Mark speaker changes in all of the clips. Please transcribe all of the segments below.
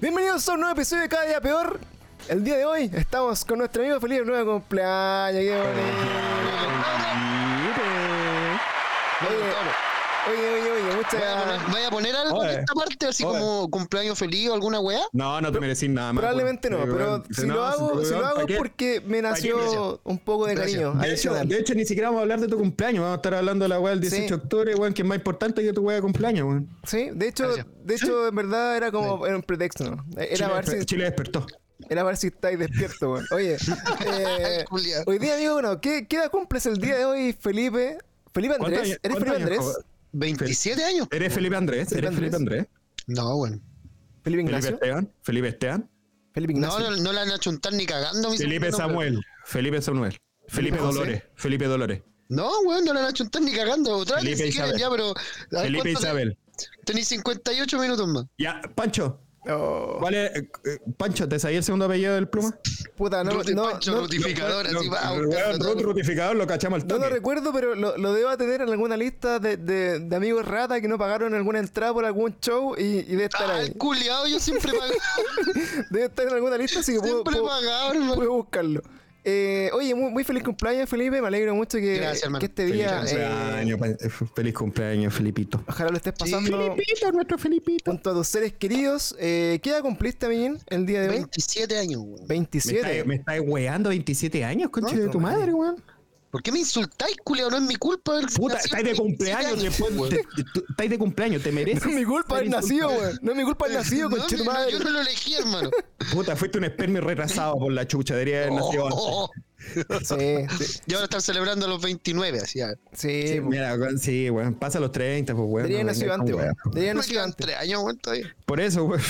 Speaker 1: Bienvenidos a un nuevo episodio de Cada Día Peor. El día de hoy estamos con nuestro amigo Feliz Nuevo Cumpleaños. Qué bonito. Oye, oye, oye, oye,
Speaker 2: Vaya a
Speaker 1: muchas.
Speaker 2: poner- vaya a poner algo
Speaker 3: Oye.
Speaker 2: en esta parte, así
Speaker 3: Oye.
Speaker 2: como cumpleaños feliz o alguna weá.
Speaker 3: No, no te mereces nada más.
Speaker 1: Probablemente no,
Speaker 3: weón.
Speaker 1: pero
Speaker 3: Dice,
Speaker 1: si
Speaker 3: no,
Speaker 1: lo hago,
Speaker 3: weón,
Speaker 1: si lo hago
Speaker 3: ¿pa'
Speaker 1: es
Speaker 3: qué?
Speaker 1: porque me
Speaker 2: Gracias.
Speaker 1: nació un poco de
Speaker 2: Gracias.
Speaker 1: cariño.
Speaker 3: De hecho,
Speaker 1: adicional.
Speaker 3: de hecho, ni siquiera vamos a hablar de tu cumpleaños. Vamos a estar hablando de la weá del 18
Speaker 1: Sí.
Speaker 3: de octubre, weón, que es más importante que tu weá de cumpleaños, weón.
Speaker 1: Sí, de hecho,
Speaker 2: Gracias.
Speaker 1: de hecho, en verdad era como era un pretexto, ¿no? Era
Speaker 3: Chile,
Speaker 1: para ver
Speaker 3: desper-
Speaker 1: si,
Speaker 3: Chile despertó.
Speaker 1: era para ver si estáis despierto, weón. Oye, eh,
Speaker 2: Julia.
Speaker 1: hoy día, amigo, bueno, ¿qué, ¿qué edad cumples el día de hoy, Felipe? Felipe
Speaker 3: ¿Cuántos
Speaker 1: Andrés,
Speaker 3: años-
Speaker 1: ¿eres
Speaker 3: cuántos
Speaker 1: Felipe
Speaker 3: años,
Speaker 1: Andrés?
Speaker 3: joven?
Speaker 2: ¿27 años?
Speaker 3: ¿Eres Felipe Andrés?
Speaker 1: Felipe
Speaker 3: ¿Eres Felipe
Speaker 1: Andrés.
Speaker 3: Andrés?
Speaker 2: No, bueno.
Speaker 1: Felipe
Speaker 3: ¿Felipe
Speaker 1: Ignacio.
Speaker 3: Esteban? ¿Felipe Esteban?
Speaker 1: Felipe
Speaker 2: No,
Speaker 1: Ignacio.
Speaker 2: no, no la han achuntar ni cagando. mi
Speaker 3: ¿Felipe
Speaker 2: segundo nombre.
Speaker 3: Samuel? ¿Felipe Samuel? ¿Felipe
Speaker 1: José.
Speaker 3: Dolores? ¿Felipe Dolores?
Speaker 2: No, weón, no la han achuntar ni cagando. Otra vez
Speaker 3: Felipe
Speaker 2: si quieren
Speaker 3: Isabel.
Speaker 2: ya, pero. a ver,
Speaker 3: ¿Felipe
Speaker 2: ¿cuánto te-
Speaker 3: Isabel?
Speaker 2: Tenéis 58 minutos más.
Speaker 3: Ya, Pancho.
Speaker 1: Oh,
Speaker 3: ¿Cuál es, eh, eh, Pancho, ¿te sabía el segundo apellido del pluma?
Speaker 1: puta, no,
Speaker 2: Ruti,
Speaker 1: no,
Speaker 2: Pancho,
Speaker 1: no-
Speaker 2: rutificador,
Speaker 3: Lo-
Speaker 2: así
Speaker 3: lo-
Speaker 2: va.
Speaker 3: el
Speaker 2: buscando
Speaker 3: weón,
Speaker 2: todo.
Speaker 3: Ruth Rutificador lo cachamos al
Speaker 1: no lo
Speaker 3: toque.
Speaker 1: recuerdo, pero lo, lo debo tener en alguna lista de, de- de amigos rata que no pagaron alguna entrada por algún show y, y debe estar
Speaker 2: Ah,
Speaker 1: ahí.
Speaker 2: el culiao, yo siempre pagaba.
Speaker 1: Debe estar en alguna lista, así que puedo,
Speaker 2: siempre
Speaker 1: puedo-
Speaker 2: pagaba, hermano.
Speaker 1: puedo buscarlo. Eh, oye, muy, muy feliz cumpleaños, Felipe. Me alegro mucho que,
Speaker 2: Gracias, hermano.
Speaker 1: que este
Speaker 3: Feliz
Speaker 1: día. eh,
Speaker 3: cumpleaños, Pan- feliz cumpleaños, Felipito.
Speaker 1: Ojalá lo estés pasando
Speaker 3: Felipito, nuestro Felipito.
Speaker 1: junto a tus seres queridos. Eh, ¿Qué edad cumpliste, Amiguín, el día de hoy?
Speaker 2: 27 años, weón.
Speaker 1: 27.
Speaker 3: Me está weando 27 años, concha
Speaker 1: No,
Speaker 3: de tu
Speaker 1: no,
Speaker 3: madre, weón.
Speaker 2: ¿Por qué me insultáis, culiao? No es mi culpa. haber
Speaker 3: Puta,
Speaker 2: nacido
Speaker 3: estáis
Speaker 2: 27
Speaker 3: de cumpleaños
Speaker 2: años,
Speaker 3: después.
Speaker 2: weón.
Speaker 3: te- te- tú- Estáis de cumpleaños, te mereces.
Speaker 1: No es mi culpa haber
Speaker 3: ser
Speaker 1: nacido,
Speaker 3: insultado.
Speaker 1: weón. No es mi culpa haber nacido,
Speaker 2: No,
Speaker 1: con
Speaker 2: no,
Speaker 1: madre.
Speaker 2: Yo no lo elegí, hermano.
Speaker 3: Puta, fuiste un espermio retrasado por la chucha, debería haber nacido antes.
Speaker 2: Oh,
Speaker 1: Sí, sí.
Speaker 2: Y ahora están celebrando los 29, así. a ver.
Speaker 1: sí, pues,
Speaker 3: Sí,
Speaker 1: po.
Speaker 3: mira, weón, sí, weón. Pasa los 30, pues, weón.
Speaker 1: Debería haber
Speaker 3: no
Speaker 1: nacido
Speaker 3: venga con
Speaker 1: antes, weón.
Speaker 3: weas, pues.
Speaker 1: Debería haber
Speaker 2: Me
Speaker 1: nacido
Speaker 2: quedan
Speaker 1: antes.
Speaker 2: tres años, weón, todavía.
Speaker 3: Por eso, weón.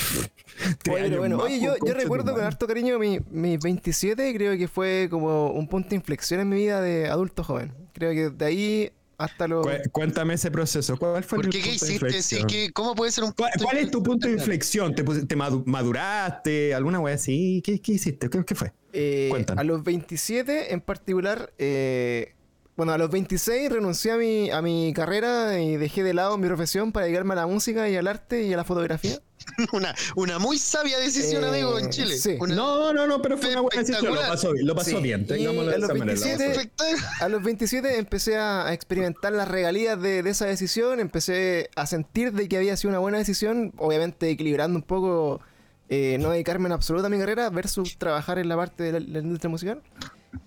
Speaker 3: Tres
Speaker 1: Oye,
Speaker 3: años
Speaker 1: bueno,
Speaker 3: más,
Speaker 1: oye,
Speaker 3: pues,
Speaker 1: yo, yo
Speaker 3: concha de tu
Speaker 1: recuerdo con
Speaker 3: madre.
Speaker 1: harto cariño mi- mis 27, creo que fue como un punto de inflexión en mi vida de adulto joven. Creo que de ahí hasta los...
Speaker 3: Cu- Cuéntame ese proceso. ¿Cuál fue
Speaker 2: ¿Por
Speaker 3: el
Speaker 2: qué qué
Speaker 3: punto de
Speaker 2: hiciste? Sí,
Speaker 3: inflexión?
Speaker 2: que- ¿Cómo puede ser un
Speaker 3: ¿Cuál,
Speaker 2: punto
Speaker 3: cuál es tu punto de
Speaker 2: inflexión?
Speaker 3: inflexión? ¿Te, pus- te madu- maduraste? ¿Alguna wea así? ¿Qué, qué hiciste? ¿Qué, qué fue?
Speaker 1: Eh,
Speaker 3: Cuéntanos.
Speaker 1: a los 27 en particular, eh, bueno, a los 26 renuncié a mi, a mi carrera y dejé de lado mi profesión para dedicarme a la música y al arte y a la fotografía.
Speaker 2: Una, una muy sabia decisión,
Speaker 1: Eh,
Speaker 2: amigo, en Chile.
Speaker 1: sí.
Speaker 2: Una-
Speaker 3: No, no, no, pero fue una buena decisión. Lo
Speaker 2: Espectacular.
Speaker 3: pasó, lo pasó
Speaker 1: Sí.
Speaker 3: bien.
Speaker 1: Y
Speaker 3: Tengámoslo
Speaker 1: a
Speaker 3: de
Speaker 1: los
Speaker 3: esa manera. lo
Speaker 1: 27
Speaker 3: pasó bien.
Speaker 2: espectacular.
Speaker 1: A los 27 empecé a, a experimentar las regalías de, de esa decisión, empecé a sentir de que había sido una buena decisión, obviamente equilibrando un poco eh, no dedicarme en absoluto a mi carrera versus trabajar en la parte de la, la industria musical.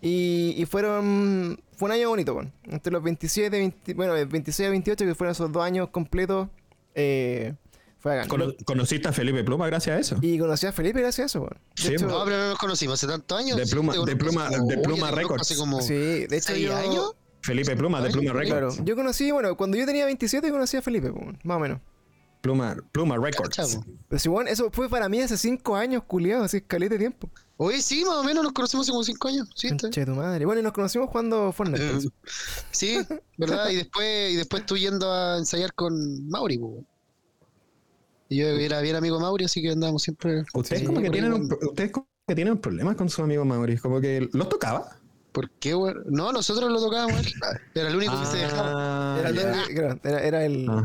Speaker 1: Y, y fueron. Fue un año bonito, bueno. Entre los 27, 20 bueno, el 26 y 28, que fueron esos dos años completos, eh, fue acá.
Speaker 3: Cono- ¿Conociste a Felipe Pluma gracias a eso?
Speaker 1: Y conocí a Felipe gracias a eso, bueno. De
Speaker 3: Sí,
Speaker 1: hecho-
Speaker 2: No, pero no nos conocimos hace tantos años.
Speaker 3: De Pluma-
Speaker 2: Te conozco
Speaker 3: de Pluma-
Speaker 2: hace como-
Speaker 3: de
Speaker 2: oye,
Speaker 3: Pluma
Speaker 2: te conozco
Speaker 3: Records.
Speaker 2: Hace como
Speaker 1: sí, de hecho
Speaker 2: seis
Speaker 1: yo-
Speaker 2: años.
Speaker 3: Felipe Pluma, de Pluma
Speaker 1: Claro,
Speaker 3: Records.
Speaker 1: yo conocí, bueno, cuando yo tenía 27 conocí a Felipe, bueno, más o menos.
Speaker 3: Pluma, Pluma
Speaker 2: Cacha,
Speaker 3: Records.
Speaker 2: po.
Speaker 1: Pero si, bueno, eso fue para mí hace 5 años, culiado, así escalete de tiempo.
Speaker 2: Oye, sí, más o menos nos conocimos hace como cinco años. Sí, está.
Speaker 1: Conche tu madre. Bueno, y nos conocimos jugando Fortnite.
Speaker 2: Eh,
Speaker 1: parece.
Speaker 2: sí, ¿verdad? Y después, y después tú yendo a ensayar con Mauri, po. Y yo era bien amigo de Mauri, así que andábamos siempre.
Speaker 3: Ustedes,
Speaker 2: Sí,
Speaker 3: como que
Speaker 2: por
Speaker 3: tienen
Speaker 2: ahí.
Speaker 3: un, pro- ustedes como que tienen problemas con su amigo Mauricio. Como que los tocaba.
Speaker 2: ¿Por qué, weón? No, nosotros lo tocábamos. él. Era el único que se dejaba.
Speaker 3: Ah,
Speaker 1: Era,
Speaker 3: ya.
Speaker 1: todo- claro, era- era el,
Speaker 3: Ah.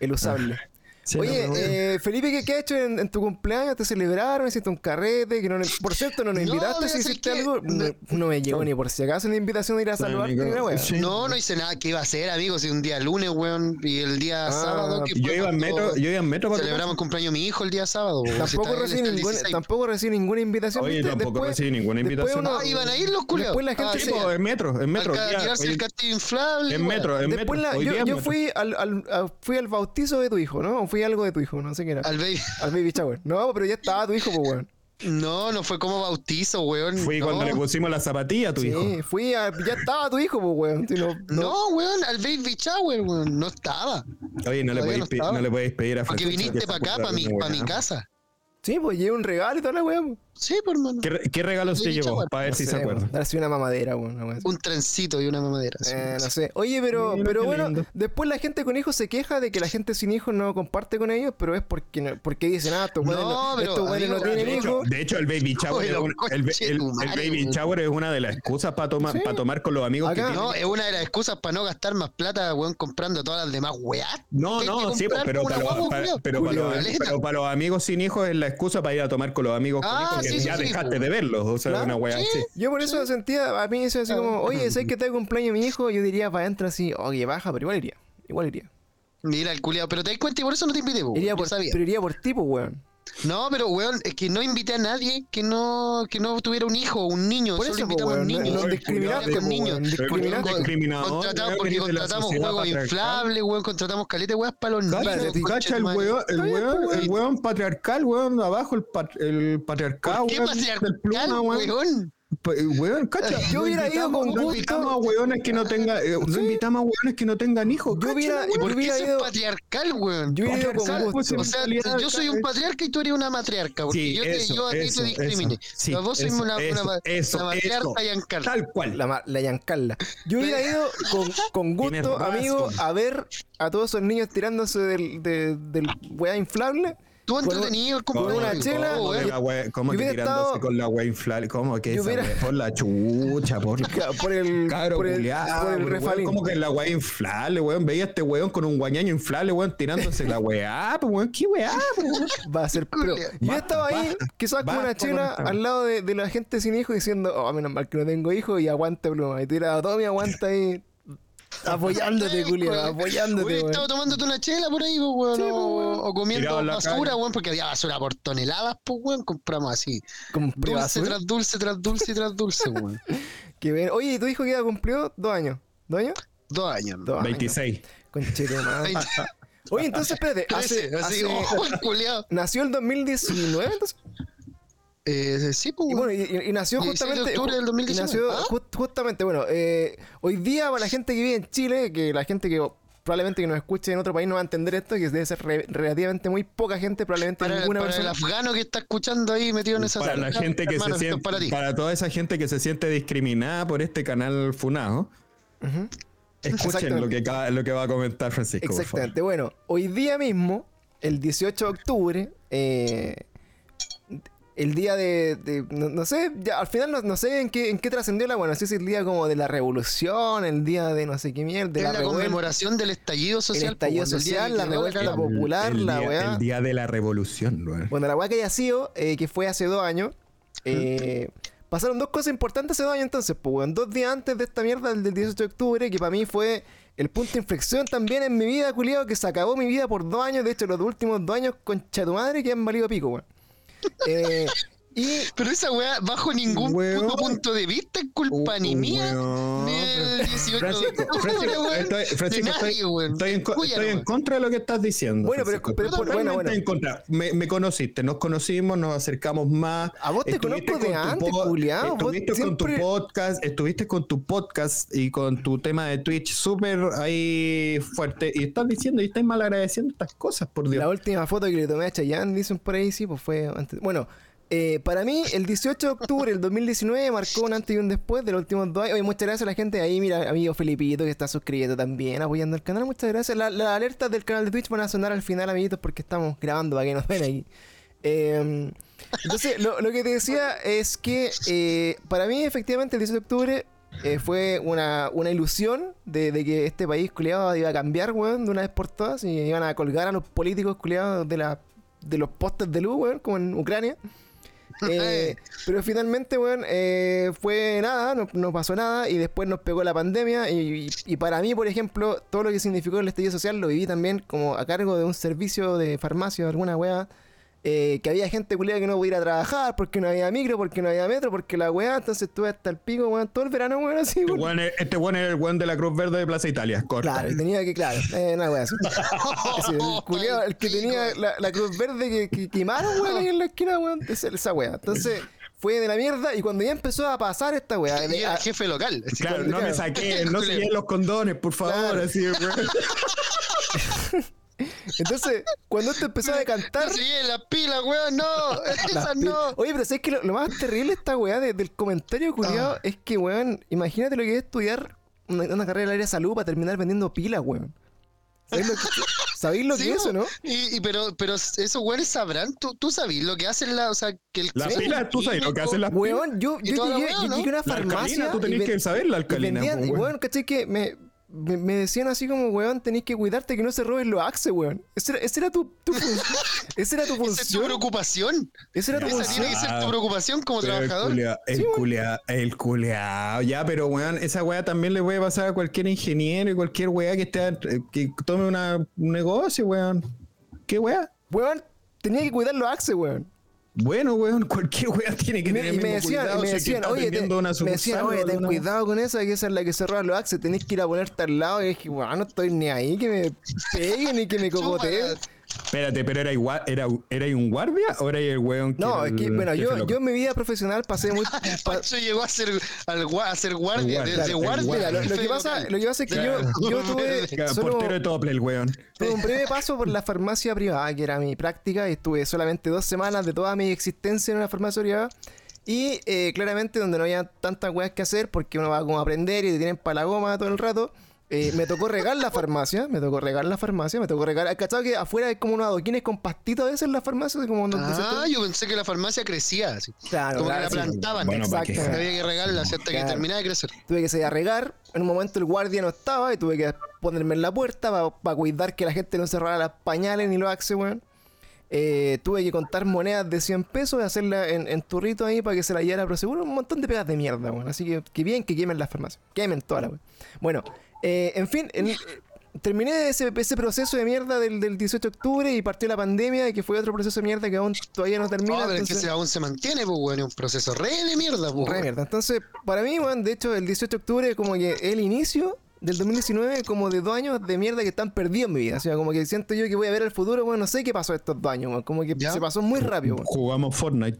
Speaker 1: el usable.
Speaker 3: Sí,
Speaker 1: Oye,
Speaker 3: no, no,
Speaker 1: eh, Felipe, ¿qué, qué has hecho en, en tu cumpleaños? ¿Te celebraron? ¿Hiciste un carrete? Que no, por cierto, ¿no nos
Speaker 2: No,
Speaker 1: invitaste?
Speaker 2: mira,
Speaker 1: ¿Si
Speaker 2: ¿sabes
Speaker 1: hiciste
Speaker 2: qué?
Speaker 1: algo? No, no me llegó ni por si acaso una invitación de ir a
Speaker 3: Sí,
Speaker 1: saludarte
Speaker 3: amigo,
Speaker 1: ni una wea.
Speaker 3: sí.
Speaker 2: No, no hice nada. ¿Qué iba a hacer, amigo? Si un día lunes, weón, y el día
Speaker 1: Ah,
Speaker 2: sábado. que
Speaker 3: yo
Speaker 2: fue
Speaker 3: iba en
Speaker 2: cuando
Speaker 3: metro, yo iba en metro para tu
Speaker 2: Celebramos el cumpleaños de mi hijo el día sábado. weón. Si
Speaker 1: Tampoco
Speaker 2: estaba-
Speaker 1: recibí,
Speaker 2: está el
Speaker 1: ninguna,
Speaker 2: 16.
Speaker 1: tampoco recibí ninguna invitación.
Speaker 3: Oye,
Speaker 1: ¿viste?
Speaker 3: tampoco
Speaker 1: Después-
Speaker 3: recibí ninguna
Speaker 1: después
Speaker 3: invitación.
Speaker 1: uno-
Speaker 2: Ah, iban a ir los culiados.
Speaker 1: Después la gente
Speaker 2: Ah,
Speaker 1: se-
Speaker 3: casa. Sí, po, en metro, en metro.
Speaker 2: Al ca-
Speaker 3: ya,
Speaker 2: tirarse
Speaker 3: hoy-
Speaker 2: el castillo inflable.
Speaker 3: en
Speaker 2: weón.
Speaker 3: metro, en metro.
Speaker 1: Después la-
Speaker 3: hoy
Speaker 1: yo,
Speaker 3: día en
Speaker 1: yo
Speaker 3: metro.
Speaker 1: fui al, al- a- fui al bautizo de tu hijo, ¿no? O fui a algo de tu hijo, no sé qué era.
Speaker 3: Ah.
Speaker 1: Al,
Speaker 2: Al baby-
Speaker 1: baby shower. No, pero ya estaba tu hijo, pues, weón.
Speaker 2: No, no fue como bautizo, weón.
Speaker 3: Fui
Speaker 2: no.
Speaker 3: cuando le pusimos la zapatilla a tu
Speaker 1: Sí,
Speaker 3: hijo.
Speaker 1: fui a. Ya estaba tu hijo, pues, weón. Si no-
Speaker 2: No, weón, al baby shower, weón. No estaba.
Speaker 3: Oye, no le,
Speaker 2: Todavía
Speaker 3: podéis
Speaker 2: no
Speaker 3: pe-
Speaker 2: estaba.
Speaker 3: no le podéis pedir a
Speaker 2: Porque
Speaker 3: Francisco
Speaker 2: viniste
Speaker 3: que
Speaker 2: para
Speaker 3: se
Speaker 2: acá,
Speaker 3: acuerde
Speaker 2: para mi,
Speaker 3: de una
Speaker 2: pa' mi
Speaker 3: weá.
Speaker 2: casa.
Speaker 1: Sí, pues llevé un regalo y toda la weón.
Speaker 2: Sí, por hermano.
Speaker 3: ¿Qué, re- qué regalos te
Speaker 2: Sí,
Speaker 3: llevó?
Speaker 2: chaval.
Speaker 3: Para ver si
Speaker 1: sé,
Speaker 3: se
Speaker 1: bueno,
Speaker 3: acuerda.
Speaker 1: Darse una mamadera, weón. una wea así.
Speaker 2: Un trencito y una mamadera. sí.
Speaker 1: Eh, no sé. Oye, pero,
Speaker 3: Mira,
Speaker 1: pero
Speaker 3: qué
Speaker 1: bueno,
Speaker 3: lindo.
Speaker 1: después la gente con hijos se queja de que la gente sin hijos no comparte con ellos, pero es porque, no- porque dicen, ah, estos
Speaker 2: No,
Speaker 1: güeyes no,
Speaker 2: pero,
Speaker 1: estos güeyes no
Speaker 2: amigo,
Speaker 1: tienen
Speaker 3: De hecho,
Speaker 1: hijos.
Speaker 3: de hecho, el baby shower,
Speaker 2: Oye,
Speaker 3: es, un- el,
Speaker 2: conche
Speaker 3: el-
Speaker 2: tu
Speaker 3: el
Speaker 2: madre,
Speaker 3: baby
Speaker 2: weón.
Speaker 3: shower es una de las excusas para tomar,
Speaker 1: Sí.
Speaker 3: para tomar con los amigos
Speaker 1: Acá-
Speaker 3: que tienen.
Speaker 2: No, es una de las excusas para no gastar más plata, weón, comprando todas las demás weá. Hay
Speaker 3: No,
Speaker 2: que
Speaker 3: no, sí,
Speaker 2: comprar
Speaker 3: pero
Speaker 2: una
Speaker 3: para, los,
Speaker 2: guagua,
Speaker 3: para-
Speaker 2: culiao.
Speaker 3: pero para los-
Speaker 2: Caleta.
Speaker 3: pero para los amigos sin hijos es la excusa para ir a tomar con los amigos con
Speaker 2: Ah,
Speaker 3: hijos, que
Speaker 2: sí, sí,
Speaker 3: ya
Speaker 2: sí,
Speaker 3: dejaste
Speaker 2: pues.
Speaker 3: de verlos. O sea,
Speaker 1: Claro,
Speaker 3: una wea
Speaker 2: sí.
Speaker 3: así.
Speaker 1: Yo por eso sentía, a mí eso así como, oye, ¿sabes que te cumpleaños mi hijo? Yo diría para adentro así, oye, baja, pero igual iría. Igual iría.
Speaker 2: Mira el culiado, pero te das cuenta y por eso no te invité, weón.
Speaker 1: Iría
Speaker 2: Yo
Speaker 1: por,
Speaker 2: sabía.
Speaker 1: pero iría por tipo, weón.
Speaker 2: No, pero weón, es que no invité a nadie que no, que no tuviera un hijo, un niño.
Speaker 1: Por
Speaker 2: solo
Speaker 1: eso,
Speaker 2: invitamos a
Speaker 1: weón,
Speaker 2: un
Speaker 1: no-
Speaker 2: niño.
Speaker 1: no
Speaker 3: Soy
Speaker 1: discriminaste,
Speaker 3: culiao,
Speaker 1: po,
Speaker 2: niños,
Speaker 1: weón.
Speaker 2: con-
Speaker 1: Discriminaste.
Speaker 2: con-
Speaker 3: discriminador,
Speaker 2: Contratamos
Speaker 3: weón,
Speaker 2: porque
Speaker 3: eres de la
Speaker 2: contratamos
Speaker 3: sociedad
Speaker 2: juegos
Speaker 3: patriarcal.
Speaker 2: inflables, weón, contratamos caleta, weón, para los niños.
Speaker 3: Cacha,
Speaker 2: conche
Speaker 3: cacha
Speaker 2: tu
Speaker 3: el
Speaker 2: madre.
Speaker 3: weón, el
Speaker 1: bien,
Speaker 3: weón,
Speaker 1: pues,
Speaker 3: el weón patriarcal, weón, abajo el, pat- el patriarcado,
Speaker 2: ¿Qué
Speaker 3: weón, del
Speaker 2: patriarcal,
Speaker 3: pluma, weón.
Speaker 2: weón?
Speaker 3: Pa- eh, weón, cacha.
Speaker 1: Yo
Speaker 3: no
Speaker 1: hubiera ido
Speaker 3: invitamos-
Speaker 1: con
Speaker 3: No
Speaker 1: gusto.
Speaker 3: invitamos a weones que no tengan, eh, no invitamos a weones que no tengan hijos.
Speaker 1: Yo
Speaker 3: cacha,
Speaker 1: hubiera-
Speaker 3: weón.
Speaker 1: yo
Speaker 2: ¿Por qué
Speaker 1: hubiera
Speaker 2: eso
Speaker 1: ido-
Speaker 2: es patriarcal, weón?
Speaker 1: Yo hubiera ido
Speaker 3: Patriarcal,
Speaker 1: con
Speaker 3: pues,
Speaker 1: gusto.
Speaker 2: O sea,
Speaker 3: mentalidad,
Speaker 2: yo soy un
Speaker 3: ¿cachai?
Speaker 2: patriarca y tú eres una matriarca, porque
Speaker 3: Sí,
Speaker 2: yo, te,
Speaker 3: eso,
Speaker 2: yo a ti
Speaker 3: eso,
Speaker 2: te discriminé.
Speaker 3: eso, sí,
Speaker 2: Pero vos sois
Speaker 3: eso,
Speaker 2: una, una,
Speaker 3: eso,
Speaker 2: ma-
Speaker 3: eso,
Speaker 2: una matriarca
Speaker 3: eso.
Speaker 2: y ancarta.
Speaker 3: Tal cual.
Speaker 1: La, ma- la Yancarla. Yo hubiera ido con, con
Speaker 3: Tienes
Speaker 1: gusto,
Speaker 3: razón.
Speaker 1: amigo, a ver a todos esos niños tirándose del, de- del weá inflable.
Speaker 2: Tú
Speaker 1: Con-
Speaker 2: entretenido el
Speaker 1: con una
Speaker 2: cumpleaños,
Speaker 1: chela,
Speaker 2: weón.
Speaker 1: con
Speaker 3: de la wea- ¿Cómo
Speaker 1: Yo
Speaker 3: que
Speaker 1: hubiera
Speaker 3: tirándose
Speaker 1: estado-
Speaker 3: con la wea inflable? ¿Cómo que
Speaker 1: Yo
Speaker 3: esa
Speaker 1: hubiera-
Speaker 3: wea? Por la chucha, por
Speaker 1: Ca- por el,
Speaker 3: Cabro
Speaker 1: por el, ah,
Speaker 3: culiao,
Speaker 1: por el
Speaker 3: weón,
Speaker 1: refalín.
Speaker 3: como que la weá inflable, weón. Veía a este weón con un guañaño inflable, weón, tirándose la weá, pues, weón. ¿Qué weá, pues, weón?
Speaker 1: Va a ser pero
Speaker 2: Culiao.
Speaker 1: Yo
Speaker 3: Basta,
Speaker 1: estaba ahí,
Speaker 3: basta,
Speaker 1: quizás con una
Speaker 3: basta con
Speaker 1: chela
Speaker 3: esta
Speaker 1: al
Speaker 3: weá.
Speaker 1: lado de, de la gente sin hijos diciendo, oh, menos mal que no tengo hijos y aguante pluma. Y tiraba todo mi aguanta ahí. Apoyándote, culiao,
Speaker 2: Hubiera
Speaker 1: apoyándote,
Speaker 2: estado
Speaker 1: weón.
Speaker 2: tomándote una chela por ahí, pues, weón,
Speaker 1: Sí, pues,
Speaker 2: o,
Speaker 1: weón.
Speaker 2: o comiendo
Speaker 3: Tirado en la
Speaker 2: basura,
Speaker 3: calle.
Speaker 2: weón, porque había basura por toneladas, pues, weón, compramos así.
Speaker 1: Compré
Speaker 2: Dulce
Speaker 1: basura.
Speaker 2: tras dulce, tras dulce, tras dulce, weón.
Speaker 1: Que ven- Oye, ¿y tu hijo que ya cumplió dos años? ¿Dos años?
Speaker 2: Dos años.
Speaker 1: Dos años.
Speaker 3: 26.
Speaker 1: Conchetumadre.
Speaker 2: Veinte-
Speaker 1: Oye, entonces, espérate.
Speaker 2: Trece,
Speaker 1: Hace,
Speaker 2: así, oh.
Speaker 1: hace-
Speaker 2: ojo, culiao.
Speaker 1: nació el 2019, entonces.
Speaker 2: Eh, sí, pues,
Speaker 1: Y
Speaker 2: weón.
Speaker 1: bueno, y, y- y nació
Speaker 2: 16 de
Speaker 1: justamente.
Speaker 2: octubre del
Speaker 1: ju-
Speaker 2: 2019,
Speaker 1: nació
Speaker 2: ¿ah?
Speaker 1: ju- justamente, bueno, eh, hoy día para la gente que vive en Chile, que la gente que probablemente que nos escuche en otro país no va a entender esto, que debe ser re- relativamente muy poca gente, probablemente
Speaker 2: Para,
Speaker 1: ninguna
Speaker 2: para el
Speaker 1: persona.
Speaker 2: afgano que está escuchando ahí metido en esa
Speaker 3: Para la
Speaker 2: sala.
Speaker 3: gente que
Speaker 2: Hermano,
Speaker 3: se
Speaker 2: esto es
Speaker 3: siente,
Speaker 2: para ti.
Speaker 3: para toda esa gente que se siente discriminada por este canal funado,
Speaker 1: Ujú.
Speaker 3: escuchen
Speaker 1: Exactamente.
Speaker 3: lo que, acaba- lo que va a comentar Francisco. por favor.
Speaker 1: Exactamente. Bueno, hoy día mismo, el 18 de octubre, eh, el día de, de- no, no sé, ya, al final no, no sé en qué, en qué trascendió la, bueno, no sé si es el día como de la revolución, el día de no sé qué mierda, de
Speaker 2: Es
Speaker 1: la,
Speaker 2: la,
Speaker 1: revuelta.
Speaker 2: conmemoración del estallido social.
Speaker 1: El estallido
Speaker 2: pues, weón, del día
Speaker 1: social,
Speaker 2: que
Speaker 1: la
Speaker 2: quedó
Speaker 1: revuelta
Speaker 2: la-
Speaker 1: popular,
Speaker 3: el
Speaker 1: la
Speaker 3: día,
Speaker 1: weá.
Speaker 3: El día de la revolución, weón.
Speaker 1: Bueno, la weá que haya sido, eh, que fue hace dos años, eh, pasaron dos cosas importantes hace dos años entonces, pues, weón. Dos días antes de esta mierda del 18 de octubre, que para mí fue el punto de inflexión también en mi vida, culiado, que se acabó mi vida por dos años, de hecho, los últimos dos años, concha tu madre, que han valido pico, weón. Eh, y
Speaker 2: Pero esa weá, bajo ningún
Speaker 3: Weón. Oh,
Speaker 2: puto punto de vista, es culpa ni mía.
Speaker 3: Uh, Weón,
Speaker 2: ni el 18 de
Speaker 3: Francisco,
Speaker 2: octubre,
Speaker 3: Francisco,
Speaker 2: weón,
Speaker 3: estoy,
Speaker 2: de
Speaker 3: Francisco,
Speaker 2: nadie,
Speaker 3: estoy,
Speaker 2: weón.
Speaker 3: estoy en, co-
Speaker 2: Tuya
Speaker 3: estoy en
Speaker 2: nomás.
Speaker 3: contra de lo que estás diciendo.
Speaker 1: Bueno, pero-
Speaker 3: Francisco.
Speaker 1: pero- pero-
Speaker 3: Totalmente
Speaker 1: bueno, bueno.
Speaker 3: en contra. Me, me conociste, nos conocimos, nos acercamos más.
Speaker 1: A vos te
Speaker 3: Estuviste
Speaker 1: conozco de
Speaker 3: con tu
Speaker 1: antes,
Speaker 3: pod-
Speaker 1: culiao. Vos
Speaker 3: Estuviste con tu
Speaker 1: siempre-
Speaker 3: podcast, estuviste con tu podcast y con tu tema de Twitch súper ahí fuerte. Y estás diciendo y estás mal agradeciendo estas cosas, por Dios.
Speaker 1: La última foto que le tomé a Chayanne, dicen por ahí, sí, pues fue antes. Bueno, eh, para mí, el 18 de octubre del 2019 marcó un antes y un después de los últimos dos años. Oye, muchas gracias a la gente ahí, mira, amigo Felipito que está suscrito también, apoyando el canal. Muchas gracias. La- Las alertas del canal de Twitch van a sonar al final, amiguitos, porque estamos grabando para que nos ven ahí. Eh, entonces, lo, lo que te decía es que eh, para mí, efectivamente, el 18 de octubre eh, fue una, una ilusión de, de que este país culiado iba a cambiar, weón, de una vez por todas, y iban a colgar a los políticos culiados de, la, de los postes de luz, weón, como en Ucrania. Eh, pero finalmente, weón, eh, fue nada, no, no pasó nada y después nos pegó la pandemia y, y- y para mí, por ejemplo, todo lo que significó el estallido social lo viví también como a cargo de un servicio de farmacia o alguna weá. eh, que había gente culiada que no podía ir a trabajar porque no había micro, porque no había metro, porque la weá, entonces estuve hasta el pico, weón, todo el verano, weón, así,
Speaker 3: Este
Speaker 1: weón.
Speaker 3: weón es- Este weón es el weón de la Cruz Verde de Plaza Italia. Corta.
Speaker 1: Claro, y tenía que, claro, eh, una weá así. Ese, el, culiao, el que
Speaker 2: Pico.
Speaker 1: tenía la, la cruz verde que, que quemaron, weón, ahí en la esquina, weón. Esa, esa weá. Entonces, fue de la mierda. Y cuando ya empezó a pasar esta weá,
Speaker 2: Y
Speaker 1: de-
Speaker 2: era
Speaker 1: a-
Speaker 2: el jefe local.
Speaker 3: Claro, no me saqué, no se lleven los condones, por favor.
Speaker 1: Claro.
Speaker 3: Así, weón.
Speaker 1: Entonces, cuando esto empezó a decantar.
Speaker 2: Sí, la pila, weón, no, esas no.
Speaker 1: Oye, pero ¿sabes que lo, lo más terrible de esta weá de- del comentario culiado
Speaker 2: Ah.
Speaker 1: es que, weón, imagínate lo que es estudiar una, una carrera del área de salud para terminar vendiendo pilas, weón. ¿Sabéis lo que, sabéis lo
Speaker 2: Sí,
Speaker 1: que es eso, no?
Speaker 2: Y, y pero, pero esos weones sabrán, tú, tú sabís lo que hacen la, o sea, que el
Speaker 3: La
Speaker 2: que-
Speaker 3: pila, tú sabes lo que hacen las pilas.
Speaker 1: Weón, yo,
Speaker 2: Y
Speaker 1: yo
Speaker 2: toda la
Speaker 1: llegué,
Speaker 2: weá,
Speaker 1: yo
Speaker 2: ¿no?
Speaker 1: llegué a una
Speaker 3: La alcalina,
Speaker 1: farmacia.
Speaker 3: tú
Speaker 1: y
Speaker 3: tenías
Speaker 1: ven-
Speaker 3: que saber la
Speaker 1: Y
Speaker 3: alcalina.
Speaker 1: vendían,
Speaker 3: po,
Speaker 1: y
Speaker 3: weón.
Speaker 1: weón, ¿cachai? Que me, me, me decían así como, weón, tenés que cuidarte que no se roben los axes, weón. Esa era, esa era tu, tu fun- esa era tu
Speaker 2: Esa es tu
Speaker 1: función.
Speaker 2: preocupación.
Speaker 1: Esa era tu
Speaker 2: Esa
Speaker 1: función.
Speaker 2: tiene que ser tu preocupación como
Speaker 3: Pero
Speaker 2: trabajador.
Speaker 3: El culeado, el, culeado, el culeado. Ya, pero weón, esa weá también le puede pasar a cualquier ingeniero y cualquier weá que esté eh, que tome una, un negocio, weón. ¿Qué weá?
Speaker 1: Weón, tenía que cuidar los axes, weón.
Speaker 3: Bueno, weón, cualquier weá tiene que
Speaker 1: Y me,
Speaker 3: tener
Speaker 1: y me
Speaker 3: mismo
Speaker 1: decían,
Speaker 3: cuidado,
Speaker 1: y me
Speaker 3: si es que
Speaker 1: decían,
Speaker 3: está
Speaker 1: oye, te-
Speaker 3: atendiendo una
Speaker 1: me decían,
Speaker 3: sucursal
Speaker 1: oye,
Speaker 3: o
Speaker 1: ten
Speaker 3: alguna-
Speaker 1: cuidado con esa, que esa es la que se roba los axes. Tenés que ir a ponerte al lado. Y dije, weón, no estoy ni ahí, que me peguen y que me cocoteen.
Speaker 2: Chúpala.
Speaker 3: Espérate, pero era igual, era, era ahí un guardia o era ahí el weón que
Speaker 1: No,
Speaker 3: era
Speaker 1: es que,
Speaker 3: el
Speaker 1: bueno,
Speaker 3: jefe
Speaker 1: yo,
Speaker 3: loco?
Speaker 1: yo en mi vida profesional pasé muy... pa-
Speaker 2: Pancho llegó a ser, al, gua- a ser guardia, de-
Speaker 3: Guardia,
Speaker 2: de
Speaker 3: claro,
Speaker 2: guardia.
Speaker 1: Mira, lo, lo que pasa, lo que pasa es que yo, yo tuve
Speaker 3: Era
Speaker 1: solo
Speaker 3: portero de Tople, el weón.
Speaker 1: Tuve un breve paso por la farmacia privada, que era mi práctica, y estuve solamente dos semanas de toda mi existencia en una farmacia privada. Y eh, claramente donde no había tantas weas que hacer, porque uno va como a aprender y te tienen para la goma todo el rato. eh, me tocó regar la farmacia, me tocó regar la farmacia, me tocó regar. ¿Cachado que afuera hay como unos adoquines con pastitos a veces en la farmacia? Como donde se-
Speaker 2: Ah, yo pensé que la farmacia crecía. así.
Speaker 1: Claro,
Speaker 2: como
Speaker 1: claro,
Speaker 2: que la
Speaker 1: sí.
Speaker 2: plantaban.
Speaker 3: Bueno,
Speaker 2: Exacto.
Speaker 3: para
Speaker 1: Exacto.
Speaker 3: que-
Speaker 2: Había que regarla hasta
Speaker 1: Claro.
Speaker 2: que terminara de crecer.
Speaker 1: Tuve que salir a regar. En un momento el guardia no estaba y tuve que ponerme en la puerta para cuidar que la gente no cerrara las pañales ni los axes, weón. Eh, tuve que contar monedas de 100 pesos y hacerla en, en turrito ahí para que se la llevara pero seguro un montón de pegas de mierda, weón. Así que, que bien que quemen las farmacias. Quemen toda la weón. Bueno, eh, en fin, en- eh, terminé ese, ese proceso de mierda del, del 18 de octubre y partió la pandemia y que fue otro proceso de mierda que aún todavía no termina.
Speaker 2: No, Ah, pero es que
Speaker 1: entonces-
Speaker 2: ese aún se mantiene, pues, weón. Es un proceso re de mierda, pues.
Speaker 1: Re
Speaker 2: weón.
Speaker 1: mierda. Entonces, para mí, weón, de hecho, el 18 de octubre como que el inicio del 2019 como de dos años de mierda que están perdidos en mi vida. O sea, como que siento yo que voy a ver el futuro, weón, no sé qué pasó estos dos años, weón. Como que
Speaker 2: Ya.
Speaker 1: se pasó muy rápido, weón.
Speaker 3: Jugamos Fortnite.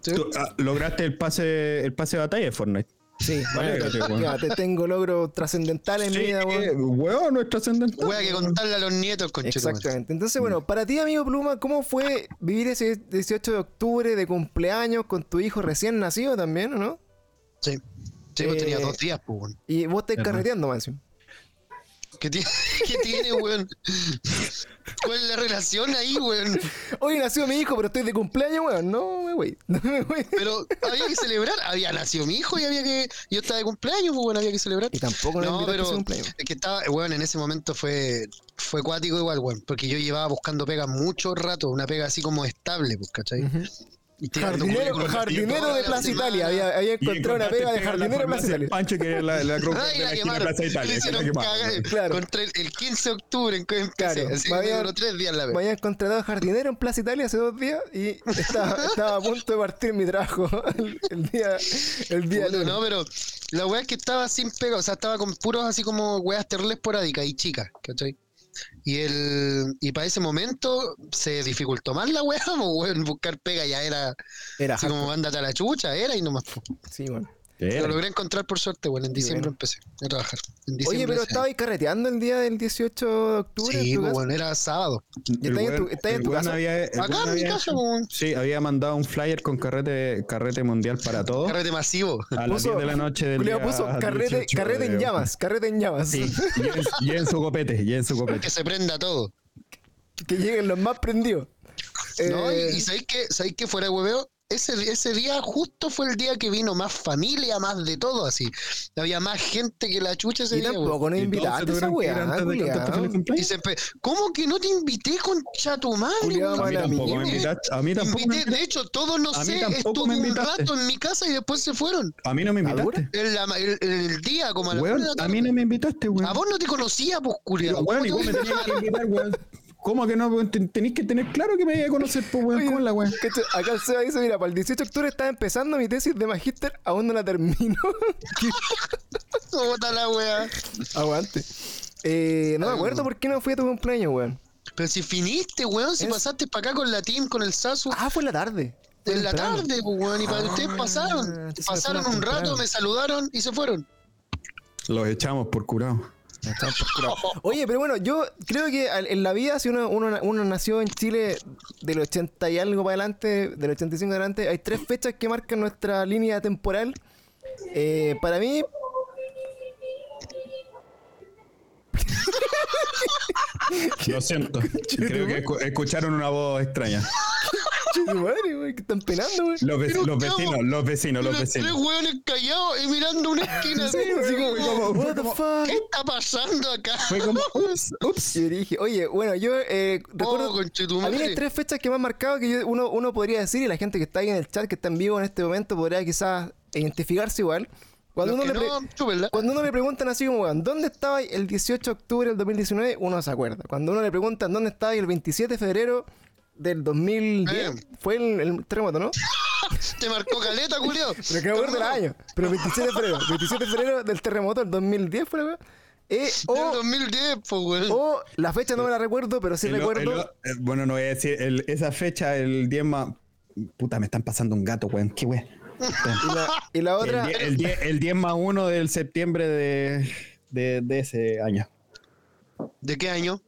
Speaker 2: Sí.
Speaker 3: Tú, ah, lograste el pase, el pase de batalla de Fortnite.
Speaker 1: Sí,
Speaker 3: vale,
Speaker 1: te-
Speaker 3: weón.
Speaker 1: ya, te tengo logros trascendentales en mi vida,
Speaker 3: eh,
Speaker 1: weón.
Speaker 3: weón, no es trascendental.
Speaker 2: Wea que contarle a los nietos, conchetumare.
Speaker 1: Exactamente. Entonces, bueno, para ti, amigo Pluma, ¿cómo fue vivir ese 18 de octubre de cumpleaños con tu hijo recién nacido también, o no?
Speaker 2: Sí. Sí, pues
Speaker 1: Eh,
Speaker 2: tenía dos días, pues, weón.
Speaker 1: Y vos estás
Speaker 3: Ajá.
Speaker 1: carreteando, Mancio.
Speaker 2: ¿Qué tiene, ¿Qué tiene, weón? ¿Cuál es la relación ahí, weón?
Speaker 1: Hoy nació mi hijo, pero estoy de cumpleaños, weón. No, me wey. No me wey.
Speaker 2: Pero había que celebrar, había nacido mi hijo y había que. Yo estaba de cumpleaños, pues bueno, había que celebrar.
Speaker 1: Y tampoco nos
Speaker 2: No,
Speaker 1: invitaste a
Speaker 2: pero
Speaker 1: su cumpleaños.
Speaker 2: es que estaba, weón, en ese momento fue, fue cuático igual, weón, porque yo llevaba buscando pega mucho rato, una pega así como estable, pues, ¿cachai? Y tirando
Speaker 1: Jardinero,
Speaker 2: currículum,
Speaker 1: jardinero
Speaker 2: toda
Speaker 1: de
Speaker 2: la
Speaker 1: Plaza
Speaker 2: semana.
Speaker 1: Italia. Había, había
Speaker 3: Y
Speaker 1: encontrado una
Speaker 3: encontraste
Speaker 1: pega de
Speaker 3: pega en la
Speaker 1: jardinero en Plaza
Speaker 3: farmacia
Speaker 1: Italia.
Speaker 3: Pancho, que era la, la cruz
Speaker 2: Ay,
Speaker 3: de
Speaker 2: la
Speaker 3: la esquina de
Speaker 2: quemaron.
Speaker 3: Plaza Italia.
Speaker 2: Le
Speaker 3: esa
Speaker 2: hicieron
Speaker 3: que más,
Speaker 2: cagar.
Speaker 3: weón.
Speaker 1: Claro.
Speaker 2: Contra el, el 15 de octubre en que empecé.
Speaker 1: Claro,
Speaker 2: así
Speaker 1: me
Speaker 2: que me
Speaker 1: había-
Speaker 2: duró tres días la
Speaker 1: Me
Speaker 2: pega.
Speaker 1: había encontrado jardinero en Plaza Italia hace dos días y estaba, estaba a punto de partir mi trabajo el, el día. El día
Speaker 2: Puta,
Speaker 1: lunes.
Speaker 2: no, pero la weá es que estaba sin pega, o sea, estaba con puros así como weas terribles esporádicas y chicas, ¿cachai? Y el y para ese momento se dificultó más la weá, pues, weón, buscar pega ya era
Speaker 1: Era
Speaker 2: así
Speaker 1: hard.
Speaker 2: como ándate a la chucha, era y nomás. po.
Speaker 1: Sí, bueno.
Speaker 2: Lo
Speaker 3: Era.
Speaker 2: logré encontrar por suerte, weón, en diciembre
Speaker 1: bueno.
Speaker 2: empecé a trabajar. En diciembre
Speaker 1: Oye, pero
Speaker 2: de ese año.
Speaker 1: estabas carreteando el día del 18 de octubre.
Speaker 2: Sí,
Speaker 1: en tu
Speaker 2: pues,
Speaker 1: casa.
Speaker 2: weón, era sábado.
Speaker 1: ¿Y está ahí en tu-
Speaker 3: weón-
Speaker 1: está ahí en
Speaker 3: el
Speaker 1: tu
Speaker 3: weón
Speaker 1: casa?
Speaker 3: había- el
Speaker 2: Acá
Speaker 3: weón
Speaker 2: en mi
Speaker 3: había
Speaker 2: casa,
Speaker 3: hecho-
Speaker 2: weón.
Speaker 3: Sí, había mandado un flyer con carrete, carrete mundial para
Speaker 1: ¿Oh?
Speaker 3: todos.
Speaker 2: Carrete masivo.
Speaker 3: A las
Speaker 1: Puso-
Speaker 3: 10 de la noche del
Speaker 1: Julio
Speaker 3: día
Speaker 1: puso carrete,
Speaker 3: 18
Speaker 1: carrete en
Speaker 3: de-
Speaker 1: llamas, carrete en llamas.
Speaker 3: Sí, y en, y en su copete, y en su copete.
Speaker 2: Que se prenda todo.
Speaker 1: Que lleguen los más prendidos.
Speaker 2: No, y,
Speaker 1: Eh,
Speaker 2: y sabéis que, sabéis que fuera de hueveo, ese, di- ese día justo fue el día que vino más familia, más de todo así. Había más gente que la chucha ese
Speaker 1: y
Speaker 2: día. weón.
Speaker 1: tampoco nos
Speaker 3: Y todos se
Speaker 1: invitaste a esa
Speaker 3: tuvieron que ir
Speaker 1: weá,
Speaker 3: antes de cantar
Speaker 1: culiao.
Speaker 3: feliz
Speaker 2: Y
Speaker 3: cumpleaños.
Speaker 2: se empe- ¿Cómo que no te invité concha tu madre?
Speaker 1: Culiao,
Speaker 2: weón?
Speaker 3: A mí
Speaker 1: Para mí,
Speaker 3: tampoco me
Speaker 1: weón.
Speaker 3: invitaste. A mí tampoco me
Speaker 2: Invité,
Speaker 3: invitaste.
Speaker 2: de hecho, todos no
Speaker 3: A mí
Speaker 2: sé,
Speaker 3: tampoco
Speaker 2: estuvo
Speaker 3: me
Speaker 2: un
Speaker 3: invitaste.
Speaker 2: rato en mi casa y después se fueron.
Speaker 3: A mí no me invitaste.
Speaker 2: En la ma- el, el día, como a la
Speaker 3: Weón,
Speaker 2: una de la
Speaker 3: a mí
Speaker 2: tarde.
Speaker 3: no me invitaste, weón.
Speaker 2: A vos no te conocía, pues,
Speaker 3: Pero,
Speaker 2: culiao.
Speaker 3: weón,
Speaker 2: ¿Cómo
Speaker 3: y
Speaker 2: te
Speaker 3: vos me
Speaker 2: voy a
Speaker 3: tenías que invitar, weón. ¿Cómo que no? weón? Ten- Tenés que tener claro que me iba a conocer, pues, weón, con la weón.
Speaker 1: Cacho, Acá el Seba dice, mira, para el 18 de octubre estaba empezando mi tesis de magíster, aún no la termino.
Speaker 2: botar la weá?
Speaker 1: Aguante. Eh, no me acuerdo por qué no fui a tu cumpleaños, weón.
Speaker 2: Pero si finiste, weón, si
Speaker 1: Es-
Speaker 2: pasaste para acá con la team, con el Sasu.
Speaker 1: Ah, fue en la tarde. Fue
Speaker 2: En la
Speaker 1: temprano. Ah,
Speaker 2: tarde, pues, weón, y para ustedes pasaron.
Speaker 1: entonces me
Speaker 2: Pasaron
Speaker 1: fueron
Speaker 2: un rato,
Speaker 1: temprano.
Speaker 2: me saludaron y se fueron.
Speaker 3: Los echamos por curado.
Speaker 1: Me estaban por curado. Oye, pero bueno, yo creo que al- en la vida, si uno, uno, uno nació en Chile del 80 y algo para adelante, del 85 adelante, hay tres fechas que marcan nuestra línea temporal. Eh, para mí.
Speaker 3: Lo siento. Creo que escu- escucharon una voz extraña.
Speaker 1: Che, su madre, güey, que están penando, güey.
Speaker 3: Los, ve-
Speaker 2: Pero,
Speaker 3: los
Speaker 2: ¿qué hago?
Speaker 3: vecinos, los vecinos, los
Speaker 2: Los tres
Speaker 3: vecinos.
Speaker 2: hueones callados y mirando una esquina. así,
Speaker 1: Así como,
Speaker 3: como-
Speaker 1: what the fuck.
Speaker 2: ¿Qué está pasando acá?
Speaker 3: Fue como, ups, ups.
Speaker 1: Yo dije, oye, bueno, yo eh, recuerdo.
Speaker 2: Oh,
Speaker 1: a mí
Speaker 2: conchetumare.
Speaker 1: hay tres fechas que me han marcado que yo- uno, uno podría decir, y la gente que está ahí en el chat, que está en vivo en este momento, podría quizás identificarse igual. Cuando
Speaker 2: Los
Speaker 1: uno,
Speaker 2: que
Speaker 1: le pre-
Speaker 2: no, chúpenla.
Speaker 1: cuando uno le preguntan así como, weón, ¿dónde estaba el 18 de octubre del 2019? Uno se acuerda. Cuando uno le preguntan dónde estaba el 27 de febrero del 2010,
Speaker 2: Eh.
Speaker 1: fue el, el terremoto, ¿no?
Speaker 2: Te marcó caleta, culio.
Speaker 1: Me acabo de acordar del año. Pero 27 de febrero, 27 de febrero del terremoto del 2010 fue la weá. Eh,
Speaker 2: Del
Speaker 1: o,
Speaker 2: 2010, pues, weón.
Speaker 1: o la fecha no me la recuerdo, pero sí
Speaker 3: El o- el
Speaker 1: recuerdo.
Speaker 3: o- eh, bueno, no voy a decir, el- esa fecha, el 10 más. Puta, me están pasando un gato, weón. Qué weón.
Speaker 1: y, la, y la
Speaker 3: El
Speaker 1: otra.
Speaker 3: 10 el 10 el 10 más 1 del septiembre de, de, de ese año.
Speaker 2: ¿De qué año?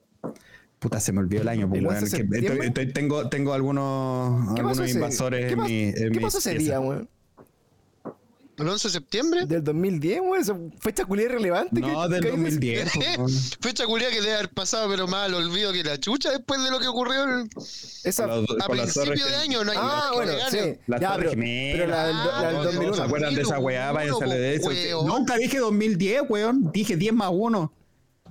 Speaker 3: Puta, se me olvidó el año, pues,
Speaker 1: ¿El once
Speaker 3: weón.
Speaker 1: de
Speaker 3: que
Speaker 1: septiembre?
Speaker 3: estoy- estoy- tengo, tengo algunos,
Speaker 1: ¿Qué pasó
Speaker 3: algunos
Speaker 1: ese,
Speaker 3: invasores
Speaker 1: ¿qué
Speaker 3: en
Speaker 1: pas-
Speaker 3: mi. en
Speaker 1: ¿Qué
Speaker 3: mi
Speaker 1: pasó ese
Speaker 3: pieza.
Speaker 1: día, weón?
Speaker 2: ¿El 11 de septiembre?
Speaker 1: ¿Del 2010, weón? ¿Esa fecha culia irrelevante?
Speaker 3: No,
Speaker 1: que-
Speaker 3: del
Speaker 1: que-
Speaker 3: 2010. pues, weón.
Speaker 2: Fecha culia que debe haber pasado, pero más al olvido que la chucha después de lo que ocurrió el-
Speaker 1: Esa,
Speaker 3: Con los-
Speaker 2: a
Speaker 3: con las torres
Speaker 2: principio de
Speaker 3: que-
Speaker 2: año. No hay
Speaker 1: Ah,
Speaker 2: nada que
Speaker 1: bueno,
Speaker 2: gane.
Speaker 1: sí.
Speaker 3: Las
Speaker 1: Ya,
Speaker 3: Torres
Speaker 1: pero,
Speaker 3: Gemelas.
Speaker 1: pero la del, do-
Speaker 2: Ah,
Speaker 1: la del
Speaker 2: no, no,
Speaker 1: 2001.
Speaker 3: ¿Se acuerdan de esa weá? Vayan a de eso.
Speaker 2: Weón.
Speaker 3: Nunca dije 2010, weón. Dije 10 más 1.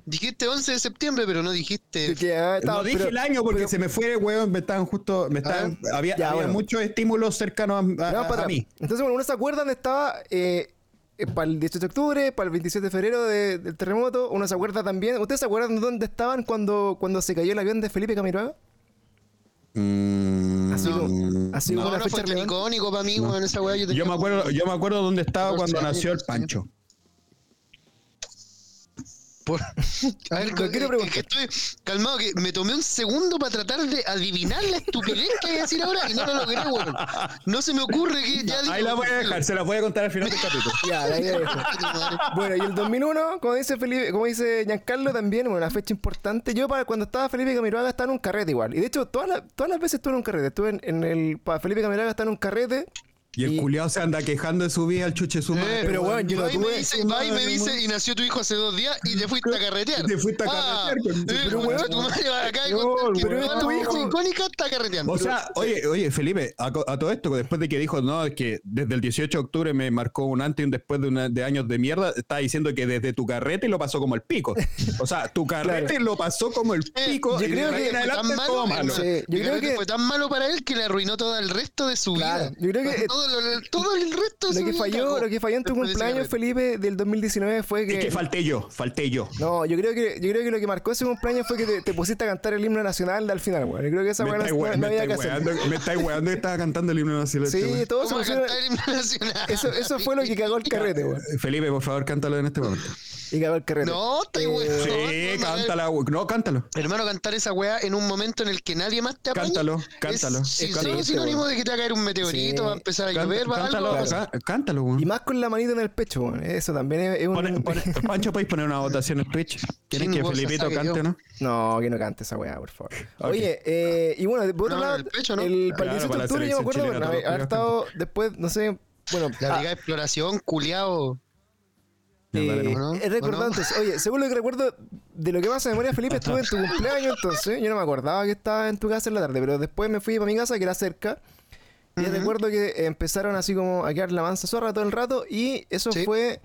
Speaker 2: Dijiste 11 de septiembre, pero no dijiste.
Speaker 1: Que ya estaba-
Speaker 3: No dije
Speaker 1: pero-
Speaker 3: el año porque
Speaker 1: pero-
Speaker 3: se me fue, weón. Me estaban justo. Me estaban,
Speaker 1: Ah,
Speaker 3: había
Speaker 1: ya,
Speaker 3: había
Speaker 1: bueno.
Speaker 3: muchos estímulos cercanos a, a-
Speaker 1: pero
Speaker 3: a
Speaker 1: vamos para atrás.
Speaker 3: mí.
Speaker 1: Entonces, bueno, uno se acuerda dónde estaba eh, eh, para el 18 de octubre, para el 27 de febrero de- del terremoto. Uno se acuerda también. ¿Ustedes se acuerdan dónde estaban cuando, cuando se cayó el avión de Felipe Camiroaga? Así
Speaker 2: No.
Speaker 1: como, así como
Speaker 2: No,
Speaker 1: una
Speaker 2: no
Speaker 1: fecha
Speaker 2: fue tan
Speaker 1: relevante.
Speaker 2: icónico para mí, weón. Esa weá yo tenía.
Speaker 3: Yo me acuerdo, yo me acuerdo dónde estaba
Speaker 2: 14
Speaker 3: cuando
Speaker 2: años,
Speaker 3: nació el
Speaker 2: 14 años.
Speaker 3: Pancho.
Speaker 2: Por- A ver,
Speaker 1: Lo
Speaker 2: que-
Speaker 1: quiero
Speaker 2: que-
Speaker 1: preguntar.
Speaker 2: que estoy calmado, que me tomé un segundo para tratar de adivinar la estupidez que voy a decir ahora y no lo logré, weón. No se me ocurre que ya digo-
Speaker 3: Ahí la voy a dejar, se la voy a contar al final del capítulo.
Speaker 1: Ya, la idea es esa. Bueno, y el 2001, como dice Felipe, como dice Giancarlo también, bueno, una fecha importante. Yo para cuando estaba Felipe Camiroaga estaba en un carrete igual. Y de hecho, todas las, todas las veces estuve en un carrete. Estuve en, en el para Felipe Camiroaga estaba en un carrete.
Speaker 3: Y el culiao se anda quejando de su vida al chuche su madre.
Speaker 1: Eh, pero
Speaker 3: weón.
Speaker 1: weón, yo no
Speaker 2: Va y me
Speaker 1: tuve.
Speaker 2: dice, va y me dice, y nació tu hijo hace dos días y te fuiste a carretear.
Speaker 3: Te fuiste a carretear,
Speaker 2: Ah,
Speaker 3: con-
Speaker 2: eh,
Speaker 3: pero,
Speaker 2: concha
Speaker 3: weón,
Speaker 2: tu madre va acá y
Speaker 3: no,
Speaker 2: contar que
Speaker 1: pero es
Speaker 2: Juana
Speaker 1: tu
Speaker 2: Ponce
Speaker 1: hijo.
Speaker 2: Icónica está carreteando.
Speaker 3: O sea, oye, oye, Felipe, a, co- a todo esto, después de que dijo, no, es que desde el 18 de octubre me marcó un antes y un después de, una- de años de mierda, está diciendo que desde tu carrete lo pasó como el pico. O sea, tu carrete lo pasó como el pico.
Speaker 1: Eh, yo
Speaker 3: y
Speaker 1: creo
Speaker 3: de ahí
Speaker 1: que
Speaker 2: Fue
Speaker 3: en adelante
Speaker 2: Eh, tan
Speaker 3: todo
Speaker 2: malo,
Speaker 3: malo.
Speaker 1: Sí,
Speaker 2: hermano.
Speaker 1: yo
Speaker 2: De
Speaker 1: creo
Speaker 2: repente
Speaker 1: que-
Speaker 2: fue tan malo para él que le arruinó todo el resto de su
Speaker 1: Claro,
Speaker 2: vida.
Speaker 1: yo creo que- eh,
Speaker 2: todo, lo- todo el resto
Speaker 1: Lo
Speaker 2: de su
Speaker 1: que
Speaker 2: vida
Speaker 1: falló,
Speaker 2: cagó
Speaker 1: lo que falló en tu
Speaker 2: después de ese
Speaker 1: cumpleaños,
Speaker 2: carrete.
Speaker 1: Felipe, del 2019 fue
Speaker 3: Es
Speaker 1: que.
Speaker 3: que falté yo, falté yo.
Speaker 1: No, yo creo que, yo creo que lo que marcó ese cumpleaños fue que te, te pusiste a cantar el himno nacional al final, weón. Yo creo que esa
Speaker 3: Me
Speaker 1: weón
Speaker 3: estáis
Speaker 1: no,
Speaker 3: hue-
Speaker 1: no
Speaker 3: me
Speaker 1: había que
Speaker 3: estáis
Speaker 1: hacer.
Speaker 3: hueando- me estáis hueando que estaba cantando el himno nacional. este
Speaker 1: Sí,
Speaker 3: weón.
Speaker 1: todos se
Speaker 2: ¿Cómo va a
Speaker 1: pusieron.
Speaker 2: cantar el himno nacional?
Speaker 1: Eso, eso fue lo que cagó el carrete, weón.
Speaker 3: Felipe, por favor, cántalo en este momento.
Speaker 1: Y cagó el carrete.
Speaker 2: No, te
Speaker 1: Eh,
Speaker 2: weón.
Speaker 3: Sí, cántala, we- no, cántalo.
Speaker 2: Hermano, cantar esa weá en un momento en el que nadie más te apaña.
Speaker 3: Cántalo, cántalo,
Speaker 2: Es, sí,
Speaker 3: cántalo.
Speaker 2: solo sinónimo de que te va a caer un meteorito,
Speaker 1: Sí.
Speaker 2: va a empezar a llover, va a
Speaker 3: Cántalo,
Speaker 2: algo.
Speaker 3: cá- cántalo, weón.
Speaker 1: Y más con la manito en el pecho, weón. Eso también es, es un.
Speaker 3: Pone- pone- Pancho, ¿podéis poner una votación en Twitch? ¿Quieren
Speaker 2: Sin
Speaker 3: que
Speaker 2: voz se
Speaker 3: Felipito
Speaker 2: sabe
Speaker 3: cante
Speaker 2: yo.
Speaker 3: o no?
Speaker 1: No, que no cante esa weá, por favor. Oye, eh, y bueno, por otro
Speaker 2: No,
Speaker 1: lado,
Speaker 2: el pecho, ¿no?
Speaker 1: el, para
Speaker 3: Claro,
Speaker 1: el 18
Speaker 3: para
Speaker 1: de
Speaker 3: la
Speaker 1: octubre yo me
Speaker 3: selección
Speaker 1: acuerdo
Speaker 3: chilena,
Speaker 1: bueno,
Speaker 3: todos
Speaker 1: haber,
Speaker 3: los
Speaker 1: haber estado después, no sé, bueno, ah,
Speaker 2: La brigada de exploración, culiao.
Speaker 1: eh,
Speaker 2: ¿o no?
Speaker 1: he recordado
Speaker 2: ¿o no?
Speaker 1: entonces, oye, según lo que recuerdo, de lo que más de memoria, Felipe, estuve en tu cumpleaños entonces, yo no me acordaba que estaba en tu casa en la tarde, pero después me fui para mi casa, que era cerca, y recuerdo que empezaron así como a quedar la mansa zorra todo el rato, y eso
Speaker 2: Sí.
Speaker 1: fue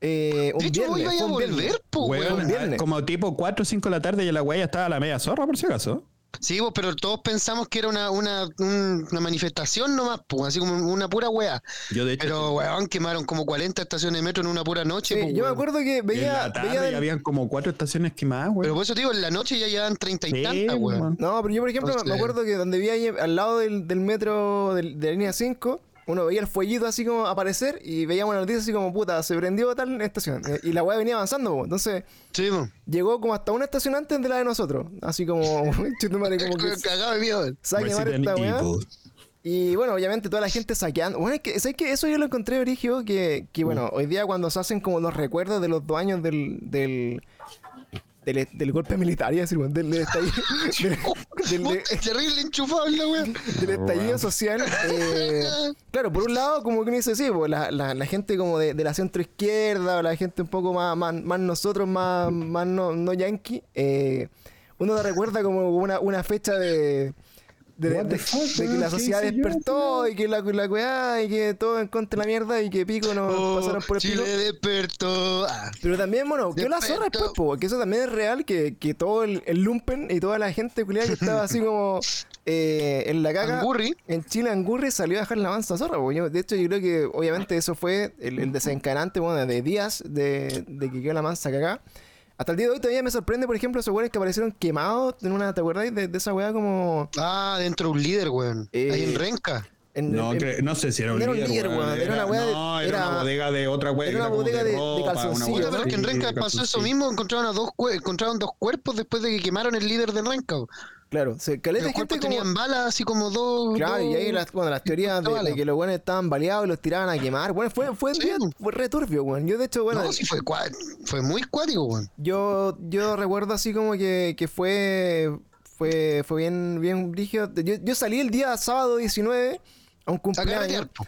Speaker 1: eh, un
Speaker 2: De hecho, hoy
Speaker 1: viernes, fue
Speaker 2: vaya a
Speaker 1: un viernes.
Speaker 2: volver, po,
Speaker 3: Weón,
Speaker 2: weón.
Speaker 1: un viernes.
Speaker 3: como tipo 4 o 5 de la tarde y la weá ya estaba a la media zorra, por si acaso.
Speaker 2: Sí, vos, pero todos pensamos que era una, una, un- una manifestación nomás, po, así como una pura weá.
Speaker 3: Yo, de hecho,
Speaker 2: Pero, weón, quemaron como 40 estaciones de metro en una pura noche.
Speaker 1: Sí,
Speaker 2: po,
Speaker 1: yo me
Speaker 2: weón.
Speaker 1: acuerdo que
Speaker 3: en
Speaker 1: veía,
Speaker 3: la tarde
Speaker 1: veía
Speaker 3: ya
Speaker 1: del-
Speaker 3: habían como 4 estaciones quemadas,
Speaker 2: Pero
Speaker 3: weón.
Speaker 2: por eso te digo, en la noche ya llevan treinta y
Speaker 3: Sí,
Speaker 2: tantas, weón.
Speaker 3: weón.
Speaker 1: No, pero yo, por ejemplo, me- me
Speaker 2: Entonces-
Speaker 1: acuerdo que donde vivía ahí, al lado del, del metro del- de la línea 5, uno veía el fuellito así como aparecer y veíamos una noticia así como, puta, se prendió tal estación. Eh, Y la weá venía avanzando, po. entonces
Speaker 2: Sí, po.
Speaker 1: llegó como hasta una estación antes de la de nosotros. Así como, chetumare, como que
Speaker 2: Cagado de miedo.
Speaker 3: Pues
Speaker 1: saque
Speaker 3: Resident
Speaker 1: esta weá.
Speaker 3: Evil.
Speaker 1: Y bueno, obviamente toda la gente saqueando. Bueno, es que, ¿sabes que Eso yo lo encontré, Origio, que, que bueno, hoy día cuando se hacen como los recuerdos de los dos años del, del, del, del golpe militar, iba a decir, bueno, del, del estallido, del- del-
Speaker 2: Terrible enchufable, weón.
Speaker 1: del estallido social. eh, claro, por un lado, como que uno dice, sí, pues, la, la- la gente como de, de la centroizquierda o la gente un poco más, más, más nosotros, más, más no, no yankee, eh, uno te recuerda como una, una fecha de... De,
Speaker 3: What the
Speaker 1: de-
Speaker 3: fuck,
Speaker 1: de que
Speaker 3: weón,
Speaker 1: la
Speaker 3: ¿qué
Speaker 1: sociedad
Speaker 3: hice yo,
Speaker 1: despertó y que la, la weá y que todo en contra de la mierda y que pico nos
Speaker 3: Oh,
Speaker 1: pasaron por el pico.
Speaker 2: Oh, Chile despertó. Ah,
Speaker 1: Pero también, bueno, que la zorra
Speaker 2: Despertó.
Speaker 1: después, po, que eso también es real, que, que todo el, el lumpen y toda la gente culiada que estaba así como eh, en la caga.
Speaker 2: Angurri.
Speaker 1: En Chile, Angurri salió a dejar la avanza zorra, po. Yo- De hecho, yo creo que obviamente eso fue el, el desencanante, bueno, de días de, de que quedó la mansa cagada. Hasta el día de hoy todavía me sorprende, por ejemplo, esos weones que aparecieron quemados en una, ¿te acuerdas? De, de esa weá como...
Speaker 2: Ah, dentro de un líder, weón.
Speaker 1: Eh,
Speaker 2: Ahí en Renca.
Speaker 1: en-
Speaker 3: No,
Speaker 1: en-
Speaker 3: cre- no sé si era un
Speaker 1: era un
Speaker 3: líder,
Speaker 1: líder,
Speaker 3: weón.
Speaker 1: weón. Era una weá de-
Speaker 3: no, era,
Speaker 1: era-
Speaker 3: una bodega de otra weá.
Speaker 1: era
Speaker 3: que
Speaker 1: una
Speaker 3: como
Speaker 1: bodega de- de
Speaker 3: ropa, una
Speaker 1: calzoncillos,
Speaker 3: weá
Speaker 1: ¿no?
Speaker 2: Puta, pero
Speaker 3: así,
Speaker 2: que en Renca
Speaker 3: de
Speaker 2: pasó eso
Speaker 3: calzoncillos.
Speaker 2: mismo. Encontraron a dos, cue- encontraron dos cuerpos después de que quemaron el líder de Renca. weón.
Speaker 1: Claro, se caleta
Speaker 2: Los
Speaker 1: de gente
Speaker 2: cuerpos
Speaker 1: como...
Speaker 2: tenían balas así como dos.
Speaker 1: Claro, y ahí
Speaker 2: dos-
Speaker 1: las, bueno, las teorías de, de que los buenos estaban baleados y los tiraban a quemar. Bueno, fue, fue,
Speaker 2: Sí,
Speaker 1: día-
Speaker 2: po.
Speaker 1: fue re turbio, weón. Yo, de hecho, bueno,
Speaker 2: No, sí, fue, cua- fue muy cuático, weón.
Speaker 1: yo, yo recuerdo así como que, que fue, fue, fue bien, bien rígido. Yo, yo salí el día sábado 19 a un
Speaker 2: Saca a
Speaker 1: cumpleaños.
Speaker 2: carretear, po.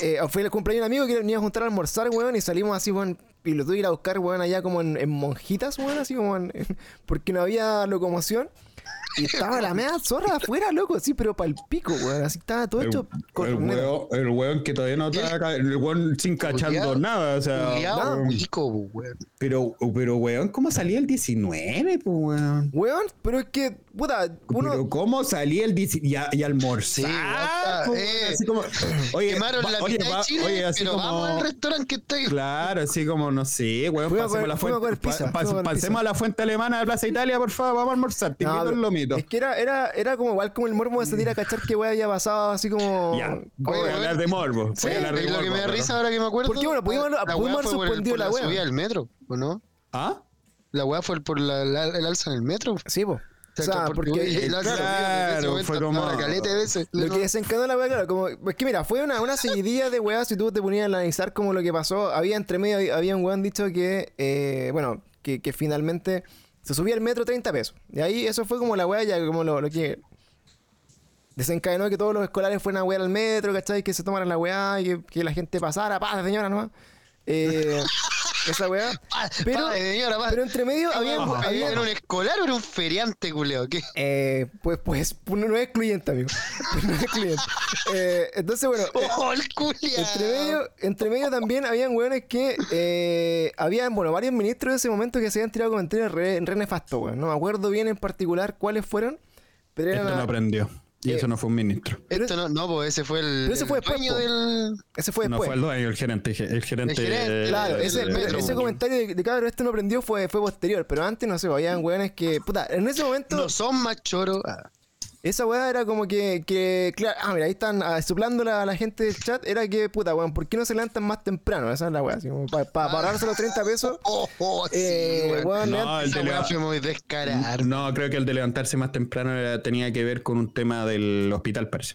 Speaker 1: Eh, fue el cumpleaños de un amigo que venía a juntar a almorzar, weón, y salimos así, weón, y lo tuve que ir a buscar, weón, allá como en, en monjitas, weón, así como en, en- porque no había locomoción. Y estaba la media zorra afuera, loco, sí, pero pal pico, weón. Así estaba todo hecho
Speaker 3: El, el,
Speaker 1: corneta.
Speaker 3: weón, el weón que todavía no está acá, el weón sin cachando
Speaker 2: Culeado,
Speaker 3: nada, o sea,
Speaker 2: Culeado,
Speaker 3: weón.
Speaker 2: cuico, weón.
Speaker 3: pero, pero weón, ¿cómo salía el 19, po, weón?
Speaker 1: Weón, pero es que, puta,
Speaker 3: Pero
Speaker 1: uno.
Speaker 3: ¿cómo salía el 19 y, a- y
Speaker 2: Sí,
Speaker 3: almorzar? po,
Speaker 2: basta,
Speaker 3: weón,
Speaker 2: eh.
Speaker 3: así como, oye,
Speaker 2: Quemaron
Speaker 3: va-
Speaker 2: la
Speaker 3: oye,
Speaker 2: mitad
Speaker 3: va-
Speaker 2: de Chile,
Speaker 3: oye, así
Speaker 2: pero
Speaker 3: como,
Speaker 2: vamos al restaurante que está ahí.
Speaker 3: Claro, así como, no sé,
Speaker 1: Fuimos a
Speaker 3: weón, pasemos,
Speaker 1: comer-
Speaker 3: a la
Speaker 1: fuimos a comer
Speaker 3: fuente,
Speaker 1: pizza,
Speaker 3: pa-
Speaker 1: fuimos a comer
Speaker 3: pasemos
Speaker 1: pizza.
Speaker 3: a la fuente alemana de Plaza Italia, por favor, vamos a almorzar, te
Speaker 1: No,
Speaker 3: invito
Speaker 1: pero-
Speaker 3: el lomito.
Speaker 1: es que era, era, era como igual como el morbo de salir a cachar que weón había pasado así como.
Speaker 3: Ya, voy
Speaker 1: como-
Speaker 2: Oye,
Speaker 3: a hablar
Speaker 2: weón.
Speaker 3: de morbo, voy
Speaker 2: Sí,
Speaker 3: a hablar de
Speaker 2: y lo que
Speaker 3: morbo,
Speaker 2: me da
Speaker 3: pero-
Speaker 2: risa ahora que me acuerdo.
Speaker 1: ¿Por qué? Bueno, pudimos haber-
Speaker 2: la
Speaker 1: pudimos
Speaker 2: weá
Speaker 1: haber
Speaker 2: fue por el-
Speaker 1: suspendido
Speaker 2: por
Speaker 1: la weá.
Speaker 2: subida del metro, ¿o no?
Speaker 3: ¿Ah?
Speaker 2: La weá fue por la, la- el alza en el metro.
Speaker 1: Sí, po. O sea, porque.
Speaker 3: eh,
Speaker 2: el alza
Speaker 3: claro,
Speaker 2: en el metro
Speaker 3: fue como-
Speaker 2: caleta de veces.
Speaker 1: Lo que desencadenó la weá, claro, como. Es que mira, fue una, una seguidilla de weá. Si tú te ponías a analizar como lo que pasó, había entre medio, había- había un weón dicho que. eh, bueno, que, que finalmente se subía al metro 30 pesos. Y ahí eso fue como la weá, ya como lo, lo que. Desencadenó que todos los escolares fueran a wear al metro, ¿cachai? Que se tomaran la weá, y que, que la gente pasara, pasa señora nomás. Eh, esa weá.
Speaker 2: Pa-
Speaker 1: Pero,
Speaker 2: pa, señora, pa.
Speaker 1: pero entre medio había,
Speaker 2: Weón,
Speaker 1: había-
Speaker 2: ¿Era un escolar o era un feriante, culeo? ¿Qué?
Speaker 1: eh, pues, pues, no no es excluyente, amigo. Pues, No es excluyente. Eh, entonces, bueno, eh,
Speaker 2: ¡Oh, el culiao!
Speaker 1: entre medio, entre medio también habían weones que eh, habían, bueno, varios ministros de ese momento que se habían tirado comentarios re, re nefastos, weón. No me acuerdo bien en particular cuáles fueron, pero eran.
Speaker 3: Esto Este no aprendió. Y
Speaker 1: Eh,
Speaker 3: eso no fue un ministro.
Speaker 2: Esto no, no, pues ese fue el,
Speaker 1: Pero ese
Speaker 2: el
Speaker 1: fue después,
Speaker 2: dueño
Speaker 1: po.
Speaker 2: del...
Speaker 1: ese fue
Speaker 3: no
Speaker 1: después.
Speaker 3: fue el dueño, el gerente. El gerente.
Speaker 2: El gerente,
Speaker 3: eh,
Speaker 1: pues. Claro,
Speaker 3: eh,
Speaker 1: ese,
Speaker 2: del metro,
Speaker 1: ese
Speaker 2: weón.
Speaker 1: comentario de, de cabrón, esto no aprendió fue, fue posterior, pero antes no sé, habían weones que. Puta, en ese momento.
Speaker 2: No son más choros. Ah,
Speaker 1: Esa weá era como que, que claro, ah, mira, ahí están ah, soplando la, la gente del chat, era que, puta, weón, ¿por qué no se levantan más temprano? Esa es la weá, así como para ahorrarse los 30 pesos.
Speaker 2: Oh, oh, sí,
Speaker 1: eh, weón,
Speaker 2: weón.
Speaker 3: No,
Speaker 1: levantan-
Speaker 3: el
Speaker 2: Esa
Speaker 3: de
Speaker 2: weá
Speaker 3: leva-
Speaker 2: fue muy descarada.
Speaker 3: No, creo que el de levantarse más temprano era- tenía que ver con un tema del hospital, parece.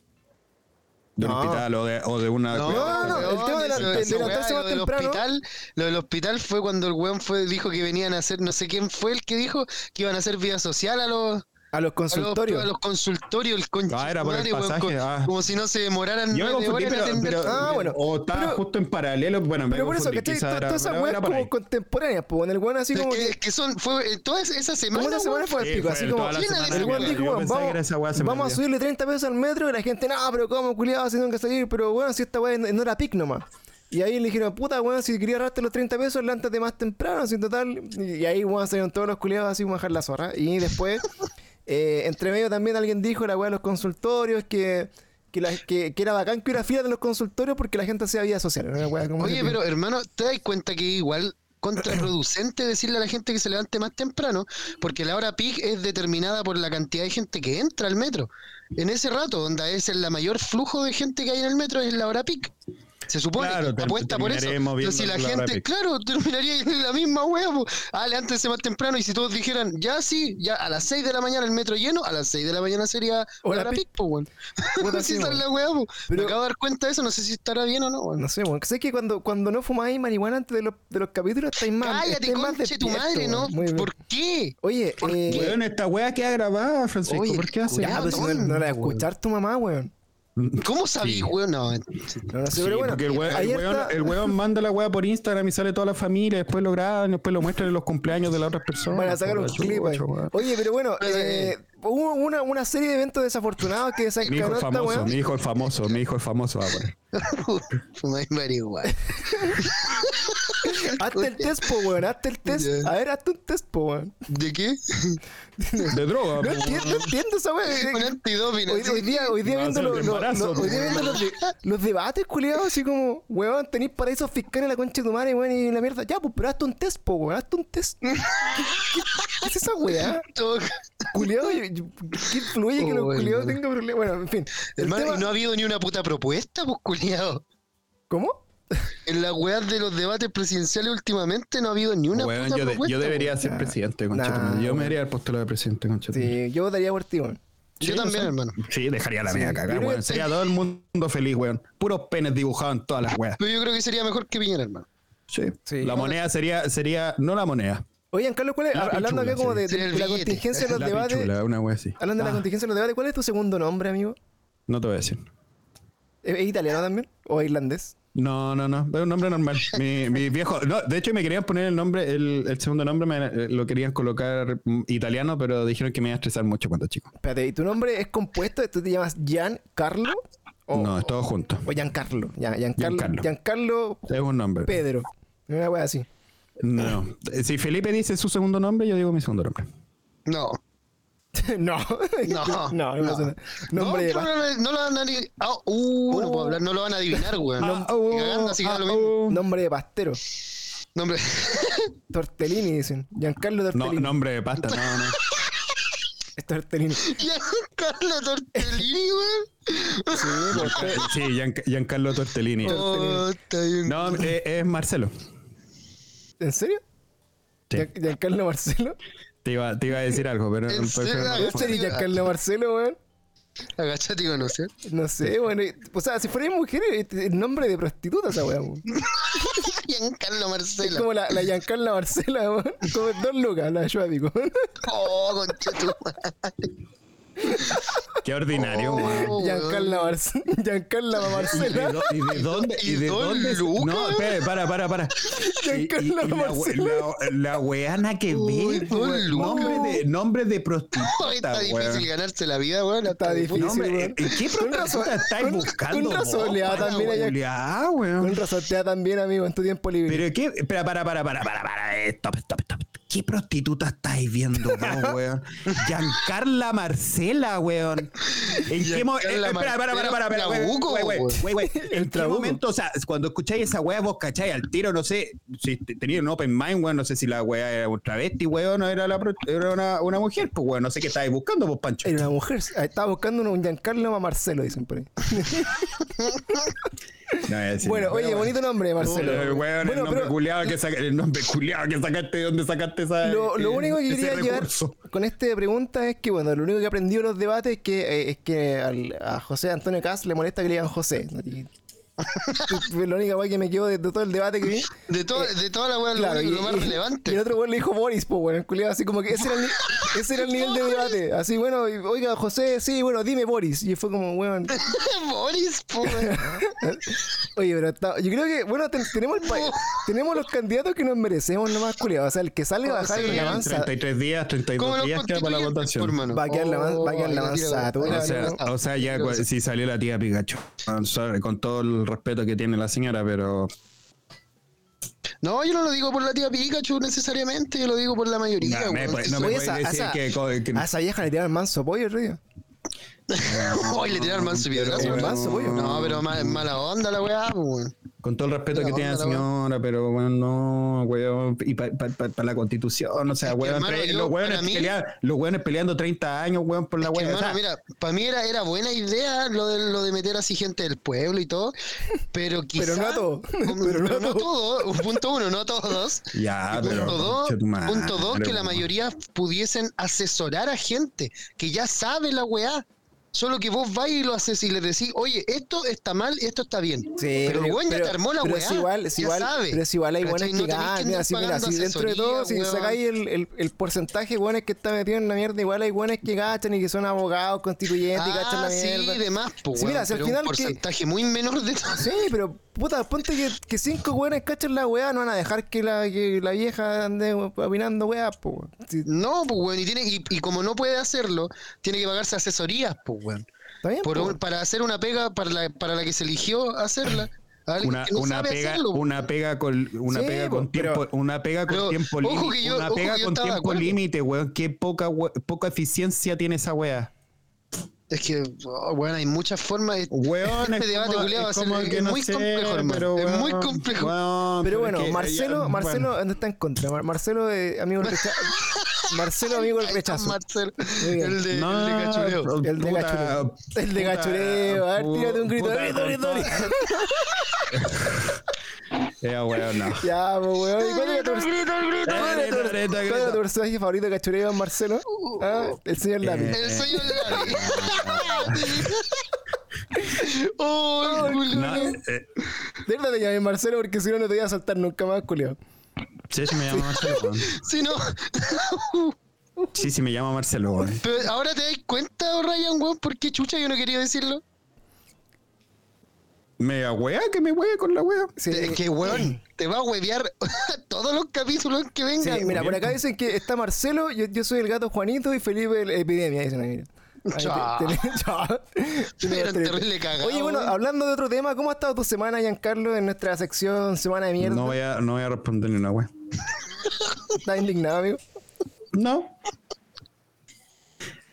Speaker 3: De un
Speaker 1: No.
Speaker 3: hospital o de, o de una.
Speaker 1: Ah. No, no, no, el tema de la-
Speaker 2: eso-
Speaker 1: de- de
Speaker 2: esa weá,
Speaker 1: levantarse más
Speaker 2: lo del
Speaker 1: temprano.
Speaker 2: Hospital, lo del hospital fue cuando el weón fue, dijo que venían a hacer, no sé quién fue el que dijo que iban a hacer vida social a los,
Speaker 1: a los
Speaker 2: a los,
Speaker 1: consultorios.
Speaker 2: a los consultorios, el concha.
Speaker 3: Ah, era por el
Speaker 2: madre, weón,
Speaker 3: pasaje, ah.
Speaker 2: Como si no se demoraran
Speaker 3: Yo me
Speaker 2: nueve
Speaker 3: confundí,
Speaker 2: horas en
Speaker 3: pero,
Speaker 2: atender.
Speaker 3: pero-
Speaker 1: Ah, bueno,
Speaker 3: o estaba
Speaker 1: pero-
Speaker 3: justo en paralelo. Bueno, me
Speaker 1: Pero por eso,
Speaker 3: confundí,
Speaker 1: ¿cachai?
Speaker 3: quizá
Speaker 1: Toda-
Speaker 3: era-
Speaker 1: Todas esas
Speaker 3: era
Speaker 1: weas
Speaker 3: por ahí.
Speaker 1: como contemporáneas, pues, el weón así
Speaker 2: Es
Speaker 1: como
Speaker 2: que,
Speaker 1: que.
Speaker 2: es que son, fue, eh, toda esa semana,
Speaker 1: Como esa semana
Speaker 2: weón,
Speaker 1: fue el
Speaker 3: Sí,
Speaker 1: pico,
Speaker 3: fue
Speaker 1: así
Speaker 3: el-
Speaker 1: como.
Speaker 3: toda la
Speaker 2: semana
Speaker 1: El weón
Speaker 2: semana.
Speaker 1: dijo,
Speaker 3: Yo
Speaker 1: weón,
Speaker 3: pensaba que era esa weá,
Speaker 1: vamos,
Speaker 3: se me
Speaker 1: vamos a
Speaker 3: olvidó.
Speaker 1: subirle 30 pesos al metro y la gente, no, pero cómo, culiado, si nunca salir, pero weón, si esta weá no era pic nomás. Y ahí le dijeron, puta weón, si quería ahorrarte los 30 pesos, lánzate más temprano, sin total. Y ahí weón salieron todos los culiados así como a dejar la zorra. Y después, eh, entre medio también alguien dijo la weá de los consultorios que. Que, la- que, que era bacán que hubiera fila de los consultorios porque la gente hacía vida social. era una weá como
Speaker 2: Oye,
Speaker 1: ese
Speaker 2: pero hermano, ¿te das cuenta que igual contraproducente decirle a la gente que se levante más temprano? Porque la hora peak es determinada por la cantidad de gente que entra al metro. En ese rato, donde es el la mayor flujo de gente que hay en el metro, es la hora peak. Se supone
Speaker 3: Claro,
Speaker 2: que
Speaker 3: te-
Speaker 2: apuesta por eso.
Speaker 3: terminaremos
Speaker 2: Entonces, si
Speaker 3: viendo
Speaker 2: la
Speaker 3: la
Speaker 2: gente,
Speaker 3: Rappi.
Speaker 2: claro, terminaría en la misma huevo. Ah, levántese más temprano. Y si todos dijeran, ya sí, ya a las 6 de la mañana el metro lleno, a las 6 de la mañana sería
Speaker 1: O la
Speaker 2: la
Speaker 1: pi-
Speaker 2: pic, po, weón.
Speaker 1: Puta,
Speaker 2: Sí,
Speaker 1: sí,
Speaker 2: esa es
Speaker 1: weón.
Speaker 2: la huevo.
Speaker 1: Pero-
Speaker 2: Me acabo de dar cuenta de eso, no sé si estará bien o no, weón.
Speaker 1: No sé, weón. Sé que cuando, cuando no fumáis marihuana antes de los, de los capítulos estáis más.
Speaker 2: Cállate,
Speaker 1: estáis más
Speaker 2: conche tu
Speaker 1: despiertos,
Speaker 2: madre,
Speaker 1: weón.
Speaker 2: ¿no?
Speaker 1: Muy bien.
Speaker 2: ¿Por qué?
Speaker 1: Oye, eh,
Speaker 3: Weón, esta weá queda grabada, Francisco.
Speaker 2: Oye,
Speaker 3: ¿Por qué hace
Speaker 1: ya,
Speaker 2: culiao,
Speaker 1: pues, si no, no la va a escuchar tu mamá, weón.
Speaker 2: ¿Cómo sabí,
Speaker 3: Sí.
Speaker 2: weón? No,
Speaker 1: No, no sé,
Speaker 3: Sí,
Speaker 1: pero bueno.
Speaker 3: porque el weón, el
Speaker 1: ayer
Speaker 3: weón-
Speaker 1: está-
Speaker 3: el weón manda la weá por Instagram y sale toda la familia, después lo graban, después lo muestran en los cumpleaños de las otras personas.
Speaker 1: Van a sacar un
Speaker 3: Por la
Speaker 1: clip ahí.
Speaker 3: chucha, weón.
Speaker 1: Oye, pero bueno,
Speaker 2: Pero,
Speaker 1: eh, hubo una, una serie de eventos desafortunados que
Speaker 3: Mi hijo
Speaker 1: desencadenó
Speaker 3: es
Speaker 1: esta
Speaker 3: famoso, mi
Speaker 1: weón.
Speaker 3: hijo es famoso, mi hijo es famoso. ah, bueno.
Speaker 2: fumáis marihuana.
Speaker 1: Hazte el test, po, weón. Hazte el test.
Speaker 2: Ya.
Speaker 1: A ver, hazte un test, po, weón.
Speaker 3: Ah,
Speaker 2: ¿De qué?
Speaker 3: De droga.
Speaker 1: No
Speaker 3: po.
Speaker 1: entiendo, no entiendo esa
Speaker 2: Un
Speaker 1: weón.
Speaker 2: antidoping.
Speaker 1: Hoy,
Speaker 2: así.
Speaker 1: hoy día, hoy día
Speaker 3: Va a
Speaker 1: viendo,
Speaker 3: ser
Speaker 1: los,
Speaker 3: de
Speaker 1: los-
Speaker 3: embarazo,
Speaker 1: los- hoy día
Speaker 3: po,
Speaker 1: viendo los, de- los debates, culiados, así como, weón, tenéis paraísos fiscales en la concha de tu madre, weón, y la mierda. Ya, pues, pero hazte un test, po, weón, hazte un test. ¿Qué, qué- qué es esa weá?
Speaker 2: Todo-
Speaker 1: Culiado, yo- yo- ¿qué influye que los
Speaker 2: Oh,
Speaker 1: culiados
Speaker 2: hermano.
Speaker 1: tengan problemas? Bueno, en fin. El
Speaker 2: Hermano,
Speaker 1: tema-
Speaker 2: y no ha habido ni una puta propuesta, pues, culiado.
Speaker 1: ¿Cómo?
Speaker 2: En las weas de los debates presidenciales últimamente no ha habido ni una
Speaker 3: Weón,
Speaker 2: puta
Speaker 3: yo, de-
Speaker 2: propuesta.
Speaker 3: yo debería ser presidente, concha.
Speaker 1: Nah,
Speaker 3: tu madre. yo
Speaker 1: weón.
Speaker 3: me haría el postulado de presidente, concha. tu madre.
Speaker 1: Sí, yo votaría por ti, weón.
Speaker 2: Yo
Speaker 3: Sí,
Speaker 2: también,
Speaker 3: no sé.
Speaker 2: hermano.
Speaker 3: Sí, dejaría la media
Speaker 1: Yo
Speaker 3: cagada,
Speaker 1: creo
Speaker 3: weón.
Speaker 1: que-
Speaker 3: Sería todo el mundo feliz, weón. Puros penes dibujados en todas las weas.
Speaker 2: Pero yo creo que sería mejor que Piñera, hermano.
Speaker 3: Sí.
Speaker 1: Sí.
Speaker 3: La moneda sería, sería, no la moneda.
Speaker 1: Oigan, Carlos, ¿cuál es?
Speaker 3: La
Speaker 1: hablando acá
Speaker 3: pichula,
Speaker 1: como
Speaker 3: sí.
Speaker 1: de, de-
Speaker 2: Sí, el
Speaker 1: de la
Speaker 2: billete. Ah.
Speaker 1: contingencia de los
Speaker 3: la
Speaker 1: debates.
Speaker 3: pichula, una wea así.
Speaker 1: Hablando de la contingencia de los debates, ¿cuál es tu segundo nombre, amigo?
Speaker 3: No te voy a decir.
Speaker 1: ¿Es, es italiano también? ¿O irlandés?
Speaker 3: No, no, no. Es un nombre normal. Mi, mi viejo. No, de hecho, me querían poner el nombre, el, el segundo nombre, me, eh, lo querían colocar mm, italiano, pero dijeron que me iba a estresar mucho cuando chico.
Speaker 1: Espérate, ¿y tu nombre es compuesto? ¿Tú te llamas Giancarlo?
Speaker 2: Oh.
Speaker 1: ¿O,
Speaker 3: No, es todo junto.
Speaker 1: o Giancarlo? Ya, Giancarlo, Giancarlo.
Speaker 3: Giancarlo. Es un nombre.
Speaker 1: Pedro. Una wea así.
Speaker 3: No. Si Felipe dice su segundo nombre, yo digo mi segundo nombre.
Speaker 2: No.
Speaker 1: no.
Speaker 2: No,
Speaker 1: no, no,
Speaker 2: no.
Speaker 1: pasa nada.
Speaker 2: No,
Speaker 1: Nombre de
Speaker 2: pero
Speaker 1: pa-
Speaker 2: no, no lo van a adivinar. uh, no puedo hablar, no lo van a adivinar, weón.
Speaker 3: Ah,
Speaker 2: Ni
Speaker 3: oh,
Speaker 2: cagando, así que da
Speaker 3: ah,
Speaker 2: lo mismo.
Speaker 3: oh.
Speaker 1: Nombre de pastero.
Speaker 2: Nombre.
Speaker 1: Tortellini dicen. Giancarlo
Speaker 3: No,
Speaker 1: Tortellini.
Speaker 3: nombre de pasta, no, no.
Speaker 1: Es Tortellini.
Speaker 2: Ya, Carla Tortellini, weón.
Speaker 1: Sí, porque-
Speaker 3: Sí, Gian- Giancarlo Tortellini.
Speaker 2: Oh, está bien.
Speaker 3: No, eh, es Marcelo.
Speaker 1: ¿En serio?
Speaker 3: Sí.
Speaker 1: Gian- Giancarlo Marcelo.
Speaker 3: Te iba, te iba a decir algo, pero.
Speaker 2: ¿En serio?
Speaker 3: pero-
Speaker 1: ¿En serio Giancarlo Marcelo, weón?
Speaker 2: Agachate y conoce.
Speaker 1: No sé, bueno, y- o sea, si fuerais mujeres, este, el nombre de prostituta esa weá, weón.
Speaker 2: Giancarlo
Speaker 1: Es
Speaker 2: Marcelo.
Speaker 1: como la, la Giancarla Marcela, weón. Como dos lucas, la de Schwabico.
Speaker 2: Oh, conchetu.
Speaker 3: Qué ordinario, weón.
Speaker 2: Oh,
Speaker 1: Giancarla Marcela. Giancarla
Speaker 3: ¿Y de,
Speaker 1: Marcela.
Speaker 3: do- y de dónde?
Speaker 2: ¿Y don
Speaker 3: se-
Speaker 2: Luca?
Speaker 3: No, espere, para, para, para. Y- y- y
Speaker 1: Giancarlo
Speaker 3: la,
Speaker 1: Marcelo.
Speaker 3: we- la- la weana que
Speaker 2: Uy,
Speaker 3: ve.
Speaker 2: don
Speaker 3: weón.
Speaker 2: Luca.
Speaker 3: Nombre de, nombre de
Speaker 2: weón.
Speaker 3: prostituta,
Speaker 2: Está difícil
Speaker 3: weón.
Speaker 2: ganarse la vida, weón.
Speaker 1: Está difícil.
Speaker 3: Nombre-
Speaker 1: weón.
Speaker 3: eh, ¿Qué
Speaker 1: Con razón-
Speaker 3: prostituta estáis
Speaker 1: con-
Speaker 3: buscando?
Speaker 1: con razón
Speaker 3: vos,
Speaker 1: le da
Speaker 3: para,
Speaker 1: también a Gian-
Speaker 3: Juliá, weón?
Speaker 1: Con razón te da también, amigo, en tu tiempo libre.
Speaker 3: Pero qué, espera, para, para, para, para, para, eh, stop, stop, stop. ¿Qué prostituta estáis viendo vos, weón? Giancarla Marcela, weón. ¿En qué momento?
Speaker 2: Giancarla
Speaker 3: Espera, para, para, para, para, para, weón,
Speaker 2: Trabuco,
Speaker 3: weón, weón,
Speaker 2: weón.
Speaker 3: weón, weón. ¿En qué
Speaker 1: Trabuco.
Speaker 3: momento? O sea, cuando escucháis esa weá, vos cacháis al tiro, no sé, si te- tenía un open mind, weón, no sé si la weá era un travesti, weón, o era, la, pro- era una, una mujer, pues, weón, no sé qué estáis buscando, vos, Pancho.
Speaker 1: Era una mujer. ah, Estaba buscando un Giancarlo Marcelo, dicen por ahí.
Speaker 3: No, es decir,
Speaker 1: bueno,
Speaker 3: no,
Speaker 1: oye,
Speaker 3: weón.
Speaker 1: bonito nombre, Marcelo.
Speaker 3: Uy, weón, el
Speaker 1: bueno,
Speaker 3: nombre
Speaker 1: pero
Speaker 3: culiado que saca- el nombre culiado que sacaste, ¿de dónde sacaste esa,
Speaker 1: lo, lo
Speaker 3: eh,
Speaker 1: único que
Speaker 3: ese
Speaker 1: quería llegar
Speaker 3: recurso?
Speaker 1: con esta pregunta es que, bueno, lo único que aprendí de los debates es que, eh, es que al- a José Antonio Cas le molesta que le digan José. Y- Fue la única weá que me quedó de, de todo el debate que vi.
Speaker 2: De, todo, de toda la weá, lo
Speaker 1: Eh, Claro,
Speaker 2: único-
Speaker 1: y,
Speaker 2: lo más
Speaker 1: y- y el
Speaker 2: relevante.
Speaker 1: otro weón le dijo Boris, pues bueno, el culiado, así como que ese era el, ni- ese era el nivel de debate. Así, bueno, y, oiga, José, sí, bueno, dime Boris. Y fue como, weón.
Speaker 2: Boris, po, weón.
Speaker 1: Oye, pero está- yo creo que, bueno, ten- tenemos el país, tenemos los candidatos que nos merecemos nomás, culiado. O sea, el que sale a bajar
Speaker 2: Oh,
Speaker 1: la
Speaker 2: sí, en
Speaker 3: Quedan
Speaker 1: avanza.
Speaker 3: 33 días,
Speaker 2: ¿Cómo
Speaker 3: 32
Speaker 2: los
Speaker 3: días queda para la
Speaker 2: constituyentes, po,
Speaker 3: votación.
Speaker 2: hermano?
Speaker 1: Va a quedar la man- va a quedar la
Speaker 2: Oh,
Speaker 1: mansatura,
Speaker 3: O
Speaker 2: la
Speaker 3: sea,
Speaker 2: tira-
Speaker 3: o sea, ya pues, cua- si salió la tía Pikachu. I'm sorry, con todo el respeto que tiene la señora, pero
Speaker 2: No, yo no lo digo por la tía Pikachu necesariamente, yo lo digo por la mayoría,
Speaker 3: Nah, me
Speaker 2: weón.
Speaker 3: puede- no me
Speaker 1: Oye,
Speaker 3: puedes
Speaker 1: esa-
Speaker 3: decir
Speaker 1: esa-
Speaker 3: que, co- que-
Speaker 1: A esa vieja le tiraron manso pollo el río.
Speaker 2: Hoy le tiraron manso piedrazo.
Speaker 1: Pero-
Speaker 2: hermano. No, pero ma- mala onda la weá, po, weón.
Speaker 3: Con todo el respeto
Speaker 2: Mira,
Speaker 3: que tiene la
Speaker 2: bárbara,
Speaker 3: señora, pero bueno, no, weón. Y para la constitución, o sea,
Speaker 2: Es que,
Speaker 3: weón,
Speaker 2: hermano,
Speaker 3: entre-
Speaker 2: yo,
Speaker 3: los, weones
Speaker 2: para mí-
Speaker 3: pelea- los weones peleando 30 años, weón, por la
Speaker 2: Que,
Speaker 3: weón.
Speaker 2: hermano, mira, para mí era, era buena idea lo de, lo de meter así gente del pueblo y todo, pero quizás...
Speaker 1: Pero no a todo.
Speaker 2: Pero no, a todos, punto uno, no a todos.
Speaker 3: ya,
Speaker 2: Y
Speaker 3: Ah, pero.
Speaker 2: punto, dos,
Speaker 3: concha tu madre,
Speaker 2: punto dos, que la
Speaker 3: weón.
Speaker 2: mayoría pudiesen asesorar a gente que ya sabe la weá. Solo que vos vais y lo haces y le decís, oye, esto está mal, esto está bien.
Speaker 1: Sí,
Speaker 2: pero el weón ya te armó la
Speaker 1: pero
Speaker 2: weá.
Speaker 1: es igual, es
Speaker 2: ya
Speaker 1: igual,
Speaker 2: sabe.
Speaker 1: pero es igual hay
Speaker 2: ¿Cachai?
Speaker 1: buenas
Speaker 2: No
Speaker 1: que
Speaker 2: tenés
Speaker 1: ganan,
Speaker 2: andar
Speaker 1: así mira,
Speaker 2: pagando
Speaker 1: si dentro de
Speaker 2: asesoría,
Speaker 1: todo, si
Speaker 2: weón.
Speaker 1: sacáis el, el, el porcentaje de buenas que está metido en la mierda, igual hay buenas que gachan y que son abogados, constituyentes y cachan
Speaker 2: Ah,
Speaker 1: la mierda.
Speaker 2: sí, de más, pues,
Speaker 1: Sí, mira, si al final
Speaker 2: un
Speaker 1: que-
Speaker 2: porcentaje muy menor de todo.
Speaker 1: Sí, pero puta, ponte que, que cinco weones cachan la weá, no van a dejar que la, que la vieja ande opinando weá, po. weón. Sí,
Speaker 2: No, pues, weón, y, tiene, y, y como no puede hacerlo, tiene que pagarse asesorías, pues, weón.
Speaker 1: ¿Está bien?
Speaker 2: Por
Speaker 1: po?
Speaker 2: un- para hacer una pega para la, para la que se eligió hacerla. a alguien
Speaker 3: Una,
Speaker 2: que no
Speaker 3: una
Speaker 2: sabe
Speaker 3: pega,
Speaker 2: hacerlo, po.
Speaker 3: una pega con una
Speaker 1: Sí,
Speaker 3: pega con
Speaker 1: po, pero-
Speaker 3: tiempo, una pega con
Speaker 2: pero,
Speaker 3: tiempo
Speaker 2: ojo
Speaker 3: límite,
Speaker 2: que yo-
Speaker 3: una
Speaker 2: ojo
Speaker 3: pega
Speaker 2: que yo
Speaker 3: con
Speaker 2: estaba de
Speaker 3: tiempo
Speaker 2: acuerdo.
Speaker 3: límite, weón. Qué poca we- poca eficiencia tiene esa weá.
Speaker 2: Es que, oh, weón, hay muchas formas. de-
Speaker 3: Weón,
Speaker 2: Este
Speaker 3: es
Speaker 2: debate,
Speaker 3: como-
Speaker 2: culiao, va a
Speaker 3: es
Speaker 2: ser-
Speaker 3: como
Speaker 2: es
Speaker 3: que no
Speaker 2: muy
Speaker 3: sé,
Speaker 2: complejo, hermano.
Speaker 3: pero,
Speaker 2: Es muy
Speaker 3: weón,
Speaker 2: complejo.
Speaker 3: weón,
Speaker 1: Pero
Speaker 3: es
Speaker 1: bueno,
Speaker 3: que-
Speaker 1: Marcelo,
Speaker 3: ya, mm,
Speaker 1: Marcelo
Speaker 3: bueno.
Speaker 1: no está en contra. Mar- Marcelo, eh, amigo del rechazo. Marcelo, amigo del
Speaker 2: Ahí está
Speaker 1: rechazo.
Speaker 2: Marcel,
Speaker 1: Muy bien.
Speaker 2: el de,
Speaker 3: No,
Speaker 2: el de cachureo.
Speaker 3: pero-
Speaker 1: eh, El de
Speaker 3: Puta,
Speaker 1: gachureo. El de
Speaker 3: puta,
Speaker 1: gachureo. A ver,
Speaker 3: pu-
Speaker 1: tírate un grito.
Speaker 3: puta,
Speaker 1: ¡Dori, dori, dori!
Speaker 3: Ya, weón, no.
Speaker 1: Ya, pues, weón. ¿Y cuál era tu, cuál era tu-
Speaker 3: Grito, grito,
Speaker 1: cuál era
Speaker 3: grito.
Speaker 1: tu personaje favorito de cachureo, Marcelo?
Speaker 2: Uh.
Speaker 1: Ah, el señor Lapi.
Speaker 3: Eh,
Speaker 2: El sueño de Larry. oh, el culo.
Speaker 3: No, eh,
Speaker 1: De verdad te llamé Marcelo porque si no, no te iba a saltar nunca más, culio.
Speaker 3: sí, sí me llama Marcelo, weón.
Speaker 2: Si no,
Speaker 3: Sí, sí me llama Marcelo, weón.
Speaker 2: pero ahora te das cuenta, oh, Ryan, weón, por qué chucha yo no quería decirlo.
Speaker 3: Mega weá, que me wea con la weá.
Speaker 1: Sí.
Speaker 2: Es que, weón, te va a huevear todos los capítulos que
Speaker 1: Sí,
Speaker 2: vengan.
Speaker 1: mira, por acá dicen que está Marcelo, yo, yo soy el gato Juanito y Felipe el epidemia, dicen ahí, mira. Ahí
Speaker 2: Chao.
Speaker 1: te- te- chao. Tenemos
Speaker 2: Eran
Speaker 1: tres.
Speaker 2: terrible cagados,
Speaker 1: Oye, bueno,
Speaker 2: weón.
Speaker 1: hablando de otro tema, ¿cómo ha estado tu semana, Giancarlo, en nuestra sección Semana de Mierda?
Speaker 3: No voy a, no voy a responder ni una weá.
Speaker 1: ¿Estás indignado, amigo?
Speaker 3: No.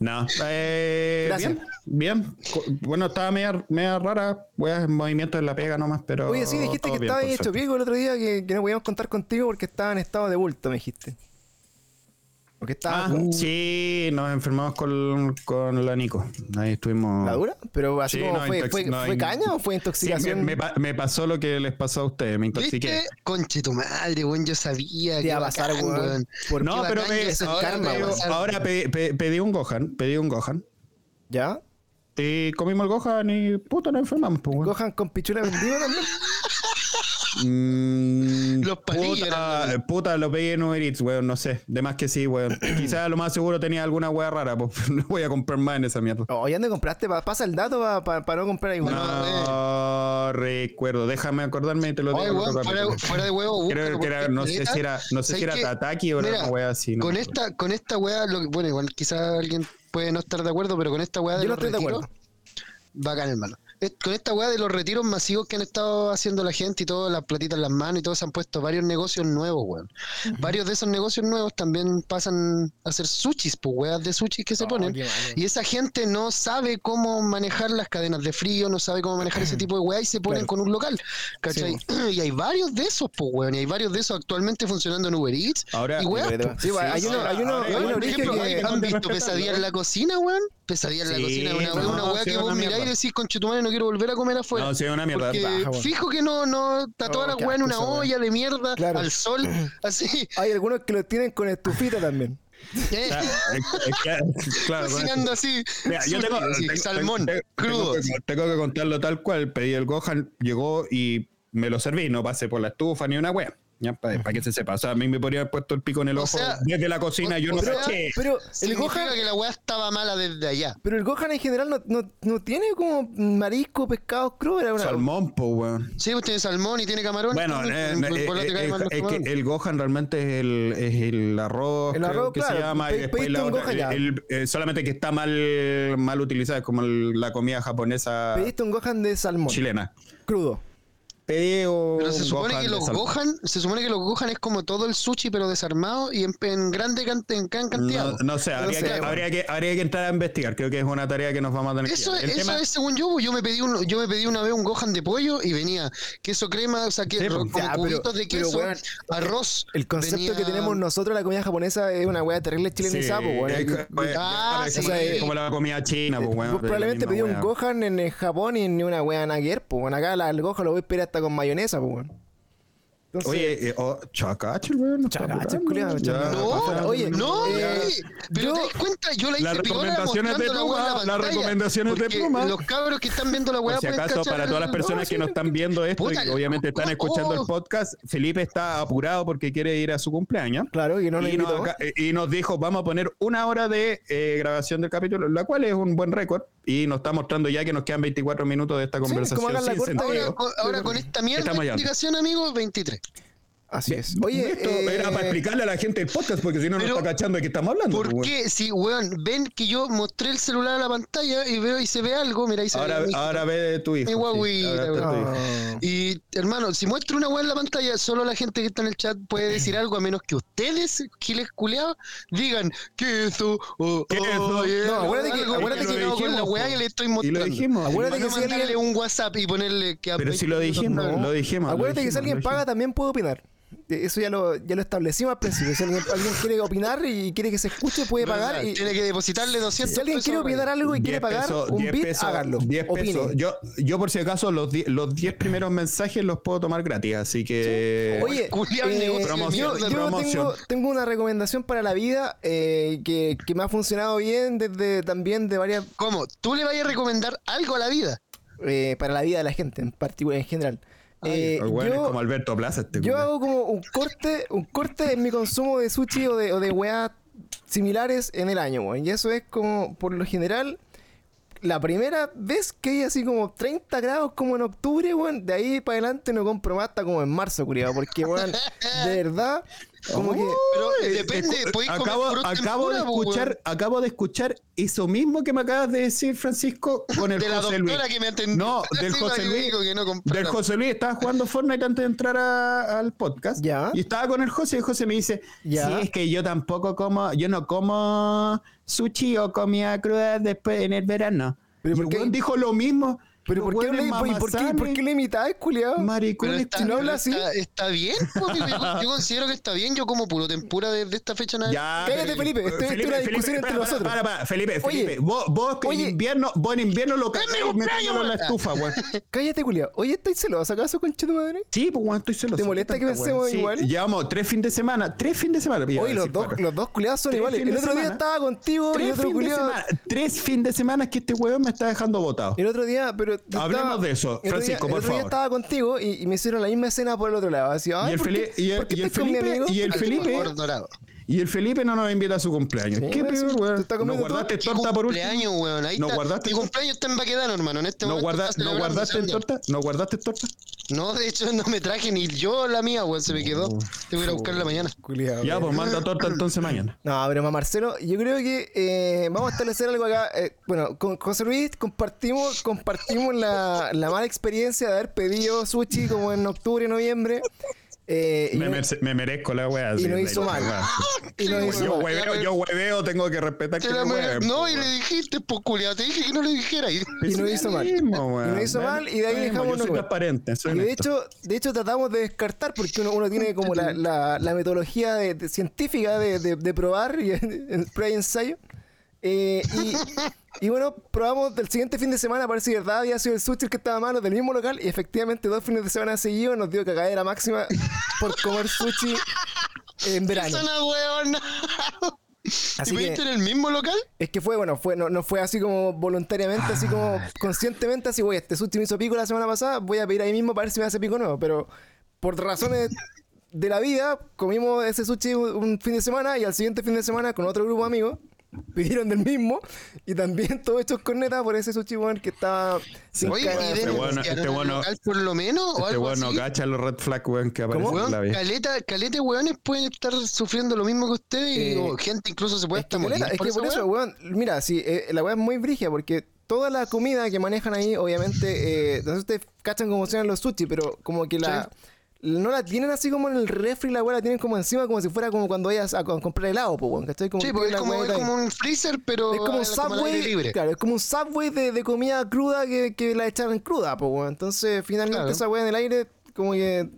Speaker 3: No. Eh,
Speaker 1: Gracias.
Speaker 3: Bien, bien. Co- Bueno, estaba media, media rara. Weas en movimiento en la pega nomás, pero.
Speaker 1: Oye, sí, dijiste
Speaker 3: Oh, todo
Speaker 1: que
Speaker 3: bien,
Speaker 1: estabas
Speaker 3: por
Speaker 1: hecho
Speaker 3: suerte.
Speaker 1: pico el otro día, que, que no podíamos contar contigo porque estaba en estado de bulto, me dijiste. Porque estaba
Speaker 3: Ah, sí, nos enfermamos con, con la Nico. Ahí estuvimos.
Speaker 1: la dura, pero así
Speaker 3: Ah. Sí,
Speaker 1: como
Speaker 3: no,
Speaker 1: fue,
Speaker 3: intoxi-
Speaker 1: fue,
Speaker 3: no,
Speaker 1: fue
Speaker 3: in-
Speaker 1: caña o fue
Speaker 3: Sí, me-
Speaker 1: intoxicación.
Speaker 3: me, pa- me pasó lo que les pasó a ustedes, me intoxiqué.
Speaker 2: ¿Viste? Conche tu madre, weón, yo sabía
Speaker 1: Te
Speaker 2: que
Speaker 1: iba a pasar, weón. Por-
Speaker 3: No,
Speaker 2: qué
Speaker 3: pero
Speaker 2: bacán,
Speaker 3: me-
Speaker 2: yo sabía
Speaker 3: ahora,
Speaker 2: que iba a
Speaker 3: pedí-
Speaker 2: pasar.
Speaker 3: ahora pedí, pe- pedí un Gohan, pedí un Gohan.
Speaker 1: ¿Ya?
Speaker 3: Y comimos el Gohan y puta, nos enfermamos, pues, weón.
Speaker 1: ¿Gohan con pichula vendido también?
Speaker 3: Mm,
Speaker 2: Los palillos eran,
Speaker 3: Puta, puta, lo pedí en Uber Eats, weón, no sé. De más que sí, weón. Quizás lo más seguro tenía alguna wea rara, pues no voy a comprar más en esa mierda.
Speaker 1: Oh, ¿ya dónde compraste? Pa- Pasa el dato para no comprar igual.
Speaker 3: No recuerdo, déjame acordarme y te lo digo.
Speaker 2: eh. Oye,
Speaker 3: en
Speaker 2: weón,
Speaker 3: otro
Speaker 2: fuera,
Speaker 3: capítulo.
Speaker 2: fuera de huevo,
Speaker 3: Creo
Speaker 2: búscalo,
Speaker 3: que era-
Speaker 2: porque
Speaker 3: no sé
Speaker 2: neta,
Speaker 3: si era- no sé
Speaker 2: ¿sabes
Speaker 3: si era
Speaker 2: qué?
Speaker 3: Tataki o era
Speaker 2: Mira,
Speaker 3: una wea así, no
Speaker 2: Con
Speaker 3: me
Speaker 2: esta, con esta wea, lo que- bueno, igual quizás alguien puede no estar de acuerdo, pero con esta wea de
Speaker 1: Yo no
Speaker 2: los
Speaker 1: estoy de
Speaker 2: retiros,
Speaker 1: acuerdo.
Speaker 2: bacán hermano. Es- Con esta wea de los retiros masivos que han estado haciendo la gente y todas las platitas en las manos y todo, se han puesto varios negocios nuevos, weón. Varios de esos negocios nuevos también pasan a hacer sushis, pues weas de sushis que se ponen. Y esa gente no sabe cómo manejar las cadenas de frío, no sabe cómo manejar ese tipo de weá y se
Speaker 1: Claro.
Speaker 2: ponen con un local. ¿Cachai? y hay varios de esos, pues, weón. Y hay varios de esos actualmente funcionando en Uber Eats.
Speaker 3: Ahora,
Speaker 2: y weá,
Speaker 1: Pero- sí, bueno, hay uno, hay uno,
Speaker 3: ahora
Speaker 1: hay
Speaker 2: Weón,
Speaker 1: uno
Speaker 3: igual,
Speaker 2: por
Speaker 1: origen
Speaker 2: ejemplo,
Speaker 1: que-
Speaker 2: ¿han
Speaker 3: Ande
Speaker 2: visto
Speaker 3: respetando,
Speaker 2: pesadilla
Speaker 3: ¿eh?
Speaker 2: en la cocina, weón? Pesadilla en la
Speaker 3: Sí,
Speaker 2: cocina es una weá,
Speaker 3: no,
Speaker 2: una weá
Speaker 3: sí,
Speaker 2: que
Speaker 3: es
Speaker 2: vos
Speaker 3: una
Speaker 2: miráis y
Speaker 3: mierda.
Speaker 2: decís, conchetumare, no quiero volver a comer afuera.
Speaker 3: No, sí, es una mierda.
Speaker 2: Porque
Speaker 3: baja, weón.
Speaker 2: fijo que no, no, está toda
Speaker 1: Oh,
Speaker 2: la
Speaker 1: qué
Speaker 2: weá en una
Speaker 1: asco esa weá.
Speaker 2: olla de mierda,
Speaker 1: Claro.
Speaker 2: al sol, así,
Speaker 1: hay algunos que lo tienen con estufita también.
Speaker 2: eh,
Speaker 3: Ah, eh, eh, claro, claro, con
Speaker 2: cocinando así.
Speaker 3: Mira, yo
Speaker 2: sushi,
Speaker 3: tengo,
Speaker 2: así,
Speaker 3: tengo-
Speaker 2: salmón,
Speaker 3: tengo-
Speaker 2: crudo.
Speaker 3: Tengo, que- tengo que contarlo tal cual. Pedí el Gohan, llegó y me lo serví. No pasé por la estufa ni una wea. Para que se sepa. O sea, a mí me podría haber puesto el pico en el
Speaker 2: O
Speaker 3: ojo
Speaker 2: sea,
Speaker 3: desde la cocina.
Speaker 2: o-
Speaker 3: yo
Speaker 2: o
Speaker 3: no sé
Speaker 2: sea,
Speaker 3: qué.
Speaker 1: Pero el
Speaker 2: Significa
Speaker 1: Gohan,
Speaker 2: que la weá estaba mala desde allá.
Speaker 1: pero el Gohan en general no, no, no tiene como marisco, pescado crudo, era una-
Speaker 3: Salmón, po, weón.
Speaker 2: Sí, pues tiene salmón y tiene camarón.
Speaker 3: Bueno,
Speaker 2: también,
Speaker 3: eh,
Speaker 2: en-
Speaker 3: eh,
Speaker 2: en bola te
Speaker 3: eh,
Speaker 2: caen mal los
Speaker 3: es que
Speaker 2: camarones.
Speaker 3: el Gohan realmente es el, es el arroz,
Speaker 1: El
Speaker 3: creo
Speaker 1: arroz,
Speaker 3: que
Speaker 1: claro,
Speaker 3: se llama.
Speaker 1: pe-
Speaker 3: y después
Speaker 1: pediste
Speaker 3: la
Speaker 1: un
Speaker 3: otra-
Speaker 1: Gohan ya.
Speaker 3: el- el- solamente que está mal, mal utilizada, es como el- la comida japonesa
Speaker 1: Pediste un Gohan de salmón
Speaker 3: chilena.
Speaker 1: crudo.
Speaker 4: pedí un
Speaker 2: Pero se supone
Speaker 4: Gohan
Speaker 2: que los
Speaker 4: desarmado.
Speaker 2: Gohan, se supone que los Gohan es como todo el sushi pero desarmado y en, en grande can- en gran cantidad.
Speaker 3: No, no sé, habría,
Speaker 1: sé,
Speaker 3: que,
Speaker 1: bueno.
Speaker 3: habría, que, habría que entrar a investigar. Creo que es una tarea que nos vamos a tener
Speaker 2: Eso,
Speaker 3: que
Speaker 2: es-
Speaker 3: El
Speaker 2: eso
Speaker 3: tema-
Speaker 2: es según yo, yo me pedí un, yo me pedí una vez un Gohan de pollo y venía queso crema, o sea que
Speaker 3: Sí,
Speaker 2: ro-
Speaker 3: pues.
Speaker 2: como
Speaker 1: Ya, pero-
Speaker 2: cubitos de
Speaker 1: pero,
Speaker 2: queso,
Speaker 1: weón,
Speaker 2: arroz.
Speaker 1: El concepto
Speaker 2: venía-
Speaker 1: que tenemos nosotros de la comida japonesa es una weá terrible chilenizada,
Speaker 3: Sí,
Speaker 1: pues, weón.
Speaker 3: es-
Speaker 1: Eh,
Speaker 3: es-
Speaker 2: Ah,
Speaker 3: es-
Speaker 1: sí.
Speaker 3: es como la comida china, pues, weón,
Speaker 1: vos
Speaker 3: de la
Speaker 1: Eh, probablemente
Speaker 3: misma
Speaker 1: pedí un
Speaker 3: weá.
Speaker 1: Gohan en eh, Japón y ni una weá naguer, pues, weón. Acá la- el Gohan lo voy a pedir hasta con mayonesa, pues, weón. Entonces-
Speaker 3: Oye, eh, oh, chacacho, weón.
Speaker 1: Chacacho, culiao,
Speaker 3: Ya,
Speaker 1: chacacho.
Speaker 2: No,
Speaker 3: pasa-
Speaker 1: oye,
Speaker 2: no,
Speaker 1: eh,
Speaker 2: pero
Speaker 1: yo-
Speaker 2: te das cuenta, yo la hice
Speaker 3: Las
Speaker 2: piola
Speaker 3: recomendaciones de
Speaker 2: mostrando la weá en la
Speaker 3: Puma, las
Speaker 2: pantalla,
Speaker 3: recomendaciones de
Speaker 2: porque
Speaker 3: Puma.
Speaker 2: Los cabros que están viendo la
Speaker 3: Por
Speaker 2: weá
Speaker 3: si
Speaker 2: pueden
Speaker 3: acaso,
Speaker 2: cachar
Speaker 3: para
Speaker 2: el-
Speaker 3: todas las personas que no están viendo esto y
Speaker 2: Puta,
Speaker 3: que obviamente están
Speaker 2: oh,
Speaker 3: escuchando el
Speaker 2: oh.
Speaker 3: podcast, Felipe está apurado porque quiere ir a su cumpleaños.
Speaker 1: Claro, que no lo
Speaker 3: y, nos,
Speaker 1: invitó.
Speaker 3: acá- y nos dijo, vamos a poner una hora de eh, grabación del capítulo, la cual es un buen récord. Y nos está mostrando ya que nos quedan 24 minutos de esta
Speaker 1: es como
Speaker 3: conversación
Speaker 1: hagan la
Speaker 3: sin
Speaker 1: corta
Speaker 3: sentido.
Speaker 2: Ahora, con- ahora con esta mierda
Speaker 3: Estamos
Speaker 2: de
Speaker 3: allá.
Speaker 2: explicación, amigo, 23.
Speaker 1: Así es. Oye,
Speaker 3: esto
Speaker 1: eh,
Speaker 3: era para explicarle a la gente el podcast, porque si no, no
Speaker 2: pero-
Speaker 3: está cachando de qué estamos hablando.
Speaker 2: ¿Por
Speaker 3: pues,
Speaker 2: qué? Si, weón, ven que yo mostré el celular a la pantalla y veo y se ve algo, mira, ahí se
Speaker 3: Ahora,
Speaker 2: ve. mi-
Speaker 3: ahora ve tu hijo.
Speaker 2: Mi
Speaker 3: sí,
Speaker 2: guagüita,
Speaker 3: ahora está tu hijo.
Speaker 1: no.
Speaker 2: Y hermano, si muestro una weá en la pantalla, solo la gente que está en el chat puede decir algo, a menos que ustedes, giles culeados, digan que eso, o
Speaker 3: ¿Qué eso?
Speaker 1: No, acuérdate que- acuérdate
Speaker 3: que lo
Speaker 2: con la
Speaker 3: dijimos,
Speaker 2: weá que le estoy
Speaker 3: Y
Speaker 2: mostrando.
Speaker 3: lo dijimos.
Speaker 1: Acuérdate
Speaker 2: Para
Speaker 1: que
Speaker 2: no
Speaker 1: si alguien-
Speaker 2: mandarle un WhatsApp y ponerle que a
Speaker 3: Pero si lo
Speaker 2: 20
Speaker 3: dijimos,
Speaker 2: minutos
Speaker 3: lo dijimos. lo
Speaker 1: Ah. Acuérdate que
Speaker 3: dijimos,
Speaker 1: si alguien
Speaker 3: lo
Speaker 1: paga también puede opinar. Eh, Eso ya lo, ya lo establecimos al principio. Si alguien, alguien quiere opinar y quiere que se escuche, puede
Speaker 2: tarde.
Speaker 1: pagar. Y,
Speaker 2: Tiene que depositarle 200
Speaker 1: si alguien quiere
Speaker 2: pesos,
Speaker 1: opinar
Speaker 2: weón.
Speaker 1: algo y
Speaker 3: 10
Speaker 1: quiere pagar
Speaker 3: pesos,
Speaker 1: un
Speaker 3: 10
Speaker 1: beat,
Speaker 3: pesos,
Speaker 1: hágalo.
Speaker 3: 10
Speaker 1: Opine.
Speaker 3: pesos. Yo, yo, por si acaso, los, die- los 10 primeros mensajes los puedo tomar gratis, así que.
Speaker 1: Oye,
Speaker 2: Culiao el
Speaker 1: eh,
Speaker 2: negocio de
Speaker 1: yo,
Speaker 3: promoción,
Speaker 1: yo
Speaker 3: promoción.
Speaker 1: tengo, tengo una recomendación para la vida eh, que, que me ha funcionado bien desde también de varias
Speaker 2: ¿Cómo? ¿Tú le vayas a recomendar algo a la vida?
Speaker 1: eh, para la vida de la gente en particular en general. Eh,
Speaker 3: El weón es
Speaker 1: yo-
Speaker 3: como Alberto Plaza, este
Speaker 1: Yo
Speaker 3: weón.
Speaker 1: hago como un corte, un corte en mi consumo de sushi o de, o de weas similares en el año, weón. Y eso es como, por lo general, la primera vez que hay así como 30 grados como en octubre, weón. De ahí para adelante no compro más hasta como en marzo, culiado. Porque, weón, de verdad, como que...
Speaker 2: Pero
Speaker 3: Eh,
Speaker 2: depende,
Speaker 3: escu-
Speaker 2: podéis comer
Speaker 3: acabo,
Speaker 2: fruta en
Speaker 3: acabo de
Speaker 2: pura, pues, po,
Speaker 3: escuchar, acabo de escuchar eso mismo que me acabas de decir, Francisco, con el
Speaker 2: de la
Speaker 3: José Luis.
Speaker 2: doctora que me atendió.
Speaker 3: No, del
Speaker 2: Así
Speaker 3: José
Speaker 2: que
Speaker 3: Luis.
Speaker 2: digo que no comprara.
Speaker 3: Del José Luis estaba jugando Fortnite antes de entrar a- al podcast.
Speaker 1: Ya.
Speaker 3: Y estaba con el José y José me dice,
Speaker 1: Ya.
Speaker 3: sí, es que yo tampoco como, yo no como sushi o comida cruda después en el verano.
Speaker 1: Pero
Speaker 3: y
Speaker 1: ¿por
Speaker 3: el
Speaker 1: qué-
Speaker 3: weón dijo lo mismo.
Speaker 1: Pero
Speaker 3: Los
Speaker 1: ¿por qué, no
Speaker 3: weones
Speaker 1: le, por, por qué,
Speaker 3: mamazanes,
Speaker 1: por qué le eh, imitáis, culiado?
Speaker 2: Pero
Speaker 3: maricones,
Speaker 2: está,
Speaker 1: si no
Speaker 2: pero
Speaker 1: habla así.
Speaker 2: Está, está bien, po, yo, yo considero que está bien. Yo como puro tempura desde esta fecha. nada.
Speaker 3: Ya,
Speaker 1: Cállate, Felipe, esto- esto es una discusión entre
Speaker 3: para, para,
Speaker 1: nosotros.
Speaker 3: Para, para, Felipe,
Speaker 1: Oye,
Speaker 3: Felipe, vos, vos que
Speaker 1: oye.
Speaker 3: en invierno, vos en invierno lo
Speaker 2: ¡Es mi
Speaker 3: cagáis
Speaker 2: cumpleaños,
Speaker 3: metiéndolo en la
Speaker 2: weón!
Speaker 3: estufa, weón.
Speaker 1: Cállate, culiado. Oye, ¿estáis celoso acaso, concha de madre?
Speaker 3: Sí, pues weón, estoy celoso.
Speaker 1: ¿Te molesta que
Speaker 3: Tanta, weón.
Speaker 1: pensemos
Speaker 3: Sí,
Speaker 1: igual?
Speaker 3: Llevamos tres fines de semana, tres fines de semana. iba a
Speaker 1: Oye, los
Speaker 3: decir
Speaker 1: dos,
Speaker 3: cuatro.
Speaker 1: los dos culiados son
Speaker 3: Tres
Speaker 1: iguales. El
Speaker 3: fines de
Speaker 1: otro día
Speaker 3: semana.
Speaker 1: estaba contigo y
Speaker 3: Tres
Speaker 1: otro
Speaker 3: fin, de
Speaker 1: culiado...
Speaker 3: semana, tres fin de semana que este weón me está dejando botado.
Speaker 1: El otro día, pero. te
Speaker 3: Hablemos de eso,
Speaker 1: el otro día-
Speaker 3: Francisco, por
Speaker 1: el otro día
Speaker 3: favor.
Speaker 1: estaba contigo y, y me hicieron la misma escena por el otro lado. Así,
Speaker 3: Y
Speaker 1: Ay,
Speaker 3: el,
Speaker 1: ¿por qué-
Speaker 3: Felipe, y, el,
Speaker 1: por qué
Speaker 3: y el
Speaker 1: estás con mi
Speaker 3: Felipe,
Speaker 1: amigo?
Speaker 3: y el
Speaker 2: Al
Speaker 3: Felipe,
Speaker 2: color dorado.
Speaker 3: y el Felipe no nos invita a su cumpleaños.
Speaker 1: Sí,
Speaker 3: ¿Qué
Speaker 1: weón, sí,
Speaker 3: peor,
Speaker 1: te
Speaker 3: weón?
Speaker 1: está
Speaker 3: Nos
Speaker 1: comiendo
Speaker 3: guardaste
Speaker 2: ¿Qué
Speaker 3: torta por último.
Speaker 2: cumpleaños, weón? Ahí
Speaker 3: No
Speaker 2: está.
Speaker 3: guardaste-
Speaker 2: Mi cumpleaños está en Baquedano, hermano. En este
Speaker 3: ¿No,
Speaker 2: momento
Speaker 3: guarda-
Speaker 2: está
Speaker 3: ¿no
Speaker 2: celebrando
Speaker 3: guardaste
Speaker 2: Sandia.
Speaker 3: torta? ¿No guardaste torta? Oh,
Speaker 2: No, de hecho, no me traje ni yo la mía, weón. Se me quedó. Te voy a ir a buscar en la mañana.
Speaker 1: Culiao,
Speaker 3: Ya,
Speaker 1: weón.
Speaker 3: pues manda torta entonces mañana.
Speaker 1: No, pero más Marcelo, yo creo que eh, vamos a establecer algo acá. eh, bueno, con José Luis compartimos, compartimos la, la mala experiencia de haber pedido sushi como en octubre, noviembre. eh, y,
Speaker 3: Me,
Speaker 1: no-
Speaker 3: merce- me merezco la weá.
Speaker 1: y
Speaker 3: sí,
Speaker 1: no
Speaker 3: de
Speaker 1: hizo
Speaker 3: la
Speaker 1: mal.
Speaker 3: weá.
Speaker 1: y no hizo
Speaker 3: Pues Yo
Speaker 1: mal.
Speaker 3: hueveo, yo hueveo, tengo que respetar que
Speaker 2: Te la
Speaker 3: yo
Speaker 2: me-
Speaker 3: hueveo,
Speaker 2: no,
Speaker 3: pues,
Speaker 2: y le dijiste, pues culiado. Te dije que no le dijera. Y-
Speaker 1: Y no
Speaker 3: Es
Speaker 1: hizo
Speaker 3: lo
Speaker 1: mal.
Speaker 3: mismo,
Speaker 1: Y no
Speaker 3: weón.
Speaker 1: hizo
Speaker 3: Es
Speaker 1: mal,
Speaker 3: lo
Speaker 1: y de ahí
Speaker 3: mismo,
Speaker 1: dejamos
Speaker 3: Yo soy
Speaker 1: uno, weón.
Speaker 3: transparente, soy
Speaker 1: Y de
Speaker 3: honesto.
Speaker 1: hecho, de hecho tratamos de descartar porque uno, uno tiene como la, la, la metodología de- de científica de, de- de probar y en prueba y ensayo. Eh, y, y bueno, probamos del siguiente fin de semana para ver si de verdad había sido el sushi el que estaba malo del mismo local y efectivamente dos fines de semana seguidos nos dio cagadera máxima por comer sushi en verano.
Speaker 2: Esa es una weona.
Speaker 1: Así
Speaker 2: ¿Y pediste
Speaker 1: que
Speaker 2: en el mismo local?
Speaker 1: es que fue, bueno, fue no, no fue así como voluntariamente, así como
Speaker 2: Ah.
Speaker 1: conscientemente, así, güey, este sushi me hizo pico la semana pasada, voy a pedir ahí mismo para ver si me hace pico nuevo, pero por razones de la vida, comimos ese sushi un, un fin de semana y al siguiente fin de semana con otro grupo de amigos pidieron del mismo y también todos estos cornetas por ese sushi, weón, que estaba... sin
Speaker 2: Oye,
Speaker 1: cara.
Speaker 2: y
Speaker 3: este
Speaker 2: denunciaron
Speaker 3: bueno- este
Speaker 2: al
Speaker 3: bueno-
Speaker 2: local por lo menos o
Speaker 3: Este
Speaker 2: algo
Speaker 3: weón no
Speaker 2: así.
Speaker 3: cacha los red flag, weón, que aparecen en
Speaker 2: Weón,
Speaker 3: la vida.
Speaker 2: caleta, caleta de weones pueden estar sufriendo lo mismo que ustedes y
Speaker 1: Eh,
Speaker 2: digo, gente incluso se puede
Speaker 1: Es que,
Speaker 2: estar
Speaker 1: Violeta,
Speaker 2: morir
Speaker 1: es
Speaker 2: por
Speaker 1: que
Speaker 2: esa
Speaker 1: por
Speaker 2: weá.
Speaker 1: eso, weón, mira, sí, eh, la weá es muy brigia porque toda la comida que manejan ahí, obviamente, eh, no sé si ustedes cachan cómo funcionan los sushi, pero como que la... No la tienen así como en el refri, la weá la tienen como encima, como si fuera como cuando vayas a, co- comprar helado, po, weón, ¿cachai? Como
Speaker 2: Sí,
Speaker 1: que
Speaker 2: porque
Speaker 1: tienen
Speaker 2: es
Speaker 1: la
Speaker 2: como,
Speaker 1: weá
Speaker 2: es
Speaker 1: ahí.
Speaker 2: como un freezer, pero.
Speaker 1: Es como un
Speaker 2: al- al aire
Speaker 1: subway,
Speaker 2: libre.
Speaker 1: claro, es como un subway de, de comida cruda que, que la echan cruda, pues, weón. Entonces, finalmente
Speaker 2: Claro.
Speaker 1: esa weá en el aire, como que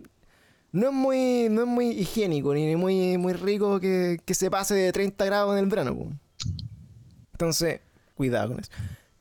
Speaker 1: no es muy, no es muy higiénico, ni muy, muy rico que, que se pase de 30 grados en el verano, pues. Entonces, cuidado con eso.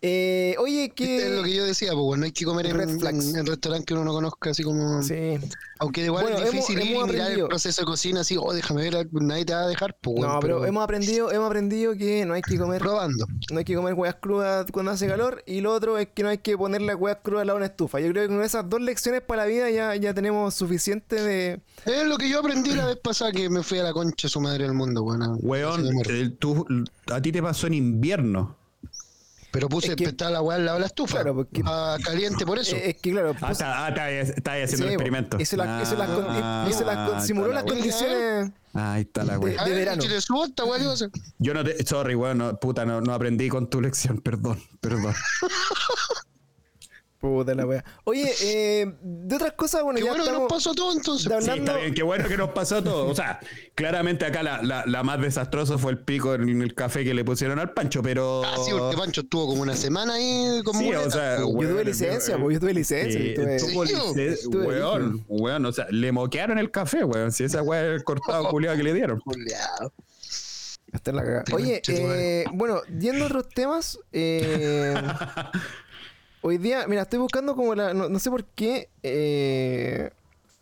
Speaker 1: Eh, oye,
Speaker 2: Es lo
Speaker 1: que...
Speaker 2: que yo decía, pues, bueno, no hay que comer en,
Speaker 1: Red flags.
Speaker 2: en, en restaurante que uno no conozca, así como.
Speaker 1: Sí.
Speaker 2: Aunque igual
Speaker 1: Bueno,
Speaker 2: es
Speaker 1: hemos-
Speaker 2: difícil
Speaker 1: hemos
Speaker 2: ir y mirar el
Speaker 1: aprendido.
Speaker 2: proceso de cocina, así, oh, déjame ver, algo, nadie te va a dejar, pues, bueno,
Speaker 1: No, pero hemos aprendido, hemos aprendido que no hay que comer,
Speaker 2: probando.
Speaker 1: no hay que comer huevas crudas cuando hace calor y lo otro es que no hay que poner las huevas crudas al lado de una estufa. Yo creo que con esas dos lecciones para la vida ya, ya tenemos suficiente de,
Speaker 2: Es lo que yo aprendí la vez pasada que me fui a la concha de su madre del mundo, bueno.
Speaker 3: Weón,
Speaker 2: Así me muero.
Speaker 3: eh, tú, a ti te pasó en invierno.
Speaker 2: Pero puse
Speaker 1: es que-
Speaker 2: está la weá al lado de la estufa.
Speaker 1: Claro, porque-
Speaker 2: Ah, caliente por eso.
Speaker 1: Eh, Es que claro,
Speaker 3: Ah,
Speaker 1: puse-
Speaker 3: está, ah, está, está ahí haciendo
Speaker 1: sí, pues,
Speaker 3: el experimento.
Speaker 1: po. Hizo las, hizo las con-
Speaker 3: Ah,
Speaker 1: hizo las con-
Speaker 3: está
Speaker 1: simuló
Speaker 3: la
Speaker 1: las
Speaker 3: wea.
Speaker 1: condiciones.
Speaker 3: Ahí está la
Speaker 1: de
Speaker 3: wea.
Speaker 2: a ver,
Speaker 1: verano.
Speaker 2: si le subo esta weá, ¿qué pasa?
Speaker 3: Yo no te. Sorry, weón, no, puta, no, no aprendí con tu lección, perdón, perdón.
Speaker 1: Puta la wea. Oye, eh, de otras cosas, bueno,
Speaker 2: Qué
Speaker 1: ya
Speaker 2: bueno que nos
Speaker 1: estamos
Speaker 2: pasó todo entonces.
Speaker 1: de
Speaker 3: Sí,
Speaker 1: hablando.
Speaker 3: está bien, qué bueno que nos pasó todo. O sea, claramente acá la, la, la más desastrosa fue el pico en el café que le pusieron al Pancho, pero.
Speaker 2: Ah, sí, porque Pancho estuvo como una semana ahí como
Speaker 3: Sí,
Speaker 2: muleta,
Speaker 3: o sea,
Speaker 2: pues.
Speaker 1: yo tuve
Speaker 3: weón,
Speaker 1: licencia,
Speaker 3: eh,
Speaker 1: po, yo tuve licencia.
Speaker 3: Eh,
Speaker 1: yo tuve-
Speaker 3: tuvo
Speaker 2: Sí,
Speaker 3: lice-
Speaker 1: tuve
Speaker 3: weón, weón, o sea, le moquearon el café, weón. Si esa weá es el cortado culiado que le dieron.
Speaker 2: Culeado.
Speaker 1: hasta la cagada.
Speaker 2: Te
Speaker 1: Oye,
Speaker 2: conche tu
Speaker 1: eh, bueno, yendo a otros temas, eh, hoy día, mira, estoy buscando como la. No, no sé por qué. Eh,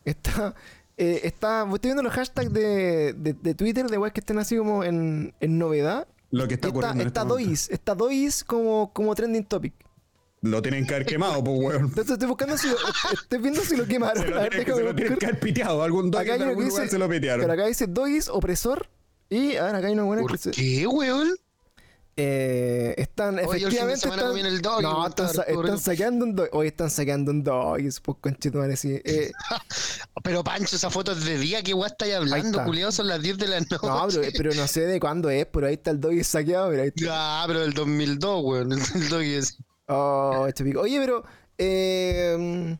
Speaker 1: está. eh, está. Estoy viendo los hashtags de, de, de Twitter de weas que estén así como en, en novedad.
Speaker 3: Lo que está
Speaker 1: Está,
Speaker 3: ocurriendo. en
Speaker 1: está
Speaker 3: este momento.
Speaker 1: Dois, está Dois como, como trending topic.
Speaker 3: Lo tienen que haber quemado, pues, weón.
Speaker 1: Entonces estoy buscando si lo, estoy viendo si lo quemaron.
Speaker 3: Se
Speaker 1: A
Speaker 3: lo
Speaker 1: ver,
Speaker 3: tienen, que-
Speaker 1: déjame
Speaker 3: se lo tienen
Speaker 1: buscar.
Speaker 3: que haber piteado. Algún dog
Speaker 1: Acá hay
Speaker 3: en
Speaker 1: uno
Speaker 3: algún
Speaker 1: que
Speaker 3: lugar
Speaker 1: dice,
Speaker 3: se lo
Speaker 1: pero
Speaker 3: pitearon.
Speaker 1: acá dice Dois, opresor. Y a ver, acá hay una buena que
Speaker 2: ¿Por
Speaker 1: se-
Speaker 2: qué, weón?
Speaker 1: eh, están
Speaker 2: Oye, el fin de
Speaker 1: efectivamente
Speaker 2: semana
Speaker 1: están,
Speaker 2: comí en el pues, Dois,
Speaker 1: no,
Speaker 2: weón,
Speaker 1: están,
Speaker 2: estaba
Speaker 1: sa-
Speaker 2: rico,
Speaker 1: están
Speaker 2: rico.
Speaker 1: sacando un Dois. Hoy están sacando un Dois, pues conchetumare sí. Eh,
Speaker 2: Pero Pancho, esa foto es de día, ¿qué weá estáis
Speaker 1: Ahí
Speaker 2: hablando?
Speaker 1: está.
Speaker 2: Culeado, son las 10 de la noche.
Speaker 1: no, pero, eh, pero no sé de cuándo es, pero ahí está el Dois saqueado, pero ahí está.
Speaker 2: Ah, pero el 2002, weón. El 2002
Speaker 1: Oh, este pico. Oye, pero. Eh,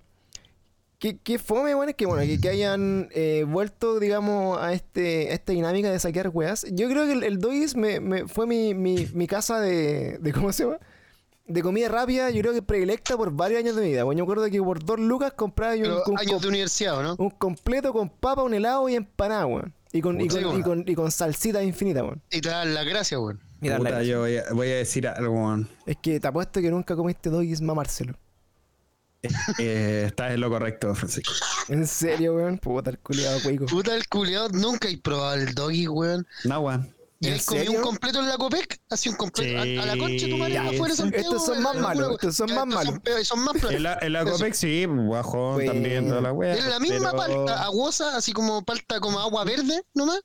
Speaker 1: ¿qué, qué fome, bueno, es que, bueno, que, que hayan eh, vuelto, digamos, a, este, a esta dinámica de saquear weas. Yo creo que el, el Dois me, me- fue mi, mi, mi casa de, de. ¿Cómo se llama? De comida rápida, yo creo que predilecta por varios años de mi vida. Bueno, yo me acuerdo que por dos lucas compraba yo un,
Speaker 2: Pero
Speaker 1: un
Speaker 2: años de universidad, ¿o ¿no?
Speaker 1: com- un completo con papa, un helado y empanada, weón. Y con, y,
Speaker 2: Puta,
Speaker 1: con,
Speaker 2: weón.
Speaker 1: y, con, y con salsita infinita, weón.
Speaker 2: Y te dan las gracias, weón.
Speaker 1: Mira,
Speaker 3: Puta,
Speaker 1: la-
Speaker 3: yo voy a, voy a decir algo, weón.
Speaker 1: Es que te apuesto que nunca comiste Dois mamárselo.
Speaker 3: Eh, estás en lo correcto, Francisco.
Speaker 1: En serio, weón. Puta, el culiado cuico.
Speaker 2: Puta, el culeado nunca he probado el doggy, weón.
Speaker 3: No, weón.
Speaker 2: Y
Speaker 1: ¿En
Speaker 2: ahí comí un
Speaker 1: serio?
Speaker 2: completo en la Copec, así un completo.
Speaker 3: Sí.
Speaker 2: A, a la concha, tu madre,
Speaker 3: Ya,
Speaker 2: afuera de
Speaker 3: estos-
Speaker 2: Santiago,
Speaker 1: estos son
Speaker 2: weón,
Speaker 1: más
Speaker 2: la
Speaker 1: malos,
Speaker 2: locura,
Speaker 1: estos son
Speaker 2: weón.
Speaker 1: más malos.
Speaker 2: peores, son más planos.
Speaker 3: En la, en la
Speaker 2: Eso.
Speaker 3: Copec sí, bajón
Speaker 1: Weón.
Speaker 3: también, toda la wea.
Speaker 2: Es la misma
Speaker 3: pero-
Speaker 2: palta aguosa, así como palta como agua verde nomás.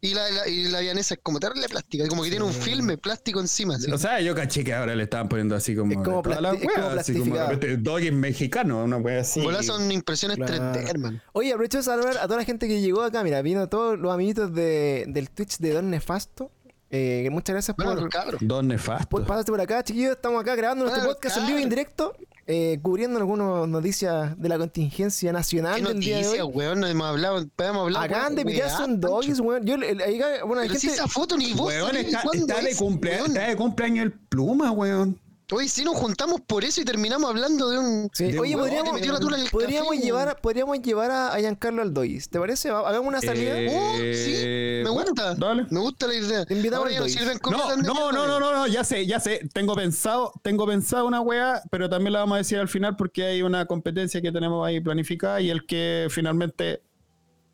Speaker 2: Y la, la, y la vianesa es como terrible plástica, como que tiene un filme plástico encima. así.
Speaker 3: O sea, yo caché que ahora le estaban poniendo así como.
Speaker 1: Es como
Speaker 3: toda la
Speaker 1: plasti- es
Speaker 3: wea,
Speaker 1: como
Speaker 3: así como de
Speaker 1: plastificado.
Speaker 3: repente, doggy mexicano, una wea así.
Speaker 2: Volá son impresiones
Speaker 1: Claro.
Speaker 2: 3D, hermano.
Speaker 1: Oye, aprovecho de saludar a toda la gente que llegó acá. Mira, vino todos los amiguitos de, del Twitch de Don Nefasto. Eh, muchas gracias
Speaker 2: Bueno, los
Speaker 1: por,
Speaker 2: cabros.
Speaker 3: Dos
Speaker 1: por
Speaker 3: nefastos.
Speaker 1: pasarte por acá, chiquillos. Estamos acá grabando nuestro
Speaker 2: Bueno,
Speaker 1: podcast en vivo y en
Speaker 2: claro.
Speaker 1: directo, eh, cubriendo algunas noticias de la contingencia nacional
Speaker 2: Qué
Speaker 1: del día de
Speaker 2: noticias,
Speaker 1: hoy.
Speaker 2: weón, no hemos hablado, podemos hablar.
Speaker 1: Acaban de
Speaker 2: weón,
Speaker 1: pillarse
Speaker 2: weá,
Speaker 1: un doggies,
Speaker 2: Pancho.
Speaker 1: weón. Yo, el- ahí, bueno, hay
Speaker 2: Pero si
Speaker 1: gente.
Speaker 2: esa foto ni vos.
Speaker 3: Weón,
Speaker 2: sabés
Speaker 3: está,
Speaker 2: cuándo
Speaker 3: está de
Speaker 2: es,
Speaker 3: cumplea-
Speaker 2: weón.
Speaker 3: está de cumpleaños el pluma, weón.
Speaker 2: Oye, si nos juntamos por eso y terminamos hablando de un.
Speaker 1: Sí,
Speaker 3: de
Speaker 1: Oye,
Speaker 3: un-
Speaker 1: podríamos,
Speaker 2: Te metió la tula en el
Speaker 1: podríamos,
Speaker 2: café,
Speaker 1: llevar,
Speaker 2: weón.
Speaker 1: podríamos llevar a, a Giancarlo al Dois. ¿Te parece? Va- Hagamos una salida.
Speaker 3: Eh,
Speaker 2: Oh, sí, me
Speaker 3: bueno,
Speaker 2: gusta.
Speaker 3: dale.
Speaker 2: Me gusta la idea.
Speaker 1: Te invitamos
Speaker 2: Ahora
Speaker 1: al
Speaker 2: ya nos
Speaker 1: Dois.
Speaker 2: sirven comida
Speaker 3: No,
Speaker 2: también,
Speaker 3: no, no, no, no, no, ya sé, ya sé. Tengo pensado, tengo pensado una weá, pero también la vamos a decir al final porque hay una competencia que tenemos ahí planificada y el que finalmente,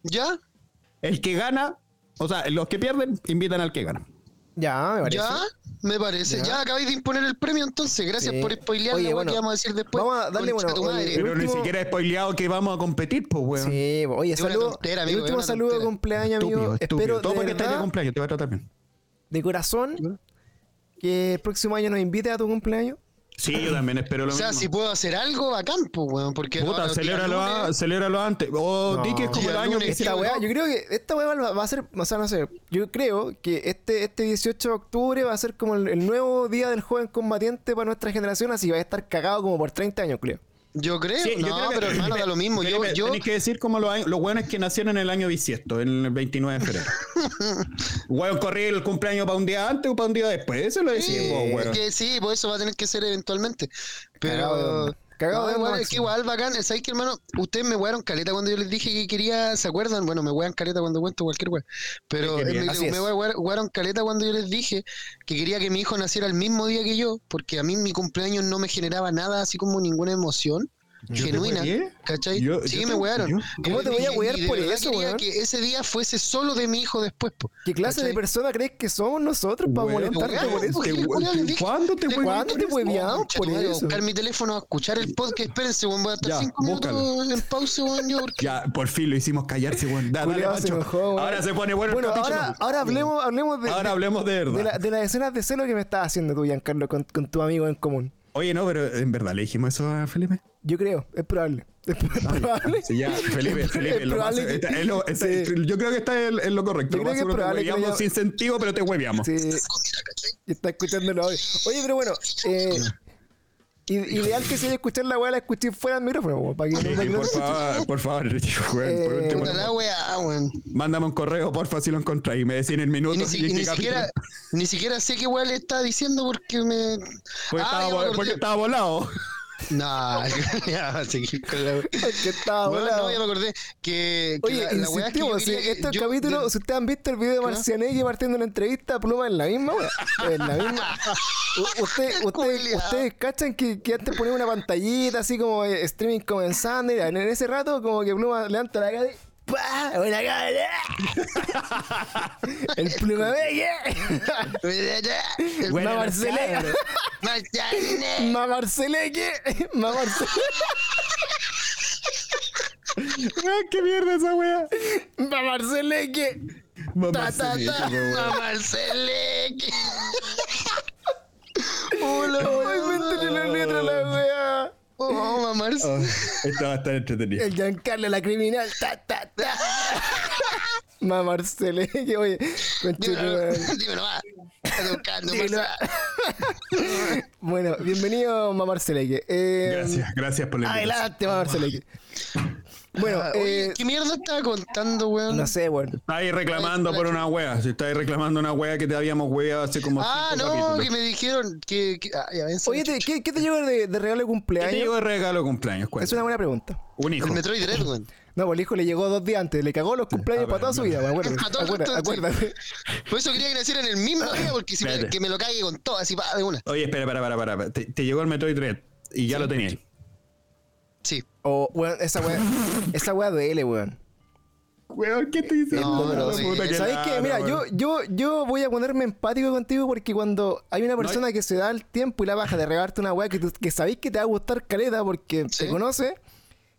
Speaker 2: ¿Ya?
Speaker 3: el que gana, o sea, los que pierden, invitan al que gana.
Speaker 1: Ya, me parece.
Speaker 2: Ya, me parece.
Speaker 1: Ya.
Speaker 2: Ya acabáis de imponer el premio, entonces. Gracias
Speaker 1: Sí.
Speaker 2: por spoilear
Speaker 1: Oye,
Speaker 2: la weá
Speaker 1: bueno,
Speaker 2: que vamos a decir después.
Speaker 1: vamos a darle,
Speaker 2: Concha
Speaker 1: bueno,
Speaker 2: tu madre.
Speaker 1: oye, eh, El
Speaker 3: Pero ni
Speaker 1: último-
Speaker 3: siquiera he spoileado que vamos a competir, pues, weón.
Speaker 1: Sí, bo- oye,
Speaker 2: Es una
Speaker 1: saludo.
Speaker 2: tontera,
Speaker 1: el
Speaker 2: amigo,
Speaker 1: último
Speaker 2: es una
Speaker 1: saludo de
Speaker 2: tontera.
Speaker 1: cumpleaños, amigo.
Speaker 3: estúpido, estúpido.
Speaker 1: Espero
Speaker 3: Todo
Speaker 1: de,
Speaker 3: porque estás de
Speaker 1: verdad,
Speaker 3: cumpleaños, te va a tratar bien.
Speaker 1: de corazón que el próximo año nos invite a tu cumpleaños.
Speaker 3: Sí, yo también espero
Speaker 2: O
Speaker 3: lo
Speaker 2: sea,
Speaker 3: mismo.
Speaker 2: si puedo hacer algo, bacán, pues, weón. Porque
Speaker 3: Puta,
Speaker 2: ahora,
Speaker 3: celébralo,
Speaker 2: día
Speaker 3: a-
Speaker 2: lunes,
Speaker 3: celébralo antes. O
Speaker 1: No.
Speaker 3: di que es como
Speaker 2: Día
Speaker 3: el año
Speaker 2: lunes.
Speaker 3: que
Speaker 1: Esta
Speaker 3: hicieron-
Speaker 1: weá, yo creo que esta weá va, va a ser, o sea, no sé, yo creo que este, este 18 de octubre va a ser como el, el nuevo día del joven combatiente para nuestra generación, así va a estar cagado como por 30 años, creo.
Speaker 2: Yo creo,
Speaker 3: Sí,
Speaker 2: no,
Speaker 3: yo creo que-
Speaker 2: pero hermano, da lo mismo. Yo,
Speaker 3: Felipe,
Speaker 2: yo,
Speaker 3: Tenés que decir como los, años- los hueones que nacieron en el año bisiesto, en el 29 de febrero. Hueón, corrí el cumpleaños para un día antes o para un día después. Eso lo decís
Speaker 2: Sí,
Speaker 3: vos,
Speaker 2: es
Speaker 3: hueón.
Speaker 2: que sí, pues eso va a tener que ser eventualmente.
Speaker 1: Cagado de
Speaker 2: Pero.
Speaker 1: onda. Cagado
Speaker 2: No,
Speaker 1: de onda,
Speaker 2: igual, es que
Speaker 1: máximo.
Speaker 2: igual bacán. ¿Sabéis que, hermano? Ustedes me huearon caleta cuando yo les dije que quería. ¿Se acuerdan? Bueno, me huean caleta cuando cuento cualquier hueá. Pero
Speaker 3: Sí,
Speaker 2: eh,
Speaker 3: bien.
Speaker 2: me,
Speaker 1: Así
Speaker 2: me
Speaker 1: es.
Speaker 2: huear- huearon caleta cuando yo les dije que quería que mi hijo naciera el mismo día que yo, porque a mí mi cumpleaños no me generaba nada, así como ninguna emoción
Speaker 3: te
Speaker 2: genuina.
Speaker 3: hueé?
Speaker 2: ¿Cachai?
Speaker 3: Yo-
Speaker 2: sí,
Speaker 3: yo
Speaker 2: me
Speaker 3: te-
Speaker 2: huearon.
Speaker 3: yo-
Speaker 2: Y
Speaker 1: ¿Cómo
Speaker 2: yo
Speaker 1: te
Speaker 2: les
Speaker 1: voy a
Speaker 2: dije,
Speaker 1: huear
Speaker 2: y de
Speaker 1: por
Speaker 2: verdad
Speaker 1: eso,
Speaker 2: quería
Speaker 1: hueón?
Speaker 2: que ese día fuese solo de mi hijo después, po.
Speaker 1: ¿Qué clase de
Speaker 2: ¿Cachai?
Speaker 1: persona crees que somos nosotros para
Speaker 3: Hueón,
Speaker 1: molestarte
Speaker 3: te-
Speaker 1: por eso?
Speaker 2: porque
Speaker 3: te-
Speaker 2: el culiao le dije-
Speaker 3: ¿Cuándo te
Speaker 2: Tengo-
Speaker 1: ¿Cuándo
Speaker 3: huevearon?
Speaker 1: te huevearon
Speaker 2: Concha,
Speaker 1: por
Speaker 2: voy a
Speaker 1: eso?
Speaker 2: buscar mi teléfono a escuchar el podcast. Espérense, weón. Voy a estar
Speaker 3: Ya,
Speaker 2: cinco minutos
Speaker 3: búscalo.
Speaker 2: en pausa, weón. Yo, porque-
Speaker 3: Ya, por fin lo hicimos callarse, hueón. Da- Ah, dale,
Speaker 1: Culeado se
Speaker 3: Pancho.
Speaker 1: enojó, weón.
Speaker 3: Ahora se pone bueno,
Speaker 1: Bueno,
Speaker 3: el capítulo.
Speaker 1: ahora, ahora hablemos, hablemos de,
Speaker 3: Ahora hablemos de
Speaker 1: de,
Speaker 3: verdad.
Speaker 1: la- de las escenas de celo que me estás haciendo tú, Giancarlo, con, con tu amigo en común.
Speaker 3: Oye, no, pero en verdad le dijimos eso a Felipe.
Speaker 1: Yo creo, es probable. Es probable.
Speaker 3: Sí, ya, Felipe, Felipe,
Speaker 1: Es
Speaker 3: lo más-
Speaker 1: probable que-
Speaker 3: está- es lo- está-
Speaker 1: Sí.
Speaker 3: yo creo que está en, en lo correcto.
Speaker 1: Yo
Speaker 3: lo
Speaker 1: creo que
Speaker 3: más
Speaker 1: es
Speaker 3: seguro te
Speaker 1: probable que lo
Speaker 3: hueveamos
Speaker 1: haya-
Speaker 3: sin sentido, pero te hueveamos.
Speaker 1: Sí, y está escuchándolo hoy. Oye, pero bueno, eh, i- ideal que si hay que escuchar la weá, la escuché fuera del micrófono, weón, para que
Speaker 3: Sí,
Speaker 1: no- para que no-
Speaker 3: por favor, por favor, weón, por
Speaker 1: Eh,
Speaker 3: último,
Speaker 2: Puta la weá, weón. Y
Speaker 3: mándame un correo, porfa, si lo encontráis y me decís en el minuto.
Speaker 2: ni, si-
Speaker 3: y en
Speaker 2: y
Speaker 3: qué
Speaker 2: ni
Speaker 3: capítulo.
Speaker 2: siquiera, ni siquiera sé qué weá le está diciendo porque me.
Speaker 3: Porque,
Speaker 2: Ah,
Speaker 3: estaba,
Speaker 2: ya me
Speaker 3: vol-
Speaker 2: acordé.
Speaker 3: porque estaba volado.
Speaker 2: No, ya va a seguir con la weá.
Speaker 1: que estaba
Speaker 2: Weón,
Speaker 1: volado.
Speaker 2: no, ya me acordé que, que
Speaker 1: Ah, Oye,
Speaker 2: la, la weá es que yo
Speaker 1: insistimos, este si
Speaker 2: quería que-
Speaker 1: estos
Speaker 2: yo-
Speaker 1: capítulos,
Speaker 2: de-
Speaker 1: si ustedes han visto el video de
Speaker 2: Claro.
Speaker 1: Marcianelli partiendo una entrevista, Pluma en la misma, weá. en la misma. U- usted- usted-
Speaker 2: Culeado.
Speaker 1: ustedes cachan que, que antes ponía una pantallita así como eh, streaming comenzando, y en ese rato como que Pluma levanta la cara y ¡pah! ¡Buena cara! el Pluma Vega.
Speaker 2: El
Speaker 1: Ma
Speaker 3: Buena
Speaker 1: Marcele,
Speaker 2: Marcianet.
Speaker 1: ma Marcele, ¿qué? Ma Marcele,
Speaker 3: Weón, qué mierda esa wea.
Speaker 1: ma Marcele, ¿qué?
Speaker 3: Mamá,
Speaker 1: Ta, ta,
Speaker 3: se me
Speaker 1: ta.
Speaker 3: hizo, weón.
Speaker 2: No, Marcele. Hola,
Speaker 1: Ay, me enteré la letra, la wea.
Speaker 2: Oh, mamar.
Speaker 3: Ah, Esto va a estar entretenido.
Speaker 1: El Giancarlo, la criminal. Ta, ta, ta. Ma Marcele, que oye.
Speaker 2: Dímelo,
Speaker 1: conchetumare.
Speaker 2: dímelo, va. Estás buscando,
Speaker 1: Dímelo.
Speaker 2: Marcele.
Speaker 1: Bueno, bienvenido, Ma Marcele. Eh,
Speaker 3: Gracias, gracias por la invitación.
Speaker 1: Adelante, Ma Marcele. Bueno,
Speaker 2: Ah,
Speaker 1: eh,
Speaker 2: oye, ¿Qué mierda estaba contando, weón?
Speaker 1: no sé, bueno.
Speaker 3: Estáis reclamando por una wea. Si estáis reclamando una wea que te habíamos weado hace como.
Speaker 2: Ah,
Speaker 3: cinco
Speaker 2: no,
Speaker 3: capítulos.
Speaker 2: que me dijeron que. que- ah, ya, ven,
Speaker 1: Oye, te- ¿qué, qué te llegó de, de regalo de
Speaker 3: ¿Qué te
Speaker 1: cumpleaños?
Speaker 3: llegó de regalo de cumpleaños?
Speaker 1: Es
Speaker 3: Cuenta.
Speaker 1: una buena pregunta.
Speaker 3: Un hijo.
Speaker 2: el Metroid Dread, weón.
Speaker 1: No, pues el hijo le llegó dos días antes, le cagó los cumpleaños
Speaker 3: Ah,
Speaker 1: para toda su vida, bueno,
Speaker 2: Para todo el
Speaker 1: acuérdate,
Speaker 2: resto de-
Speaker 1: acuérdate.
Speaker 2: Por eso quería que naciera en el mismo día, porque si me,
Speaker 3: Espérate.
Speaker 2: que me lo cague con todo, así pa, de una.
Speaker 3: Oye, espera, para, para, para. Te, te llegó el Metroid Red y ya lo tenías.
Speaker 2: Sí.
Speaker 1: O, Oh, weón, esa weá, esa weá duele, weón.
Speaker 3: Weón, ¿qué te diciendo?
Speaker 2: No, no, sí.
Speaker 1: ¿Sabes qué? Mira, yo, yo, yo voy a ponerme empático contigo porque cuando hay una persona que se da el tiempo y la baja de regarte una weá que, tú- que sabéis que te va a gustar caleta porque
Speaker 2: Sí.
Speaker 1: te conoce,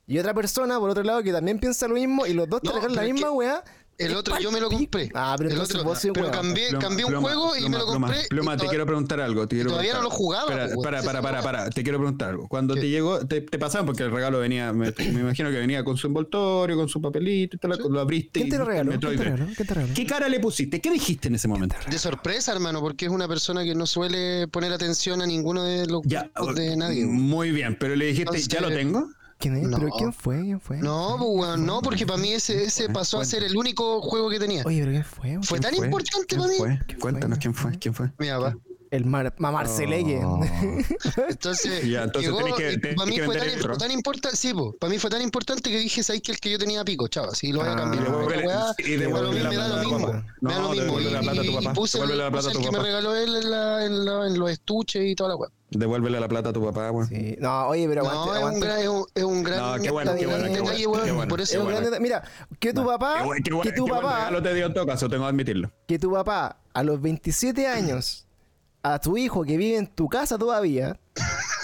Speaker 1: y otra persona, por otro lado, que también piensa lo mismo y los dos te
Speaker 2: No,
Speaker 1: regalan la
Speaker 2: pero es
Speaker 1: misma
Speaker 2: que
Speaker 1: weá.
Speaker 2: El
Speaker 1: es
Speaker 2: otro
Speaker 1: pa'l
Speaker 2: yo me lo
Speaker 1: pico.
Speaker 2: compré.
Speaker 1: Ah, pero
Speaker 2: el
Speaker 1: entonces
Speaker 2: otro,
Speaker 1: vos sois
Speaker 2: pero
Speaker 1: weón.
Speaker 2: cambié, cambié un juego y me lo compré. y
Speaker 3: Pluma, te
Speaker 2: toda-
Speaker 3: quiero preguntar algo. Te quiero
Speaker 2: todavía no lo
Speaker 3: preguntar algo.
Speaker 2: jugaba,
Speaker 3: Espera,
Speaker 2: weón.
Speaker 3: Para, para, para, para. Te quiero preguntar algo. Cuando
Speaker 2: ¿Qué?
Speaker 3: te llegó, te, te pasaban porque el regalo venía, me, me imagino que venía con su envoltorio, con su papelito y tal, lo abriste.
Speaker 1: ¿Quién
Speaker 3: y
Speaker 1: te lo
Speaker 3: viste el
Speaker 1: regaló?
Speaker 3: Metroid
Speaker 1: ¿Quién te
Speaker 3: Dread.
Speaker 1: regaló? ¿Quién te regaló?
Speaker 3: ¿Qué cara le pusiste? ¿Qué dijiste en ese momento?
Speaker 2: De sorpresa, hermano, porque es una persona que no suele poner atención a ninguno de los
Speaker 3: Ya, Mm.
Speaker 2: de nadie. weón.
Speaker 3: muy bien, pero le dijiste,
Speaker 2: Entonces-
Speaker 3: ¿ya lo tengo?
Speaker 1: ¿Quién es?
Speaker 2: No.
Speaker 1: ¿Pero quién fue? ¿Quién fue?
Speaker 2: No, pues, weón, no, porque para mí ese, ese pasó a ser el único juego que tenía.
Speaker 1: Oye, pero ¿quién fue? weón?
Speaker 2: Fue tan
Speaker 3: ¿Quién
Speaker 2: importante
Speaker 3: ¿Quién
Speaker 2: para mí.
Speaker 3: fue?
Speaker 1: ¿Quién
Speaker 3: Cuéntanos
Speaker 1: fue?
Speaker 3: quién fue, quién fue.
Speaker 2: Mira, va.
Speaker 1: El mar, ma Marcelelle.
Speaker 2: Entonces,
Speaker 3: Ya, entonces
Speaker 2: llegó,
Speaker 3: tenés que-
Speaker 2: y
Speaker 3: tenés
Speaker 2: para mí
Speaker 3: que
Speaker 2: fue
Speaker 3: vender
Speaker 2: tan,
Speaker 3: el otro.
Speaker 2: importante, sí, po, para mí fue tan importante que dije, ¿sabes que el que yo tenía pico, chavo? Si lo voy a
Speaker 1: Ah,
Speaker 2: cambiar.
Speaker 1: y
Speaker 2: por otra
Speaker 3: devuélvele-
Speaker 2: weá,
Speaker 3: y
Speaker 2: me da lo
Speaker 1: la
Speaker 2: mismo,
Speaker 3: devuélvele
Speaker 2: me da
Speaker 1: plata
Speaker 2: lo
Speaker 1: a tu
Speaker 2: mismo.
Speaker 3: papá.
Speaker 2: Me da lo
Speaker 3: No,
Speaker 2: mismo. Y,
Speaker 3: devuélvele la plata a tu
Speaker 2: y
Speaker 3: papá.
Speaker 2: puse,
Speaker 3: Devuélvele la
Speaker 2: puse
Speaker 3: plata a
Speaker 2: el
Speaker 3: tu
Speaker 2: que me
Speaker 3: papá.
Speaker 2: regaló él en, la- en la- en los estuches y toda la weá.
Speaker 3: Devuélvele la plata a tu papá, weón.
Speaker 1: Sí. No, oye, pero aguante,
Speaker 2: No, es un
Speaker 1: aguante.
Speaker 2: gran, es un, es un gran
Speaker 3: No, qué bueno, qué bueno, qué bueno,
Speaker 2: detalle,
Speaker 3: qué
Speaker 2: weón,
Speaker 3: bueno,
Speaker 2: Por
Speaker 3: qué
Speaker 1: Es
Speaker 2: eso,
Speaker 1: un gran
Speaker 3: bueno.
Speaker 1: deta- Mira, que tu papá,
Speaker 3: Qué buen- qué
Speaker 1: que
Speaker 3: buen-
Speaker 1: tu
Speaker 3: qué buen
Speaker 1: papá,
Speaker 3: regalo te dio en todo caso, tengo que admitirlo.
Speaker 1: que tu papá a los 27 años, a tu hijo que vive en tu casa todavía,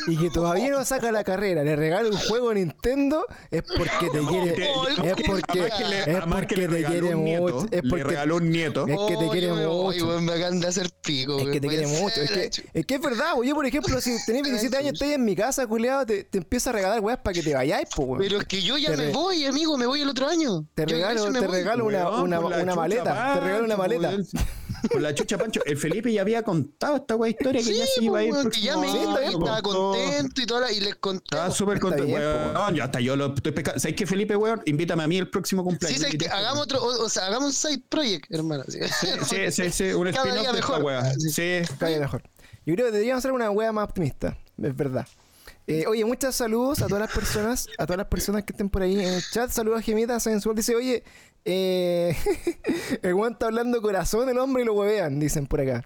Speaker 1: y que todavía no saca la carrera, le regala un juego a Nintendo, es porque te quiere.
Speaker 3: Que-
Speaker 1: Es
Speaker 3: que-
Speaker 1: porque,
Speaker 3: además que le-
Speaker 1: es
Speaker 3: además que
Speaker 1: porque
Speaker 3: le
Speaker 1: te
Speaker 3: regaló
Speaker 1: quiere
Speaker 3: un nieto,
Speaker 1: mucho. Es
Speaker 3: Le regaló
Speaker 1: porque,
Speaker 3: un nieto.
Speaker 1: es que te
Speaker 2: Oh,
Speaker 1: quiere
Speaker 2: yo me voy,
Speaker 1: mucho.
Speaker 2: weón, me acaban de hacer pico,
Speaker 1: es que
Speaker 2: weón,
Speaker 1: te quiere
Speaker 2: voy a
Speaker 1: mucho. Es
Speaker 2: hacer
Speaker 1: que,
Speaker 2: la chu-
Speaker 1: es que es verdad, güey. Yo, por ejemplo, si tenés 17 años, estás en mi casa, culiado, te, te empieza a regalar weas para que te vayáis, po, weón.
Speaker 2: Pero es que yo ya
Speaker 1: Te
Speaker 2: me
Speaker 1: re-
Speaker 2: voy, amigo, me voy el otro año.
Speaker 1: Te
Speaker 2: Yo
Speaker 1: regalo-
Speaker 2: eso me
Speaker 1: te
Speaker 2: voy.
Speaker 1: regalo una-
Speaker 3: Weón,
Speaker 1: una-
Speaker 3: por la
Speaker 1: una
Speaker 3: chucha,
Speaker 1: maleta, te regalo una maleta.
Speaker 3: weón. Por la chucha Pancho. El Felipe ya había contado esta wea historia que
Speaker 2: Sí,
Speaker 3: ya se
Speaker 2: pues,
Speaker 3: iba a ir.
Speaker 2: weón,
Speaker 3: el
Speaker 2: que ya
Speaker 3: próximo
Speaker 2: me
Speaker 3: año,
Speaker 2: iba,
Speaker 1: pues.
Speaker 2: estaba
Speaker 3: contó.
Speaker 2: contento y toda la, y les conté.
Speaker 3: Estaba súper
Speaker 1: Está
Speaker 3: contento.
Speaker 1: bien, po,
Speaker 3: Weón,
Speaker 1: weón.
Speaker 3: yo hasta yo lo estoy pescando. ¿Sabes qué, Felipe, weón? Invítame a mí el próximo
Speaker 2: Sí,
Speaker 3: cumpleaños.
Speaker 2: ¿sabes qué?
Speaker 3: directo,
Speaker 2: hagamos otro, o, o sea, hagamos un side project, hermano. Sí,
Speaker 3: Sí, sí, sí, un
Speaker 2: Cada
Speaker 3: spin-off
Speaker 2: día
Speaker 3: de esta
Speaker 2: mejor.
Speaker 3: wea. Sí.
Speaker 1: Cae mejor. Yo creo que deberíamos hacer una wea más optimista, es verdad. Eh, oye, muchos saludos a todas las personas, a todas las personas que estén por ahí en el chat. Saludos a Gemita Sensual. Dice, oye, eh, el weón está hablando corazón el hombre y lo huevean, dicen por acá.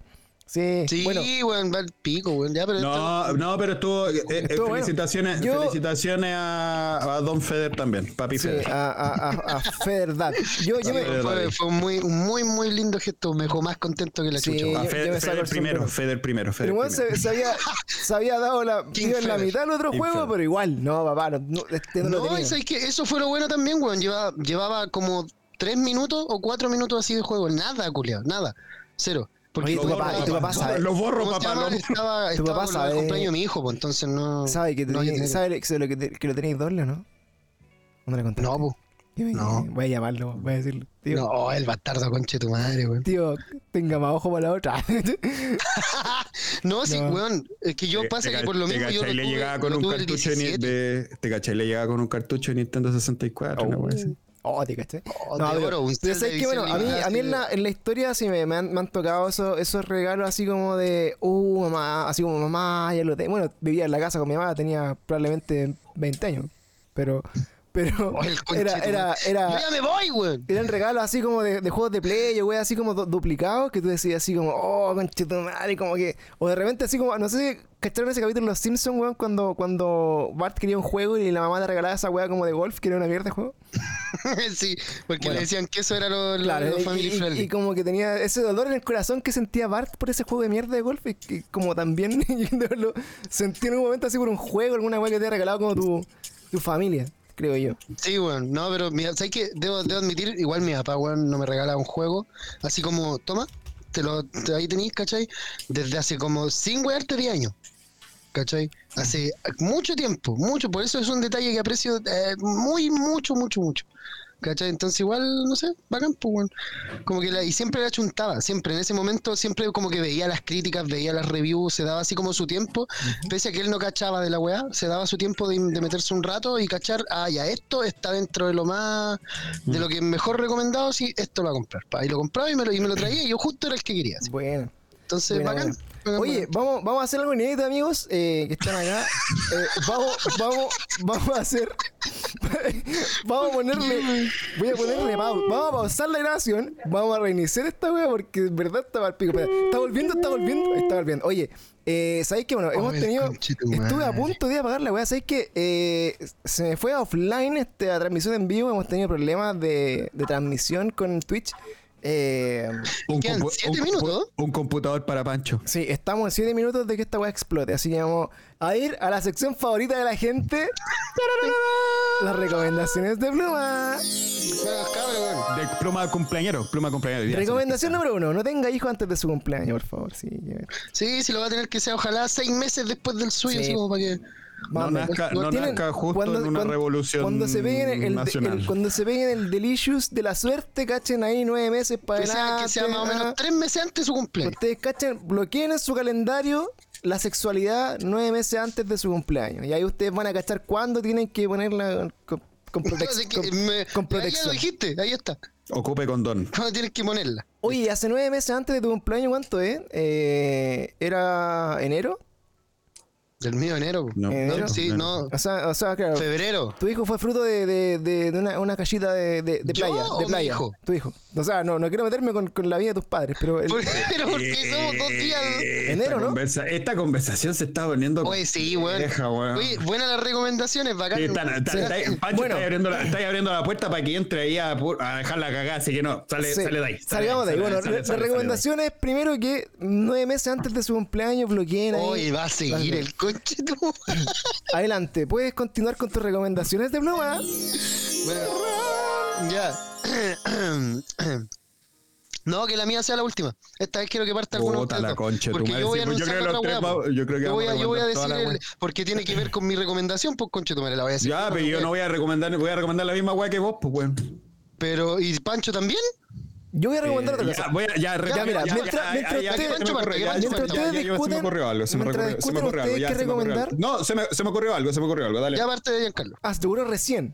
Speaker 1: Sí,
Speaker 2: Sí,
Speaker 1: bueno.
Speaker 2: weón, va al pico, weón. Ya, pero
Speaker 3: No, no, pero estuvo. eh, eh,
Speaker 1: Estuvo bueno.
Speaker 3: felicitaciones
Speaker 1: Yo-
Speaker 3: felicitaciones a, a Don Feder también, papi
Speaker 1: Sí,
Speaker 3: Feder.
Speaker 1: a, a, a, a Federdad. Yo, yo me,
Speaker 2: esto- fue, fue un muy, un muy, muy lindo gesto. Me dejó más contento que la
Speaker 1: Sí.
Speaker 2: chucha. weón.
Speaker 3: A
Speaker 1: yo-
Speaker 3: Feder,
Speaker 1: yo me saco
Speaker 3: Feder
Speaker 1: el
Speaker 3: primero,
Speaker 1: sombrero.
Speaker 3: Feder primero, Feder
Speaker 1: el weón
Speaker 3: primero.
Speaker 1: se, se había, se había dado la,
Speaker 2: King
Speaker 1: iba en la
Speaker 2: Feder.
Speaker 1: mitad del otro
Speaker 3: King
Speaker 1: juego,
Speaker 3: Feder.
Speaker 1: pero igual, no, papá, no, no, este no lo
Speaker 2: No,
Speaker 1: tenía.
Speaker 2: y sabes que eso fue lo bueno también, weón. Llevaba, llevaba como tres minutos o cuatro minutos así de juego. Nada, culiao, nada. Cero.
Speaker 1: Oye,
Speaker 2: Porque
Speaker 1: tu papá- y tu papá sabe.
Speaker 3: Lo borro,
Speaker 2: ¿Cómo se
Speaker 3: papá.
Speaker 2: llama?
Speaker 3: Lo...
Speaker 2: Estaba,
Speaker 1: Tu
Speaker 2: estaba
Speaker 1: papá
Speaker 2: con
Speaker 1: sabe.
Speaker 2: el cumpleaños de mi hijo, pues entonces no.
Speaker 1: ¿Sabe que, tenía-
Speaker 2: no había tenido-
Speaker 1: sabe que, lo que, te- que lo tenéis doble o no? ¿No le contaste?
Speaker 2: No, pues. po.
Speaker 1: Yo me-
Speaker 2: No.
Speaker 1: Voy a llamarlo, voy a decirlo. Tío,
Speaker 2: No, el bastardo, conche tu madre, weón.
Speaker 1: tío, tenga más ojo para la otra.
Speaker 2: No, sí,
Speaker 1: No.
Speaker 2: weón. Es que yo pasa que por lo mismo yo. lo
Speaker 3: Te cachai, le
Speaker 2: tuve-
Speaker 3: llegaba con
Speaker 2: lo
Speaker 3: un
Speaker 2: tuve el
Speaker 3: cartucho de,
Speaker 2: 17.
Speaker 3: de- Te cachai, le llegaba con un cartucho de Nintendo 64. una
Speaker 1: Oh.
Speaker 3: wea así.
Speaker 1: oh, te caché.
Speaker 2: Oh,
Speaker 1: No,
Speaker 2: de
Speaker 1: pero-
Speaker 2: oro, un
Speaker 1: pero
Speaker 2: Zelda
Speaker 1: sabes que,
Speaker 2: edición
Speaker 1: bueno, a mí,
Speaker 2: limitada,
Speaker 1: a mí
Speaker 2: sí,
Speaker 1: en, la, en la historia sí me, me han, me han tocado esos, esos regalos así como de, uh, mamá, así como mamá, ya lo tengo. Bueno, vivía en la casa con mi mamá, tenía probablemente 20 años, pero, pero
Speaker 2: Oh, el conche
Speaker 1: era,
Speaker 2: tu
Speaker 1: era,
Speaker 2: madre.
Speaker 1: era,
Speaker 2: Yo ya me voy, weón.
Speaker 1: eran regalos así como de, de juegos de play, güey, así como du- duplicados, que tú decías así como, oh, conchetumare, como que. O de repente así como, no sé si cacharon ese capítulo de Los Simpsons, weón, cuando, cuando Bart quería un juego y la mamá le regalaba esa weá como de golf, que era una mierda de juego.
Speaker 2: sí, porque
Speaker 1: Bueno.
Speaker 2: le decían que eso era lo, lo- lo
Speaker 1: y,
Speaker 2: family
Speaker 1: y-
Speaker 2: friendly.
Speaker 1: y como que tenía ese dolor en el corazón que sentía Bart por ese juego de mierda de golf, y, que como también yo lo sentí en un momento así por un juego, alguna weá que te ha regalado como tu, tu familia, creo yo.
Speaker 2: Sí, weón. No, pero mira, ¿sabes qué? Debo, debo admitir, igual mi papá, weón, no me regala un juego. Así como, toma, te lo, te- ahí tenéis, ¿cachai? Desde hace como, sin wearte, 10 años. ¿Cachai? Hace mucho tiempo, mucho. Por eso es un detalle que aprecio eh, muy, mucho, mucho, mucho. ¿Cachai? Entonces igual, no sé, bacán, pues, weón. Como que la, y siempre la chuntaba, siempre. En ese momento, siempre como que veía las críticas, veía las reviews, se daba así como su tiempo. Pese a que él no cachaba de la weá, se daba su tiempo de, de meterse un rato y cachar, ah, ya, esto está dentro de lo más, de lo que mejor recomendado, sí, esto lo va a comprar. Pa. Y lo compraba y me lo, y me lo traía y yo justo era el que quería. así.
Speaker 1: Bueno.
Speaker 2: Entonces,
Speaker 1: Buena,
Speaker 2: bacán.
Speaker 1: buena.
Speaker 2: bacán,
Speaker 1: Oye,
Speaker 2: bacán.
Speaker 1: vamos, vamos a hacer algo inédito, amigos, eh, que están acá. Eh, vamos, vamos, vamos a hacer. vamos a ponerle. Voy a ponerle pausa. Vamos a pausar la grabación. Vamos a reiniciar esta wea porque en verdad está mal pico. Espera, Está volviendo, está volviendo. Ahí Está volviendo. Oye, eh, ¿sabéis que bueno? Hemos
Speaker 2: el
Speaker 1: tenido.
Speaker 2: conchetumare.
Speaker 1: Estuve a punto de apagar la wea. ¿Sabéis que eh, se me fue offline este, la transmisión en vivo? Hemos tenido problemas de, de transmisión con Twitch. Eh,
Speaker 3: Un,
Speaker 2: Quedan
Speaker 3: compu-
Speaker 2: siete
Speaker 3: un compu-
Speaker 2: minutos.
Speaker 3: un computador para Pancho.
Speaker 1: Sí, estamos en 7 minutos de que esta weá explote, así que vamos a ir a la sección favorita de la gente. Las recomendaciones de pluma.
Speaker 2: Bueno, cabrón, weón.
Speaker 3: De pluma cumpleañero, pluma cumpleañero. ya,
Speaker 1: Recomendación número uno, no tenga hijos antes de su cumpleaños, por favor. Sí, ya ver.
Speaker 2: Sí, se lo va a tener que ser, ojalá, seis meses después del suyo,
Speaker 1: Sí.
Speaker 2: así como para que...
Speaker 3: No
Speaker 1: Vamos. pues,
Speaker 3: nazca, no
Speaker 1: Tienen-
Speaker 3: nazca justo
Speaker 1: cuando-
Speaker 3: en una
Speaker 1: cuando-
Speaker 3: revolución
Speaker 1: Cuando se peguen el, el-
Speaker 3: nacional.
Speaker 1: el- cuando se peguen el delicious de la suerte, cachen ahí nueve meses para
Speaker 2: Que sea, que sea más o
Speaker 1: ah.
Speaker 2: menos tres meses antes de su cumpleaños.
Speaker 1: Ustedes cachen, bloqueen en su calendario la sexualidad nueve meses antes de su cumpleaños. Y ahí ustedes van a cachar cuándo tienen que ponerla con, con protec-
Speaker 2: Así que,
Speaker 1: con- con
Speaker 2: me- ahí ya lo
Speaker 1: protección.
Speaker 2: dijiste, ahí está.
Speaker 3: Ocupe condón.
Speaker 2: Cuando tienes que ponerla.
Speaker 1: Oye, hace nueve meses antes de tu cumpleaños, ¿cuánto es? Eh, ¿Era enero?
Speaker 2: Del medio de enero. po.
Speaker 3: No.
Speaker 1: Eh,
Speaker 2: No, sí, no.
Speaker 1: O sea, o sea, claro.
Speaker 2: Febrero.
Speaker 1: Tu hijo fue fruto de, de- de- de una, una cachita de, de- de
Speaker 2: ¿Yo
Speaker 1: playa.
Speaker 2: o
Speaker 1: de
Speaker 2: mi
Speaker 1: playa.
Speaker 2: hijo?
Speaker 1: Tu hijo. O sea, no, no quiero meterme con, con la vida de tus padres, pero el-
Speaker 2: Pero
Speaker 3: eh,
Speaker 2: porque somos dos días.
Speaker 3: Esta
Speaker 1: Enero, ¿no?
Speaker 3: conversa- esta conversación se está poniendo.
Speaker 2: Oye, sí, weón.
Speaker 3: compleja, weón.
Speaker 2: Oye, buenas las recomendaciones, bacán.
Speaker 3: Sí, están- están- está- Pancho,
Speaker 1: Bueno.
Speaker 3: estáis abriendo, la- estáis abriendo la puerta para que entre ahí a, pu- a dejar la cagada, así que no, sale,
Speaker 1: Sí,
Speaker 3: sale de ahí. sale
Speaker 1: salgamos de ahí.
Speaker 3: sale
Speaker 1: Bueno, re-
Speaker 3: sale, sale,
Speaker 1: la
Speaker 3: sale de ahí.
Speaker 1: recomendación es primero que nueve meses antes de su cumpleaños bloqueen ahí.
Speaker 2: Oye, va a seguir el coche tu madre.
Speaker 1: Adelante, puedes continuar con tus recomendaciones de ¿ah? pluma.
Speaker 2: Bueno, ya. No, que la mía sea la última. Esta vez quiero que parta alguno de
Speaker 3: Puta
Speaker 2: ustedes
Speaker 3: la
Speaker 2: dos,
Speaker 3: concha, tu
Speaker 2: Porque
Speaker 3: madre.
Speaker 2: yo voy a
Speaker 3: Sí, pues yo
Speaker 2: anunciar
Speaker 3: creo que
Speaker 2: otra
Speaker 3: los tres
Speaker 2: weá,
Speaker 3: va-
Speaker 2: po.
Speaker 3: yo creo que
Speaker 2: voy a,
Speaker 3: vamos a
Speaker 2: yo voy a
Speaker 3: recomendar
Speaker 2: decir,
Speaker 3: toda la
Speaker 2: el- porque tiene que ver con mi recomendación, pues concha tu madre, la voy a decir.
Speaker 3: Ya, pero yo no voy a recomendar, voy a recomendar la misma weá que vos, pues weón.
Speaker 2: Pero, ¿y Pancho también?
Speaker 1: Yo voy a recomendar otra
Speaker 3: Eh, Ya,
Speaker 1: cosa.
Speaker 3: voy a- ya,
Speaker 1: Ya, mira, mientras- mientras ustedes-
Speaker 3: se me ocurrió,
Speaker 2: mientras
Speaker 3: ya, ya,
Speaker 2: ustedes
Speaker 3: ya, ya, ya, se me
Speaker 1: discuten-
Speaker 3: ocurrió algo, se me
Speaker 1: mientras
Speaker 3: ocurrió- se me
Speaker 1: discuten
Speaker 3: ocurrió algo,
Speaker 1: ustedes
Speaker 3: ya,
Speaker 1: qué
Speaker 3: se me ocurrió algo.
Speaker 1: recomendar.
Speaker 3: No, se me, se me ocurrió algo, se me ocurrió algo, dale.
Speaker 2: Ya parte de Giancarlo.
Speaker 1: Aseguro recién.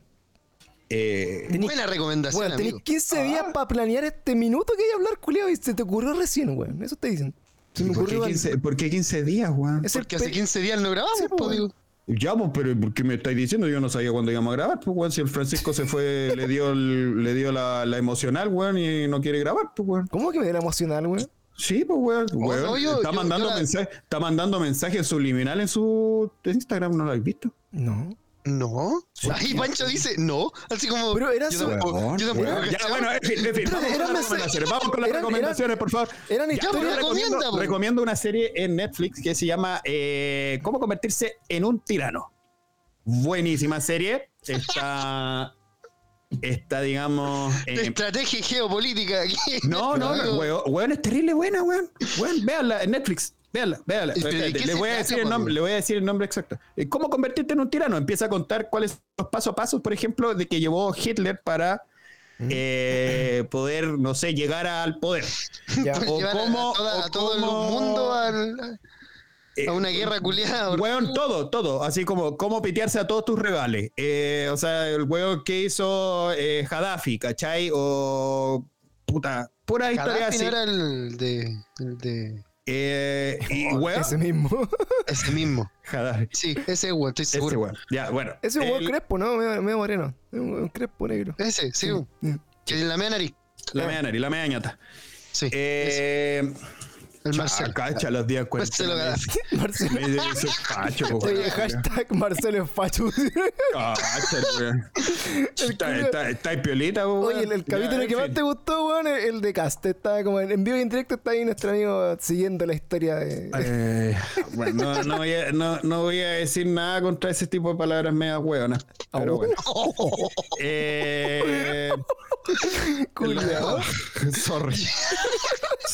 Speaker 3: Eh,
Speaker 1: Tenís-
Speaker 2: Buena recomendación,
Speaker 1: Bueno, tenés
Speaker 2: amigo.
Speaker 1: 15 días
Speaker 3: Ah.
Speaker 1: para planear este minuto que hay a hablar, culiao, y se te ocurrió recién, weón. Eso te dicen. Se me
Speaker 3: ¿por, qué
Speaker 1: ocurrió. al-
Speaker 3: 15, por qué 15 días, weón?
Speaker 1: es el
Speaker 2: Porque hace
Speaker 1: pe-
Speaker 2: 15 días no grabamos,
Speaker 1: Sí,
Speaker 2: po,
Speaker 1: pues,
Speaker 2: digo.
Speaker 3: Ya, pues, pero ¿por qué me estáis diciendo? Yo no sabía cuándo íbamos a grabar, pues, weón. Si el Francisco se fue, le dio, el- le dio la, la emocional, weón, y no quiere grabar, pues, weón.
Speaker 1: ¿Cómo que me dio la emocional, weón?
Speaker 3: Sí, pues, weón. weón.
Speaker 2: Oh, no, yo-
Speaker 3: está,
Speaker 2: yo-
Speaker 3: mandando
Speaker 2: yo la-
Speaker 3: mensaje, está mandando mensajes subliminal en su Instagram, ¿no lo habéis visto?
Speaker 1: No.
Speaker 2: No. Ahí Pancho dice no. Así como.
Speaker 1: Pero era
Speaker 2: yo
Speaker 1: su-
Speaker 2: tampoco- yo tampoco
Speaker 3: Ya,
Speaker 2: cachaba.
Speaker 3: bueno, eh, en fin, en fin,
Speaker 1: Espérate,
Speaker 3: Vamos,
Speaker 1: eran
Speaker 3: con las
Speaker 1: mensajes-
Speaker 3: recomendaciones, vamos con las
Speaker 1: eran-
Speaker 3: recomendaciones, por favor.
Speaker 1: eran
Speaker 3: Ya,
Speaker 1: historias-
Speaker 3: yo recomiendo,
Speaker 2: recomienda, po.
Speaker 3: recomiendo una serie en Netflix que se llama eh, ¿Cómo convertirse en un tirano? Buenísima serie. Está, está digamos... eh,
Speaker 2: De estrategia geopolítica. aquí.
Speaker 3: no, no, no,
Speaker 2: Amigo,
Speaker 3: weón, weón, es terrible buena, weón. Weón, véanla en Netflix. Véanla, véanla.
Speaker 2: ¿Y pero de
Speaker 3: Espérate,
Speaker 2: qué
Speaker 3: Le
Speaker 2: se
Speaker 3: voy, a
Speaker 2: trata,
Speaker 3: decir el
Speaker 2: po,
Speaker 3: nombre,
Speaker 2: amigo?
Speaker 3: le voy a decir el nombre exacto. Eh, ¿Cómo convertirte en un tirano? Empieza a contar cuáles son los paso a pasos, por ejemplo, de que llevó Hitler para eh, poder, no sé, llegar al poder.
Speaker 1: Ya.
Speaker 2: pues,
Speaker 3: o
Speaker 2: llevar a-
Speaker 3: cómo-
Speaker 2: a, toda-
Speaker 3: o
Speaker 2: a todo
Speaker 3: cómo-
Speaker 2: el mundo al-
Speaker 3: Eh,
Speaker 2: a una guerra culiada.
Speaker 3: Weón, todo, todo. Así como cómo pitearse a todos tus rivales. Eh, o sea, el weón que hizo eh, Gaddafi, ¿cachai? O puta, pura historia
Speaker 2: Gaddafi
Speaker 3: así.
Speaker 2: no era el de, el de-
Speaker 3: Eh, y weón,
Speaker 1: Oh, Ese mismo.
Speaker 2: Ese mismo.
Speaker 3: Gaddafi.
Speaker 2: Sí, ese weón, estoy
Speaker 3: Ese
Speaker 2: seguro.
Speaker 3: Este weón. Ya, bueno.
Speaker 1: Ese es un weón
Speaker 3: El-
Speaker 1: crespo, ¿no? Medio, medio moreno. Es un weón crespo negro.
Speaker 2: Ese, sí.
Speaker 3: Mm,
Speaker 2: weón.
Speaker 1: Ya.
Speaker 2: Que en la media nariz.
Speaker 3: La media nariz, la media ñata.
Speaker 2: Sí. ese,
Speaker 3: Eh,
Speaker 2: el
Speaker 3: ah,
Speaker 2: Marcelo.
Speaker 3: cacha, los días cuentan.
Speaker 2: Marcelo Gaddafi.
Speaker 1: Marcelo.
Speaker 3: Me dice, cacho,
Speaker 1: Oye,
Speaker 3: weón.
Speaker 1: hashtag Marcelo es facho.
Speaker 3: Cacha, weón. Está, está, está piolita, weón.
Speaker 1: Oye, el, el
Speaker 3: Ya,
Speaker 1: capítulo
Speaker 3: en
Speaker 1: que más
Speaker 3: fin.
Speaker 1: te gustó, weón, el, el de Cast. Está como en, en vivo y en directo, está ahí nuestro amigo siguiendo la historia de.
Speaker 3: Eh, bueno, no, no voy a, no- no voy a decir nada contra ese tipo de palabras media hueonas. Pero bueno. Eh,
Speaker 1: Culeado.
Speaker 3: sorry.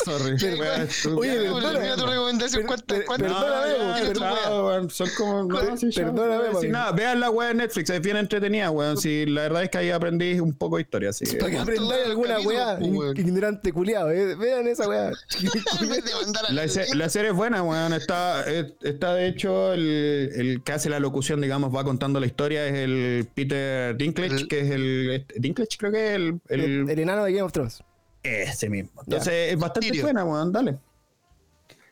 Speaker 3: Sorry. weón, estúpido.
Speaker 1: Oye,
Speaker 2: Ya, weón,
Speaker 1: perdona.
Speaker 2: mira tu recomendación.
Speaker 1: Per-
Speaker 2: ¿Cuánto-
Speaker 1: per-
Speaker 2: cuánto-
Speaker 3: No,
Speaker 1: perdóname,
Speaker 3: ya,
Speaker 1: weón,
Speaker 3: chao,
Speaker 2: perdóname.
Speaker 3: weón, son como. No, sí, ya,
Speaker 1: Perdóname,
Speaker 3: no voy a decir
Speaker 1: Fabián.
Speaker 3: nada. vean la web de Netflix, es bien entretenida, weón. Si la verdad es que ahí aprendí un poco de historia. Así que-
Speaker 1: Para que aprendáis
Speaker 2: Todo el
Speaker 1: alguna
Speaker 2: capítulo,
Speaker 1: weá,
Speaker 2: po,
Speaker 3: pues,
Speaker 2: weón.
Speaker 1: ignorante culiado. eh. Vean esa weá.
Speaker 2: En vez de mandar a la-
Speaker 3: La, se- la serie es buena, weón. Está, eh, está de hecho, el, el que hace la locución, digamos, va contando la historia, es el Peter Dinklage,
Speaker 2: El-
Speaker 3: que es el. este, Dinklage, creo que es el. el-
Speaker 1: El, el enano de Game of Thrones.
Speaker 3: ese mismo. Entonces, es bastante
Speaker 2: Tyrion.
Speaker 3: buena, weón. Dale.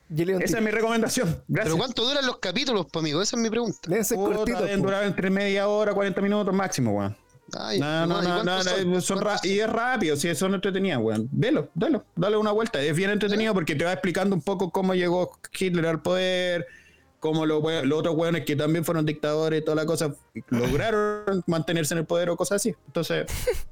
Speaker 1: Y el Leon
Speaker 3: Esa es mi recomendación. Gracias.
Speaker 2: Pero ¿cuánto duran los capítulos, pa, amigo? Esa es mi pregunta.
Speaker 3: ¿Eh?
Speaker 1: Deben ser
Speaker 3: Puta,
Speaker 1: cortitos. pues.
Speaker 3: deben
Speaker 1: po.
Speaker 3: durar entre media hora, 40 minutos máximo, weón.
Speaker 2: Ay,
Speaker 3: No, no,
Speaker 2: ¿y
Speaker 3: no, no,
Speaker 2: cuántos
Speaker 3: no, son ra-
Speaker 2: ¿Cuántos
Speaker 3: y es rápido, sí, son entretenidas, weón. Velo, dalo, dale una vuelta. Es bien entretenido porque te va explicando un poco cómo llegó Hitler al poder, cómo los, we- los otros weones que también fueron dictadores y toda la cosa lograron mantenerse en el poder o cosas así. Entonces,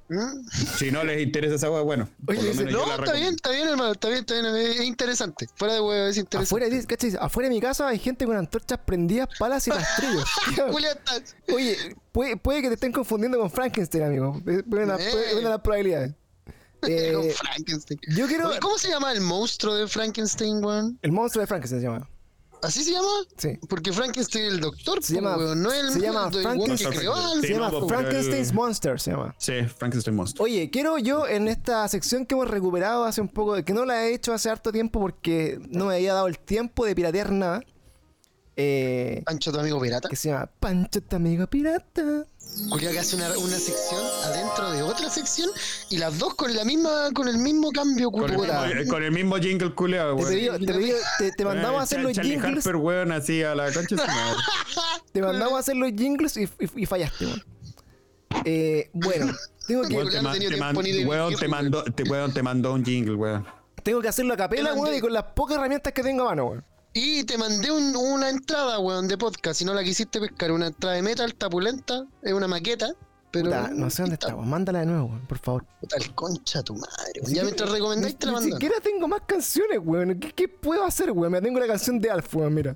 Speaker 2: ¿Mm?
Speaker 3: si no les interesa esa weón, bueno. por
Speaker 1: Oye,
Speaker 3: lo
Speaker 1: dice,
Speaker 3: menos yo
Speaker 2: No,
Speaker 3: la
Speaker 2: está bien,
Speaker 3: recomiendo.
Speaker 2: está bien, hermano, está bien, está bien. Es interesante. Fuera de huevo, es interesante.
Speaker 1: Afuera, dice, ¿cachai? Afuera de mi casa hay gente con antorchas prendidas, palas y rastrillos.
Speaker 2: Julia, está-
Speaker 1: Oye, puede, puede que te estén confundiendo con Frankenstein, amigo. Es una,
Speaker 2: Eh.
Speaker 1: puede- una de las probabilidades.
Speaker 2: Con
Speaker 1: Eh,
Speaker 2: Frankenstein.
Speaker 1: yo quiero.
Speaker 2: Oye, ¿Cómo se llama el monstruo de Frankenstein, weón?
Speaker 1: El monstruo de Frankenstein se llama.
Speaker 2: ¿Así se llama?
Speaker 1: Sí.
Speaker 2: Porque Frankenstein es el doctor,
Speaker 1: Se llama-
Speaker 2: po, weón, no es el
Speaker 1: se llama
Speaker 2: monstruo, el weón que
Speaker 1: Frankenstein.
Speaker 2: creó al-
Speaker 1: Se
Speaker 3: Sí,
Speaker 1: llama
Speaker 3: no, pues, pero
Speaker 1: Frankenstein's
Speaker 3: el-
Speaker 1: Monster, se llama.
Speaker 3: Sí, Frankenstein Monster.
Speaker 1: Oye, quiero yo en esta sección que hemos recuperado hace un poco, que no la he hecho hace harto tiempo porque no me había dado el tiempo de piratear nada, eh,
Speaker 2: Pancho, tu amigo pirata.
Speaker 1: que se llama Pancho, tu amigo pirata.
Speaker 2: Julia que hace una, una sección adentro de otra sección y las dos con la misma, con el mismo cambio,
Speaker 3: Con el,
Speaker 1: Puta.
Speaker 3: mismo, eh, con el mismo jingle culeado,
Speaker 1: Te,
Speaker 3: weón.
Speaker 1: pedí- te, pedí- te- te mandamos a hacer los
Speaker 3: Charlie
Speaker 1: jingles,
Speaker 3: Harper, weón, así a la concha de su madre.
Speaker 1: te mandamos a hacer los jingles y, y- y fallaste, weón. Eh, bueno, Tengo que,
Speaker 3: Weón, te,
Speaker 2: Regular
Speaker 3: man-
Speaker 2: tenía
Speaker 3: te, man-
Speaker 2: tiempo ni de
Speaker 3: weón, te
Speaker 2: elegir,
Speaker 3: mandó, te, weón, te mandó un jingle, weón.
Speaker 1: tengo que hacerlo a capela,
Speaker 2: Te mandé-
Speaker 1: weón, y con las pocas herramientas que tengo a mano, weón.
Speaker 2: Y te mandé un- una entrada, weón, de podcast. Si no la quisiste pescar, una entrada de metal tapulenta. Es una maqueta. Pero
Speaker 1: Puta, no sé dónde está, weón. Mándala de nuevo, weón, por favor.
Speaker 2: Puta, el concha de tu madre.
Speaker 1: Ni
Speaker 2: weón. Pues Ya mientras
Speaker 1: siquiera-
Speaker 2: recomendáis,
Speaker 1: ni-
Speaker 2: te la
Speaker 1: Ni
Speaker 2: mandan.
Speaker 1: siquiera tengo más canciones, weón. ¿Qué, qué puedo hacer, weón? Me tengo la canción de Alf, weón, mira.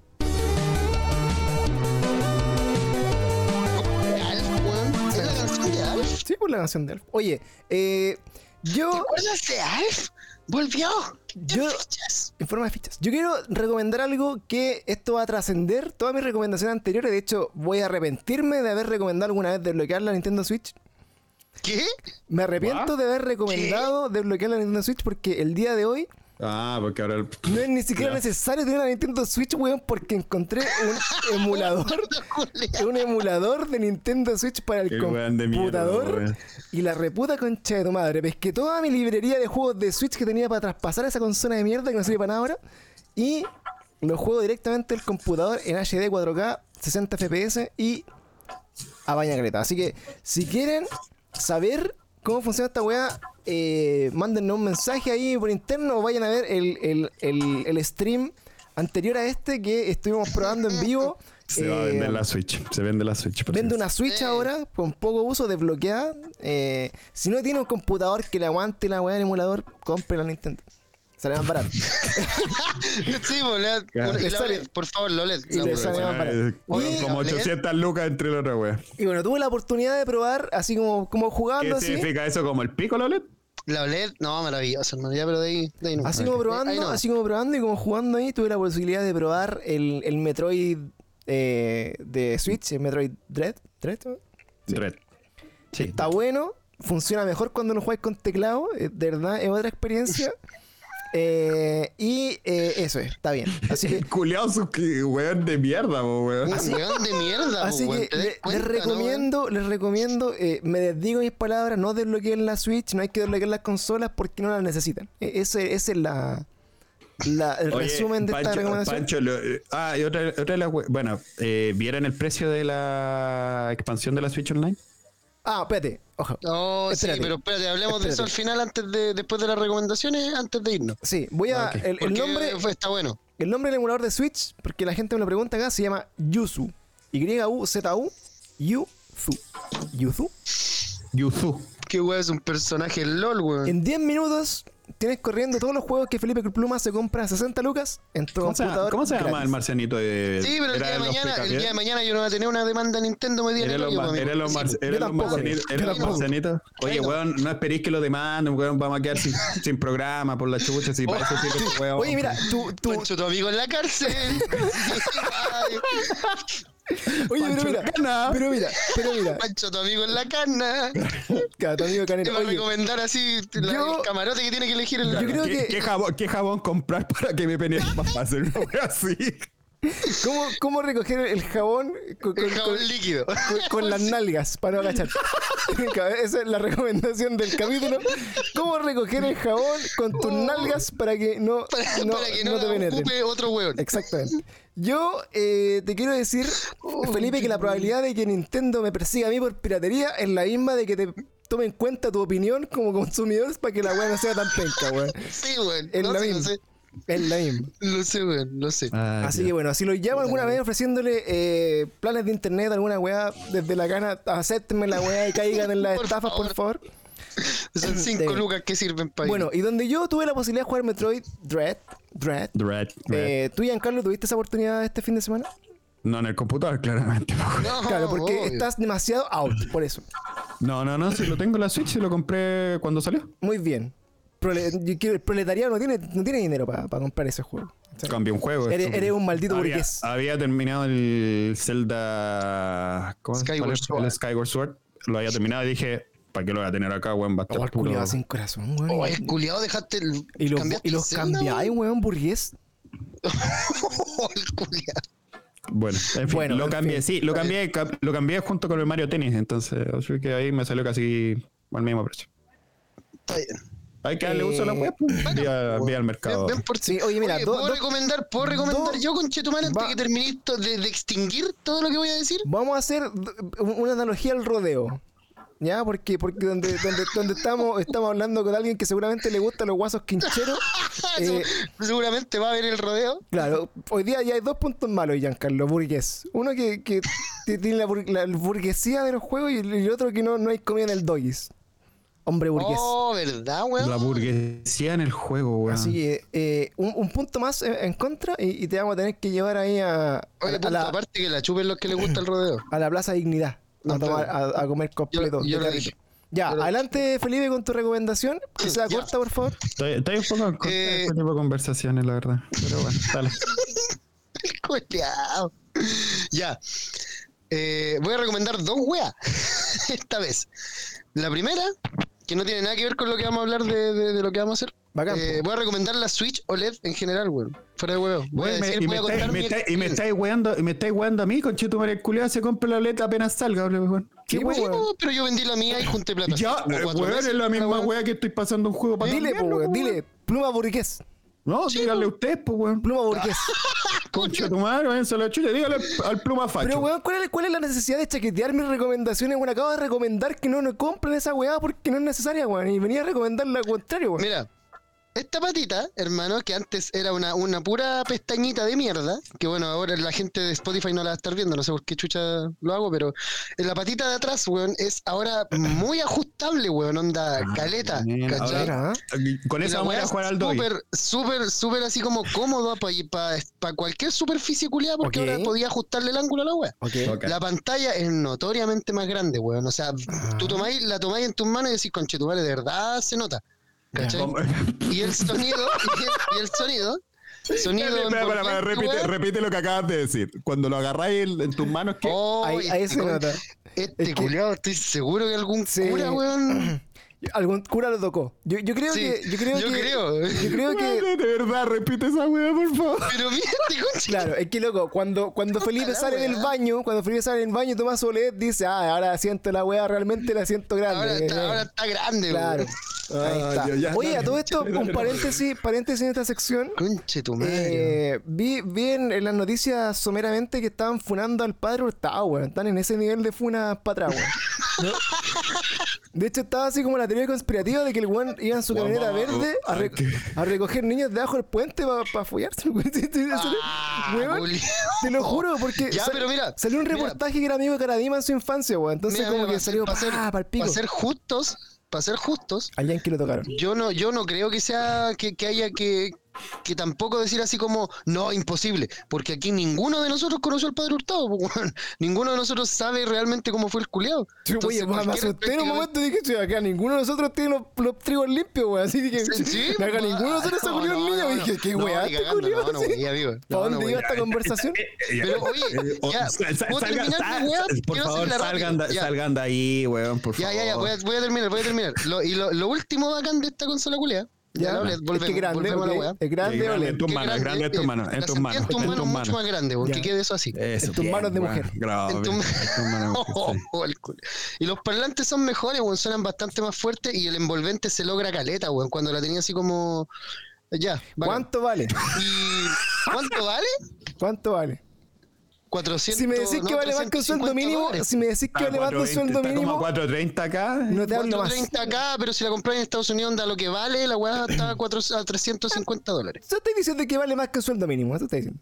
Speaker 2: Alf, weón. ¿Es la canción de Alf?
Speaker 1: Sí, por la canción de Alf. Oye, eh,
Speaker 2: ¿Te
Speaker 1: yo,
Speaker 2: acuerdas de Alf? Volvió. ¿Qué
Speaker 1: Yo-
Speaker 2: fichas?
Speaker 1: en forma de fichas, yo quiero recomendar algo que esto va a trascender todas mis recomendaciones anteriores. De hecho, voy a arrepentirme de haber recomendado alguna vez desbloquear la Nintendo Switch.
Speaker 2: ¿Qué?
Speaker 1: Me arrepiento de haber recomendado desbloquear la Nintendo Switch porque el día de hoy
Speaker 3: Ah, porque ahora el.
Speaker 1: no es ni siquiera necesario tener una Nintendo Switch, weón, porque encontré un emulador
Speaker 2: Julia.
Speaker 1: un emulador de Nintendo Switch para el
Speaker 3: Qué weón de mierda,
Speaker 1: computador
Speaker 3: weón.
Speaker 1: y la reputa concha de tu madre. Pesqué toda mi librería de juegos de Switch que tenía para traspasar esa consola de mierda que no sirve para nada ahora y lo juego directamente del computador en HD 4K, 60 FPS y a baña creta. Así que si quieren saber cómo funciona esta weá, eh, mándenme un mensaje ahí por interno o vayan a ver el, el- el- el stream anterior a este que estuvimos probando en vivo.
Speaker 3: Se va a
Speaker 1: Eh,
Speaker 3: vender la Switch. Se vende la Switch. por
Speaker 1: Vende
Speaker 3: cierto.
Speaker 1: una Switch
Speaker 2: Sí.
Speaker 1: ahora con poco uso, desbloqueada. Eh, si no tiene un computador que le aguante la weá del emulador, compre la Nintendo. Sale más barato.
Speaker 2: Sí, boludo.
Speaker 3: Claro.
Speaker 2: Y la OLED, Por favor, la OLED.
Speaker 1: Y
Speaker 2: La
Speaker 1: le
Speaker 2: OLED.
Speaker 1: sale- una-
Speaker 3: Eh,
Speaker 2: Oye,
Speaker 3: Como
Speaker 2: hablé-
Speaker 3: 800 lucas entre la otra, weón.
Speaker 1: Y bueno, tuve la oportunidad de probar así como, como
Speaker 3: ¿Qué
Speaker 1: jugando así.
Speaker 3: significa eso? ¿Como el pico, Lolet?
Speaker 2: La OLED, no, maravilloso, hermano. Ya, pero de ahí, de ahí no.
Speaker 1: Así como
Speaker 2: De ahí
Speaker 1: Ah, probando,
Speaker 2: no.
Speaker 1: así como probando y como jugando ahí, tuve la posibilidad de probar el, el Metroid eh, de Switch, el Metroid Dread. Dread ¿no?
Speaker 3: Red. Sí.
Speaker 1: Está bueno, funciona mejor cuando lo juegas con teclado, eh, de verdad, es otra experiencia. Eh, y eh, eso es, está bien. Así que
Speaker 3: El culiao su que- weón de mierda, po, weón.
Speaker 2: Un weón de mierda, po,
Speaker 1: Así
Speaker 2: weón,
Speaker 1: que
Speaker 2: ¿te das
Speaker 1: le-
Speaker 2: cuenta,
Speaker 1: les
Speaker 2: no,
Speaker 1: recomiendo, les recomiendo, eh, me desdigo mis palabras, no desbloqueen la Switch, no hay que desbloquear las consolas porque no las necesitan. E- Ese, ese es la, la- el
Speaker 3: Oye,
Speaker 1: resumen de
Speaker 3: Pancho,
Speaker 1: esta recomendación.
Speaker 3: Pancho, lo- eh, ah, y otra, otra de las we- Bueno, eh, ¿vieron el precio de la expansión de la Switch Online?
Speaker 1: Ah, espérate, ojo.
Speaker 2: weón? Oh,
Speaker 1: Espérate.
Speaker 2: sí, pero espérate, hablemos de eso
Speaker 1: Espérate.
Speaker 2: al final, antes de, después de las recomendaciones, antes de irnos.
Speaker 1: Sí, voy a. el, el
Speaker 2: Porque
Speaker 1: nombre,
Speaker 2: fue- está bueno.
Speaker 1: el nombre del emulador de Switch, porque la gente me lo pregunta acá, se llama Yuzu. Y-U-Z-U. Yuzu. Yuzu.
Speaker 3: Yuzu.
Speaker 2: Qué weón es un personaje LOL, weón.
Speaker 1: En 10 minutos tienes corriendo todos los juegos que Felipe Pluma se compra a 60 lucas en tu
Speaker 3: ¿Cómo se,
Speaker 1: computador.
Speaker 3: cómo se llama
Speaker 1: gratis.
Speaker 3: el marcianito de.?
Speaker 2: Sí, pero el
Speaker 3: era
Speaker 2: día, de
Speaker 3: los ¿eh?
Speaker 2: mañana, el
Speaker 3: picapiedra?
Speaker 2: día de mañana yo no voy a tener una demanda de Nintendo me
Speaker 3: Era los mar- era los mar- era
Speaker 1: Yo
Speaker 3: los
Speaker 1: tampoco, amigo.
Speaker 3: marcianitos.
Speaker 1: Yo
Speaker 3: era los
Speaker 1: tampoco.
Speaker 3: marcianitos. Oye,
Speaker 2: Bueno.
Speaker 3: weón, no esperéis que lo demanden, weón. Vamos a quedar sin, sin programa por la chucha. Si para eso sirve este weón.
Speaker 1: Oye, mira, tú, tú,
Speaker 2: Pancho, tu amigo en la cárcel.
Speaker 1: Oye,
Speaker 3: Pancho
Speaker 1: pero mira,
Speaker 3: Cana.
Speaker 1: pero mira, pero mira,
Speaker 2: Pancho, tu amigo en la cana.
Speaker 1: claro, tu amigo
Speaker 2: Te
Speaker 1: Canelo.
Speaker 2: va a
Speaker 1: Oye,
Speaker 2: recomendar así la-
Speaker 1: yo-
Speaker 2: el camarote que tiene que elegir el.
Speaker 1: yo creo
Speaker 3: ¿Qué,
Speaker 1: que-
Speaker 3: qué jabón, ¿Qué jabón comprar para que me penetre más fácil? Una wea así.
Speaker 1: ¿cómo, ¿cómo recoger el jabón con, con-
Speaker 2: el jabón
Speaker 1: con-
Speaker 2: líquido.
Speaker 1: con- con las nalgas para no agachar? Esa es la recomendación del capítulo. ¿Cómo recoger el jabón con tus nalgas para que no,
Speaker 2: Oh. para,
Speaker 1: no,
Speaker 2: para que
Speaker 1: no
Speaker 2: no,
Speaker 1: te
Speaker 2: la
Speaker 1: penetren?
Speaker 2: ocupe otro weón.
Speaker 1: Exactamente. Yo eh, te quiero decir,
Speaker 2: Oh,
Speaker 1: Felipe, que la probabilidad de que Nintendo me persiga a mí por piratería es la misma de que te tome en cuenta tu opinión como consumidor para que la weá no sea tan penca, weón.
Speaker 2: Sí, weón.
Speaker 1: Es
Speaker 2: no
Speaker 1: la
Speaker 2: sé,
Speaker 1: misma.
Speaker 2: no sé.
Speaker 1: Es la misma.
Speaker 2: No sé, weón. No
Speaker 3: Ah.
Speaker 2: sé.
Speaker 1: Así que bueno, si lo llamo alguna vez ofreciéndole eh, planes de internet, alguna weá, desde la gana, acéptenme la weá y caigan en las
Speaker 2: Por
Speaker 1: estafas, por favor.
Speaker 2: Son cinco
Speaker 1: Debe.
Speaker 2: lucas que sirven para
Speaker 1: Bueno, y donde yo tuve la posibilidad de jugar Metroid Dread, Dread,
Speaker 3: Dread, dread.
Speaker 1: eh, ¿tú, Giancarlo, tuviste esa oportunidad este fin de semana?
Speaker 3: No en el computador, claramente. po, weón.
Speaker 2: No,
Speaker 1: Claro, porque
Speaker 2: Ah, obvio.
Speaker 1: estás demasiado out, por eso.
Speaker 3: No, no, no, si lo tengo en la Switch, si lo compré cuando salió.
Speaker 1: Muy bien. Prole- yo quiero- el proletariado no tiene, no tiene dinero para comprar ese juego. O sea,
Speaker 3: Cambié un juego.
Speaker 1: Eres-
Speaker 3: esto.
Speaker 1: eres un maldito
Speaker 3: había,
Speaker 1: burgués.
Speaker 3: Había terminado el Zelda. ¿Cómo se llama?
Speaker 2: Skyward Sword.
Speaker 3: El Skyward Sword. Lo había terminado y dije, ¿para qué lo voy a tener acá, weón? Va a estar
Speaker 1: oh, el
Speaker 3: puro-
Speaker 1: culiao sin corazón, weón.
Speaker 2: Oh, el culiado, dejaste el.
Speaker 1: y los,
Speaker 2: cambiaste
Speaker 1: y los
Speaker 2: el Zelda,
Speaker 1: cambiáis, weón, burgués.
Speaker 2: Oh, el culiao.
Speaker 3: Bueno, en fin,
Speaker 1: Bueno,
Speaker 3: lo
Speaker 1: en
Speaker 3: cambié,
Speaker 1: fin.
Speaker 3: sí, lo cambié, cam- lo cambié junto con el Mario Tennis, entonces, así que ahí me salió casi al mismo precio.
Speaker 2: Está bien.
Speaker 3: Hay que darle
Speaker 1: Eh,
Speaker 3: uso a la web, pues, vía, vía al mercado.
Speaker 2: Ven- ven por ti.
Speaker 1: Sí, oye, mira, do-
Speaker 2: ¿puedo,
Speaker 1: do-
Speaker 2: recomendar, ¿puedo recomendar
Speaker 1: do-
Speaker 2: yo, conchetumare, antes
Speaker 1: va-
Speaker 2: que termine esto de, de extinguir todo lo que voy a decir?
Speaker 1: Vamos a hacer d- una analogía al rodeo. ¿ya? Porque, porque donde, donde, donde estamos, estamos hablando con alguien que seguramente le gustan los guasos quincheros. eh,
Speaker 2: Ah, Seguramente va a ver el rodeo.
Speaker 1: claro, hoy día ya hay dos puntos malos, Giancarlo, burgués. Uno que, que t- tiene la, bur- la burguesía de los juegos y el, el otro que no, no hay comida en el doggies. Hombre burgués.
Speaker 2: Oh, ¿verdad, weón?
Speaker 4: La burguesía en el juego, weón.
Speaker 1: Así que eh, un, un punto más en, en contra y, y te vamos a tener que llevar ahí a, a
Speaker 2: Oye,
Speaker 1: la- a
Speaker 2: punto
Speaker 1: la,
Speaker 2: aparte que la chupen los que les gusta el rodeo.
Speaker 1: a la Plaza Dignidad a,
Speaker 2: No,
Speaker 1: tomar- a- a comer completo.
Speaker 2: yo
Speaker 1: de
Speaker 2: lo
Speaker 1: carrito.
Speaker 2: dije.
Speaker 1: Ya,
Speaker 2: Yo lo
Speaker 1: adelante Felipe con tu recomendación. Que sea
Speaker 2: Ya.
Speaker 1: corta, por favor.
Speaker 4: Estoy, estoy un poco en contra de
Speaker 2: Eh.
Speaker 4: este tipo de conversaciones, la verdad. Pero bueno, dale.
Speaker 2: Culeao. Ya. Eh, voy a recomendar dos weas esta vez. La primera, que no tiene nada que ver con lo que vamos a hablar de, de- de lo que vamos a hacer.
Speaker 1: Bacán.
Speaker 2: Eh, voy a recomendar la Switch OLED en general, weón. Fuera de huevo. Voy a
Speaker 4: Güey, me-
Speaker 2: decir,
Speaker 4: y
Speaker 2: voy
Speaker 4: me
Speaker 2: a
Speaker 4: estáis-
Speaker 2: contar
Speaker 4: me estáis-
Speaker 2: mi
Speaker 4: y me
Speaker 2: experiencia.
Speaker 4: estáis weando, y me estáis weando a mí, conchito María Culeada, se compra la letra apenas salga, bro, weón.
Speaker 1: Sí,
Speaker 4: Qué
Speaker 1: pues,
Speaker 4: weón.
Speaker 1: weón.
Speaker 2: No, pero yo vendí la mía y junté plata.
Speaker 4: Ya,
Speaker 2: pues, Como
Speaker 4: eh,
Speaker 2: cuatro
Speaker 4: weón,
Speaker 2: veces,
Speaker 4: es la misma weá que estoy pasando un juego para
Speaker 1: Dile, po,
Speaker 4: cambiarlo,
Speaker 1: weón,
Speaker 4: po,
Speaker 1: dile,
Speaker 4: weón.
Speaker 1: pluma burgués.
Speaker 4: No, díganle ustedes, pues, weón.
Speaker 1: Pluma burgués.
Speaker 2: Ah,
Speaker 4: Concha tu madre, váyanse a la chucha, dígale al, al pluma facho.
Speaker 1: Pero, weón, ¿cuál es, cuál es la necesidad de chaquetear mis recomendaciones? Bueno, acabo de recomendar que no, no compren esa weá porque no es necesaria, weón. Y venía a recomendar lo contrario, weón.
Speaker 2: Mira, esta patita, hermano, que antes era una, una pura pestañita de mierda, que bueno, ahora la gente de Spotify no la va a estar viendo, no sé por qué chucha lo hago, pero la patita de atrás, weón, es ahora muy ajustable, weón, onda caleta,
Speaker 4: Ah, bien,
Speaker 2: ¿cachai?
Speaker 4: ahora-
Speaker 1: Mira, ¿ah?
Speaker 4: Con
Speaker 2: Y la
Speaker 4: esa
Speaker 2: weá
Speaker 4: weá
Speaker 2: es
Speaker 4: jugar al doy.
Speaker 2: Súper, súper, súper así como cómodo para cualquier superficie culiada, porque
Speaker 1: Ok.
Speaker 2: ahora podía ajustarle el ángulo a la weá.
Speaker 1: Ok.
Speaker 2: La pantalla es notoriamente más grande, weón. O sea, tú tomáis, la tomáis en tus manos y decís, conchetumare, de verdad se nota. ¿Cachai? Y el sonido, y el, y el sonido, sonido.
Speaker 3: Espera, espera, espera,
Speaker 2: envolvente,
Speaker 3: repite,
Speaker 2: weón.
Speaker 3: repite lo que acabas de decir. Cuando lo agarráis en, en tus manos, ¿qué?
Speaker 2: Oh,
Speaker 1: Ahí, ahí
Speaker 2: este
Speaker 1: se
Speaker 2: con-
Speaker 1: nota.
Speaker 2: Este
Speaker 1: Es que-
Speaker 2: culiao, estoy seguro que algún
Speaker 1: Sí.
Speaker 2: cura, weón.
Speaker 1: Algún cura lo tocó. Yo, yo creo
Speaker 2: Sí,
Speaker 1: que. Yo creo
Speaker 2: yo
Speaker 1: que.
Speaker 2: creo.
Speaker 1: Yo creo que.
Speaker 3: Madre, De verdad, repite esa weá, por favor.
Speaker 2: Pero mira este conche.
Speaker 1: Claro, es que loco, cuando, cuando Felipe
Speaker 2: la
Speaker 1: sale del
Speaker 2: weá.
Speaker 1: baño, cuando Felipe sale del baño, Tomás Solet dice, ah, ahora siento la weá, realmente la siento grande.
Speaker 2: Ahora,
Speaker 1: Eh,
Speaker 2: está, ahora está grande,
Speaker 1: Claro.
Speaker 2: weón.
Speaker 1: Ahí
Speaker 3: Ah,
Speaker 1: está.
Speaker 3: ya, ya,
Speaker 1: Oye, a
Speaker 3: dale.
Speaker 1: todo esto,
Speaker 3: Dale,
Speaker 1: un
Speaker 3: dale.
Speaker 1: paréntesis, paréntesis en esta sección.
Speaker 2: Conche tu madre.
Speaker 1: Eh, vi vi en, en las noticias someramente que estaban funando al padre Hurtado, weón. Están en ese nivel de funas para atrás, weón. De hecho, estaba así como la teoría conspirativa de que el weón iba en su
Speaker 3: Weón,
Speaker 1: camioneta
Speaker 3: vamos a-
Speaker 1: verde a,
Speaker 3: a
Speaker 1: re-
Speaker 3: que-
Speaker 1: a recoger niños debajo del puente para follarse, weón.
Speaker 2: Ah,
Speaker 1: Weón,
Speaker 2: culiao.
Speaker 1: te lo juro, porque
Speaker 2: Ya,
Speaker 1: sal-
Speaker 2: pero mira,
Speaker 1: salió un
Speaker 2: mira.
Speaker 1: reportaje que era amigo de Caradima en su infancia, weón. Entonces,
Speaker 2: Mira,
Speaker 1: como
Speaker 2: mira,
Speaker 1: que
Speaker 2: pa' ser-
Speaker 1: salió
Speaker 2: pa' ser-
Speaker 1: para el pico.
Speaker 2: Para ser justos, para ser justos,
Speaker 1: Al Yankee lo tocaron.
Speaker 2: Yo no, yo no creo que sea que, que haya que, que tampoco decir así como no, imposible, porque aquí ninguno de nosotros conoció al padre Hurtado, pues, weón. ninguno de nosotros sabe realmente cómo fue el culeado.
Speaker 1: Yo, oye,
Speaker 2: Entonces,
Speaker 1: me me asusté
Speaker 2: cualquiera
Speaker 1: en un momento
Speaker 2: prácticamente-
Speaker 1: y dije, "Che, acá ninguno de nosotros tiene los, los trigos limpios, weón. Así que
Speaker 2: Sí, sí,
Speaker 1: acá
Speaker 2: pues,
Speaker 1: ninguno de nosotros se
Speaker 2: no,
Speaker 1: culió
Speaker 2: no,
Speaker 1: un niño.
Speaker 2: no,
Speaker 1: y dije, qué
Speaker 2: no,
Speaker 1: weá,
Speaker 2: ni
Speaker 1: este
Speaker 2: cagando,
Speaker 1: culiado,
Speaker 2: No, no,
Speaker 1: sí.
Speaker 2: weá, vivo.
Speaker 1: ¿Para
Speaker 2: No, no,
Speaker 1: dónde iba
Speaker 2: weá.
Speaker 1: esta conversación?
Speaker 2: Pero oye,
Speaker 3: Eh, O-
Speaker 2: ya,
Speaker 3: sal- sal-
Speaker 2: ¿puedo
Speaker 3: salgan-
Speaker 2: terminar
Speaker 3: sal-
Speaker 2: mi weá?
Speaker 3: por
Speaker 2: Quiero
Speaker 3: favor,
Speaker 2: hacerla
Speaker 3: salgan,
Speaker 2: rápido,
Speaker 3: de-
Speaker 2: ya.
Speaker 3: salgan de ahí, weón, por
Speaker 2: Ya,
Speaker 3: favor.
Speaker 2: ya, ya, voy a, voy a terminar, voy a terminar. Lo- y lo, lo último bacán de esta consola culea, ya,
Speaker 1: Ya,
Speaker 2: la OLED,
Speaker 1: es que
Speaker 2: volvemos,
Speaker 1: grande,
Speaker 2: volvemos a la
Speaker 1: ok,
Speaker 2: weá.
Speaker 1: es
Speaker 3: Sí,
Speaker 1: grande,
Speaker 3: grande
Speaker 1: ole.
Speaker 3: en tu-
Speaker 2: Qué
Speaker 3: mano, es grande en tu
Speaker 2: eh,
Speaker 3: mano, en
Speaker 2: la
Speaker 3: tus
Speaker 2: sentí
Speaker 3: manos,
Speaker 2: En tus
Speaker 3: en tus
Speaker 2: manos
Speaker 3: manos.
Speaker 2: mucho más grande, weón, que
Speaker 1: Ya.
Speaker 2: quede eso así.
Speaker 3: Eso,
Speaker 1: En tus
Speaker 3: bien,
Speaker 1: manos de
Speaker 3: weón,
Speaker 1: mujer.
Speaker 3: grave,
Speaker 2: En tu-
Speaker 3: en tus manos de mujer, sí.
Speaker 2: Oh, el culo. y los parlantes son mejores, weón, suenan bastante más fuertes y el envolvente se logra caleta, weón, cuando la tenía así como... Ya, bacán.
Speaker 1: ¿Cuánto vale?
Speaker 2: ¿Y cuánto vale?
Speaker 1: ¿Cuánto vale?
Speaker 2: 400...
Speaker 1: Si me decís que
Speaker 2: no,
Speaker 1: vale más que un sueldo
Speaker 2: 350
Speaker 1: mínimo,
Speaker 2: dólares.
Speaker 1: si me decís que
Speaker 3: Está
Speaker 1: vale más que un
Speaker 3: 420,
Speaker 1: sueldo
Speaker 3: está como
Speaker 1: mínimo,
Speaker 3: 430 acá.
Speaker 1: no te hablo más.
Speaker 2: 430 acá, pero si la compras en Estados Unidos, da lo que vale, la weá está a, 4 a 350 dólares.
Speaker 1: Yo estoy diciendo que vale más que un sueldo mínimo, eso estoy diciendo.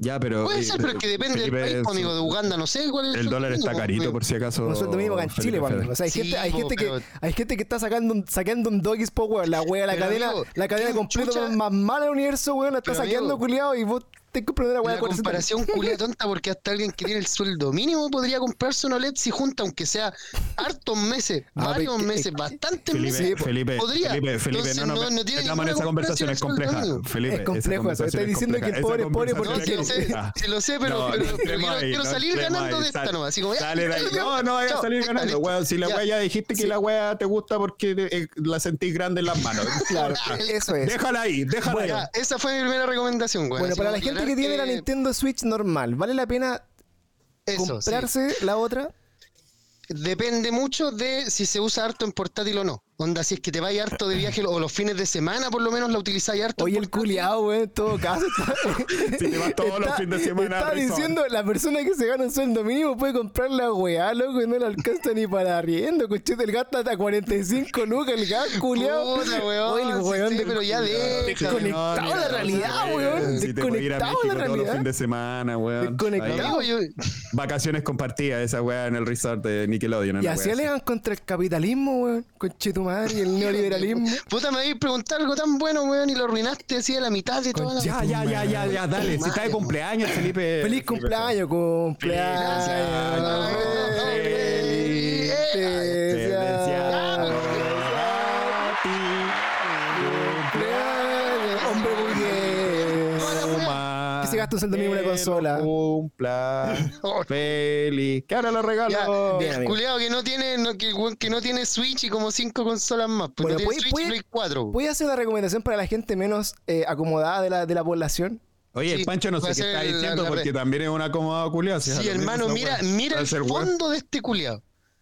Speaker 3: Ya, pero. eh,
Speaker 2: Puede ser, pero es que depende
Speaker 3: Felipe,
Speaker 2: del país, po, amigo, de Uganda, no sé cuál es
Speaker 3: El
Speaker 2: sueldo
Speaker 3: dólar está
Speaker 2: mínimo,
Speaker 3: carito,
Speaker 2: weón.
Speaker 3: por si acaso.
Speaker 1: Un sueldo mínimo acá
Speaker 2: Oh,
Speaker 1: en
Speaker 3: Felipe
Speaker 1: Chile,
Speaker 3: Fede.
Speaker 1: weón. O sea, hay
Speaker 2: Sí,
Speaker 1: gente, hay
Speaker 2: po,
Speaker 1: gente que,
Speaker 2: pero-
Speaker 1: hay gente que está sacando un, saqueando un doggies, po, weón. La weá, la
Speaker 2: Pero,
Speaker 1: cadena,
Speaker 2: amigo,
Speaker 1: la cadena
Speaker 2: ¿quién
Speaker 1: completa
Speaker 2: chucha-
Speaker 1: más mala del universo, weón, la está
Speaker 2: Pero,
Speaker 1: saqueando,
Speaker 2: amigo,
Speaker 1: culiado, y vos te compras una weá de
Speaker 2: La
Speaker 1: 400.
Speaker 2: comparación culia tonta porque hasta alguien que tiene el sueldo mínimo podría comprarse una OLED si junta, aunque sea hartos meses,
Speaker 1: Ah, pero
Speaker 2: varios
Speaker 1: es que-
Speaker 2: meses, bastantes meses.
Speaker 3: Felipe, Felipe,
Speaker 2: podría.
Speaker 3: Felipe, Felipe,
Speaker 2: Entonces,
Speaker 3: no, no,
Speaker 2: no- no tiene
Speaker 3: estamos
Speaker 2: ninguna
Speaker 3: en esa conversación, es
Speaker 2: comparación al
Speaker 3: compleja.
Speaker 2: sueldo.
Speaker 3: Felipe,
Speaker 1: Es
Speaker 3: esa
Speaker 1: complejo,
Speaker 3: conversación
Speaker 1: estoy
Speaker 3: es
Speaker 1: diciendo
Speaker 3: compleja.
Speaker 1: que el pobre
Speaker 3: Esa
Speaker 1: es pobre porque
Speaker 2: No,
Speaker 1: Pero
Speaker 2: sí,
Speaker 1: tiene-
Speaker 2: lo
Speaker 3: conversación es
Speaker 2: sé,
Speaker 3: compleja.
Speaker 2: sí lo sé, pero, pero-
Speaker 3: No, no
Speaker 2: pero
Speaker 3: entremos
Speaker 2: quiero,
Speaker 3: ahí,
Speaker 2: quiero
Speaker 3: no
Speaker 2: salir
Speaker 3: entremos
Speaker 2: ganando
Speaker 3: ahí,
Speaker 2: de esta
Speaker 3: sal-
Speaker 2: nomás. Así como, ya,
Speaker 3: Sale de ahí.
Speaker 2: ya,
Speaker 3: No, no vayas
Speaker 2: chao,
Speaker 3: a salir
Speaker 2: está
Speaker 3: ganando,
Speaker 2: listo.
Speaker 3: weón. Si la
Speaker 2: Ya.
Speaker 3: weá ya dijiste que la weá te gusta porque eh, la sentís grande en las manos.
Speaker 1: Claro, eso es.
Speaker 3: Déjala ahí, déjala
Speaker 1: Bueno,
Speaker 3: ahí.
Speaker 2: Ya, esa fue mi primera recomendación, weón.
Speaker 1: Bueno,
Speaker 2: Así
Speaker 1: para
Speaker 2: como
Speaker 1: la gente que
Speaker 2: aclarar
Speaker 1: tiene la Nintendo Switch normal, ¿vale la pena
Speaker 2: eso, sí.
Speaker 1: comprarse la otra?
Speaker 2: Depende mucho de si se usa harto en portátil o no. Onda, si es que te vais harto de viaje o los fines de semana, por lo menos la utilizáis harto.
Speaker 1: Oye, el culiao, güey, en todo caso. Está,
Speaker 3: Si te vas todos los fines de semana,
Speaker 1: Está
Speaker 3: Rizón.
Speaker 1: diciendo, la persona que se gana un sueldo mínimo puede comprar la weá, loco, y no le alcanza ni para arriendo. Cochete, el gato hasta 45 lucas, el gato culiao.
Speaker 2: Puta, weón,
Speaker 1: Oye, el
Speaker 2: sí,
Speaker 1: weón
Speaker 2: sí,
Speaker 1: del-
Speaker 2: pero ya deja.
Speaker 1: Desconectado
Speaker 3: No,
Speaker 1: a la
Speaker 3: mira,
Speaker 1: realidad,
Speaker 3: no,
Speaker 1: weón.
Speaker 3: Si te puedes ir
Speaker 1: Desconectado a
Speaker 3: a
Speaker 1: la
Speaker 3: México todos los
Speaker 1: realidad.
Speaker 3: fines de semana, weón.
Speaker 1: Desconectado.
Speaker 3: Ahí,
Speaker 2: Amigo, yo-
Speaker 3: Vacaciones compartidas, esa weá en el resort de Nickelodeon.
Speaker 1: Y
Speaker 3: una
Speaker 1: así
Speaker 3: weá
Speaker 1: alegan contra el capitalismo, weón. Conche tu madre y el neoliberalismo.
Speaker 2: Puta, me vais a preguntar algo tan bueno, weón, y lo arruinaste así a la mitad de toda la.
Speaker 3: Ya, ya, ya, ya, ya, dale. Si está de cumpleaños, Felipe.
Speaker 1: Feliz cumpleaños, cumpleaños.
Speaker 2: cumpleaños.
Speaker 1: feliz,
Speaker 3: Te deseamos
Speaker 2: pues,
Speaker 3: a ti
Speaker 1: Cumpleaños, Hombre burgués.
Speaker 3: cumpleaños.
Speaker 1: Que se gaste un sueldo mínimo en una consola.
Speaker 3: Cumpla. Feliz. Que ahora lo
Speaker 2: Oh. Ya,
Speaker 3: regalo.
Speaker 1: bien,
Speaker 2: el
Speaker 1: amigo.
Speaker 2: culiao que no tiene no, que, weón, que no tiene Switch y como cinco consolas más. Pues
Speaker 1: Bueno,
Speaker 2: no tiene
Speaker 1: puede-
Speaker 2: Switch
Speaker 1: puede-
Speaker 2: y Play 4.
Speaker 1: Voy a hacer una recomendación para la gente menos eh, acomodada de la, de la población.
Speaker 3: Oye,
Speaker 2: Sí,
Speaker 3: el Pancho no sé
Speaker 2: va a
Speaker 3: qué
Speaker 2: ser
Speaker 3: está
Speaker 2: la-
Speaker 3: diciendo
Speaker 2: la
Speaker 3: porque
Speaker 2: red.
Speaker 3: también es pues. un acomodado culiado.
Speaker 2: Sí, hermano, mira, mira el fondo de este culiao.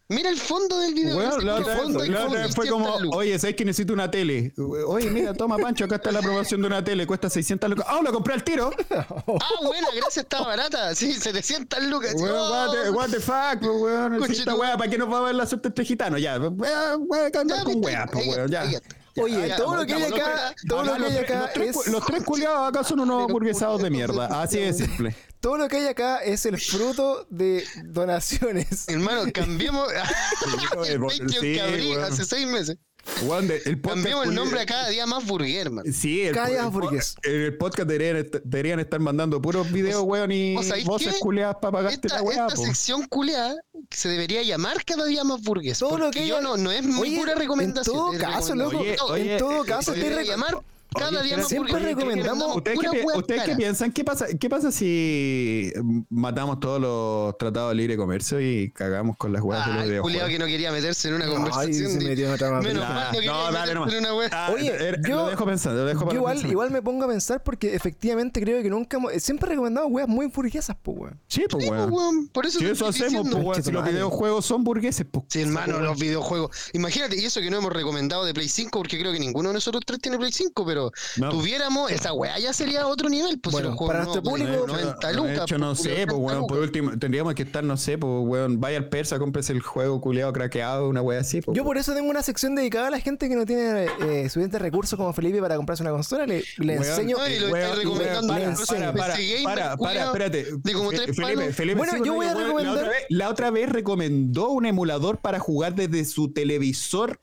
Speaker 2: Mira el fondo del video.
Speaker 3: Bueno,
Speaker 2: ese
Speaker 3: la otra
Speaker 2: fondo,
Speaker 3: vez,
Speaker 2: el
Speaker 3: la
Speaker 2: fondo,
Speaker 3: otra vez
Speaker 2: y
Speaker 3: fue como,
Speaker 2: ciertas luces.
Speaker 3: oye, ¿sabes que necesito una tele? Oye, mira, toma, Pancho, acá está la aprobación de una tele, cuesta 600 lucas. ¡Ah, la compré al tiro!
Speaker 2: Ah, buena, gracias, está barata. Sí, 700 lucas.
Speaker 3: Weón,
Speaker 2: Oh,
Speaker 3: what, the, what the fuck, pues, weón.
Speaker 2: Conche
Speaker 3: Si esta
Speaker 2: tu-
Speaker 3: weá, ¿para qué nos va a ver la suerte este gitano? Ya, weá, weá, que andar
Speaker 2: Ya,
Speaker 3: con
Speaker 2: viste,
Speaker 3: weá, pues,
Speaker 2: ahí
Speaker 3: weón, ya.
Speaker 2: ahí Ya,
Speaker 1: Oye,
Speaker 2: ya,
Speaker 1: todo lo que hay
Speaker 2: volvamos, los
Speaker 1: acá,
Speaker 2: tres-
Speaker 1: todo lo
Speaker 3: Acá
Speaker 1: que hay acá
Speaker 3: los tres,
Speaker 1: es.
Speaker 3: cu- los tres culiados acá son unos burguesados de mierda, así de simple.
Speaker 1: Todo lo que hay acá es el fruto de donaciones.
Speaker 2: Hermano, cambiemos. el Patreon
Speaker 3: Sí,
Speaker 2: que abrí
Speaker 3: weón.
Speaker 2: hace seis meses.
Speaker 3: Weón, de- el podcast
Speaker 2: Cambiemos el
Speaker 3: culiao-
Speaker 2: nombre a cada día más burger, hermano.
Speaker 3: Sí, el,
Speaker 1: Cada día
Speaker 3: el-
Speaker 1: más burgués.
Speaker 3: el, el podcast deberían, est- deberían estar mandando puros videos, weón, y
Speaker 2: o sea, ¿y
Speaker 3: voces
Speaker 2: qué?
Speaker 3: culiadas para pagarte
Speaker 2: Esta,
Speaker 3: la weá,
Speaker 2: esta
Speaker 3: po.
Speaker 2: sección culeada se debería llamar cada día más burgués.
Speaker 1: Todo lo
Speaker 2: porque
Speaker 1: que
Speaker 2: yo
Speaker 1: hay-
Speaker 2: no, no es muy
Speaker 1: Oye,
Speaker 2: pura recomendación.
Speaker 1: En todo
Speaker 2: es
Speaker 1: caso, loco.
Speaker 2: recomendación.
Speaker 3: Oye, eh,
Speaker 1: en todo
Speaker 3: oye,
Speaker 1: caso,
Speaker 2: se
Speaker 3: oye,
Speaker 1: estoy
Speaker 2: debería
Speaker 1: re-
Speaker 2: llamar cada día más
Speaker 1: siempre
Speaker 2: burgués.
Speaker 1: recomendamos-
Speaker 3: ¿Ustedes, qué,
Speaker 2: pura
Speaker 3: pi-
Speaker 2: hueá
Speaker 3: ustedes qué
Speaker 2: cara.
Speaker 3: piensan? ¿Qué pasa, ¿Qué pasa si matamos todos los tratados de libre comercio y cagamos con las weas de
Speaker 2: Ah,
Speaker 3: los
Speaker 2: el culiao
Speaker 3: videojuegos?
Speaker 2: que no quería meterse en una
Speaker 1: Ay,
Speaker 2: conversación.
Speaker 1: se
Speaker 2: de-
Speaker 1: metió en otra más.
Speaker 2: Menos
Speaker 3: Nah,
Speaker 2: mal, no quería
Speaker 3: no, dale
Speaker 2: meterse
Speaker 3: nomás.
Speaker 2: en una hueá.
Speaker 3: Ah,
Speaker 1: Oye,
Speaker 3: er-
Speaker 1: yo-
Speaker 3: lo dejo pensando, lo dejo
Speaker 1: Yo
Speaker 3: para
Speaker 1: igual,
Speaker 3: pensar.
Speaker 1: igual me pongo a pensar porque efectivamente creo que nunca hemos- siempre he recomendado weas muy burguesas, pues weón.
Speaker 3: Sí, pues,
Speaker 2: Sí,
Speaker 3: weón.
Speaker 2: weón, Por eso
Speaker 3: Si
Speaker 2: te
Speaker 3: eso
Speaker 2: estoy
Speaker 3: hacemos, pues,
Speaker 2: diciendo.
Speaker 3: weón, si los
Speaker 1: Madre.
Speaker 3: videojuegos son burgueses, pues.
Speaker 2: Sí, hermano, los videojuegos. Imagínate, y eso que no hemos recomendado de Play 5, porque creo que ninguno de nosotros tres tiene Play 5, pero
Speaker 3: No.
Speaker 2: tuviéramos esa weá ya sería otro nivel. Pues,
Speaker 1: Bueno,
Speaker 2: si los juegos
Speaker 1: para
Speaker 2: no,
Speaker 1: nuestro
Speaker 2: pues,
Speaker 1: público-
Speaker 3: No,
Speaker 2: 90
Speaker 3: no,
Speaker 2: lucas.
Speaker 3: de hecho, no
Speaker 2: pues,
Speaker 3: sé,
Speaker 2: 80
Speaker 3: pues, weón. Por
Speaker 2: lucas.
Speaker 3: último, tendríamos que estar, no sé, pues, weón. Vaya al persa, cómprese el juego culiado craqueado, una wea así, pues.
Speaker 1: Yo
Speaker 3: weón.
Speaker 1: por eso tengo una sección dedicada a la gente que no tiene eh, suficientes recursos como Felipe para comprarse una consola. Le, le
Speaker 3: Weón,
Speaker 1: enseño.
Speaker 2: Ay, lo
Speaker 3: weón,
Speaker 2: estoy
Speaker 3: weón,
Speaker 2: recomendando
Speaker 1: en
Speaker 3: Para,
Speaker 1: el
Speaker 3: para,
Speaker 2: PC
Speaker 3: para,
Speaker 2: gamer,
Speaker 3: para, para,
Speaker 2: culiao,
Speaker 3: espérate.
Speaker 2: de como tres
Speaker 3: Felipe,
Speaker 2: palos.
Speaker 3: Felipe,
Speaker 1: Bueno,
Speaker 3: sí,
Speaker 1: yo
Speaker 3: no,
Speaker 1: voy a
Speaker 3: weón, La
Speaker 1: recomendar-
Speaker 3: otra, vez, la otra vez recomendó un emulador para jugar desde su televisor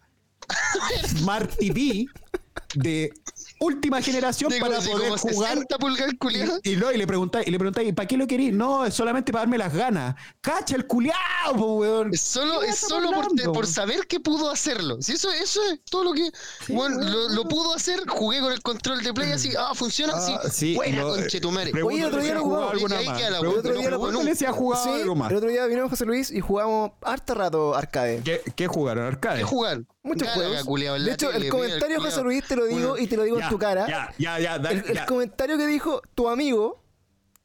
Speaker 3: Smart TV de última generación
Speaker 2: De
Speaker 3: para
Speaker 2: como- de
Speaker 3: poder
Speaker 2: como
Speaker 3: jugar
Speaker 2: 60 pulgadas, culiao.
Speaker 3: y, no, y le preguntáis, y le preguntáis, ¿y para qué lo querís? No, es solamente para darme las ganas. ¡Cacha el culiao, po, weón!
Speaker 2: Es solo,
Speaker 3: ¿Qué
Speaker 2: es
Speaker 3: estamos
Speaker 2: solo por,
Speaker 3: hablando?
Speaker 2: por saber que pudo hacerlo. Si eso, eso es todo lo que. bueno, lo, lo pudo hacer, jugué con el control de play así. Ah, funciona así.
Speaker 3: Ah, sí,
Speaker 2: Buena,
Speaker 1: eh,
Speaker 3: lo-
Speaker 2: conchetumare.
Speaker 3: pregúntale
Speaker 1: Oye, otro día
Speaker 3: si ha
Speaker 1: lo
Speaker 3: jugado
Speaker 2: jugamos.
Speaker 3: alguna
Speaker 2: Ahí
Speaker 3: más.
Speaker 2: queda la-
Speaker 3: Pregúntale-
Speaker 1: otro día lo-
Speaker 3: pregúntale si ha jugado
Speaker 1: Sí,
Speaker 3: algo más.
Speaker 1: el otro día vino José Luis y jugamos harto rato arcade.
Speaker 3: ¿Qué, qué jugaron? ¿Arcade?
Speaker 2: ¿Qué jugar?
Speaker 1: Muchos
Speaker 2: Galaga,
Speaker 1: juegos.
Speaker 2: culiao, en
Speaker 1: de
Speaker 2: la
Speaker 1: hecho,
Speaker 2: tele,
Speaker 1: el
Speaker 2: mira,
Speaker 1: comentario,
Speaker 2: culiao.
Speaker 1: José Luis, te lo digo
Speaker 2: Bueno,
Speaker 1: y te lo digo
Speaker 3: Ya,
Speaker 1: en tu cara.
Speaker 3: Ya, ya, ya. dale,
Speaker 1: el, el
Speaker 3: ya.
Speaker 1: comentario que dijo tu amigo,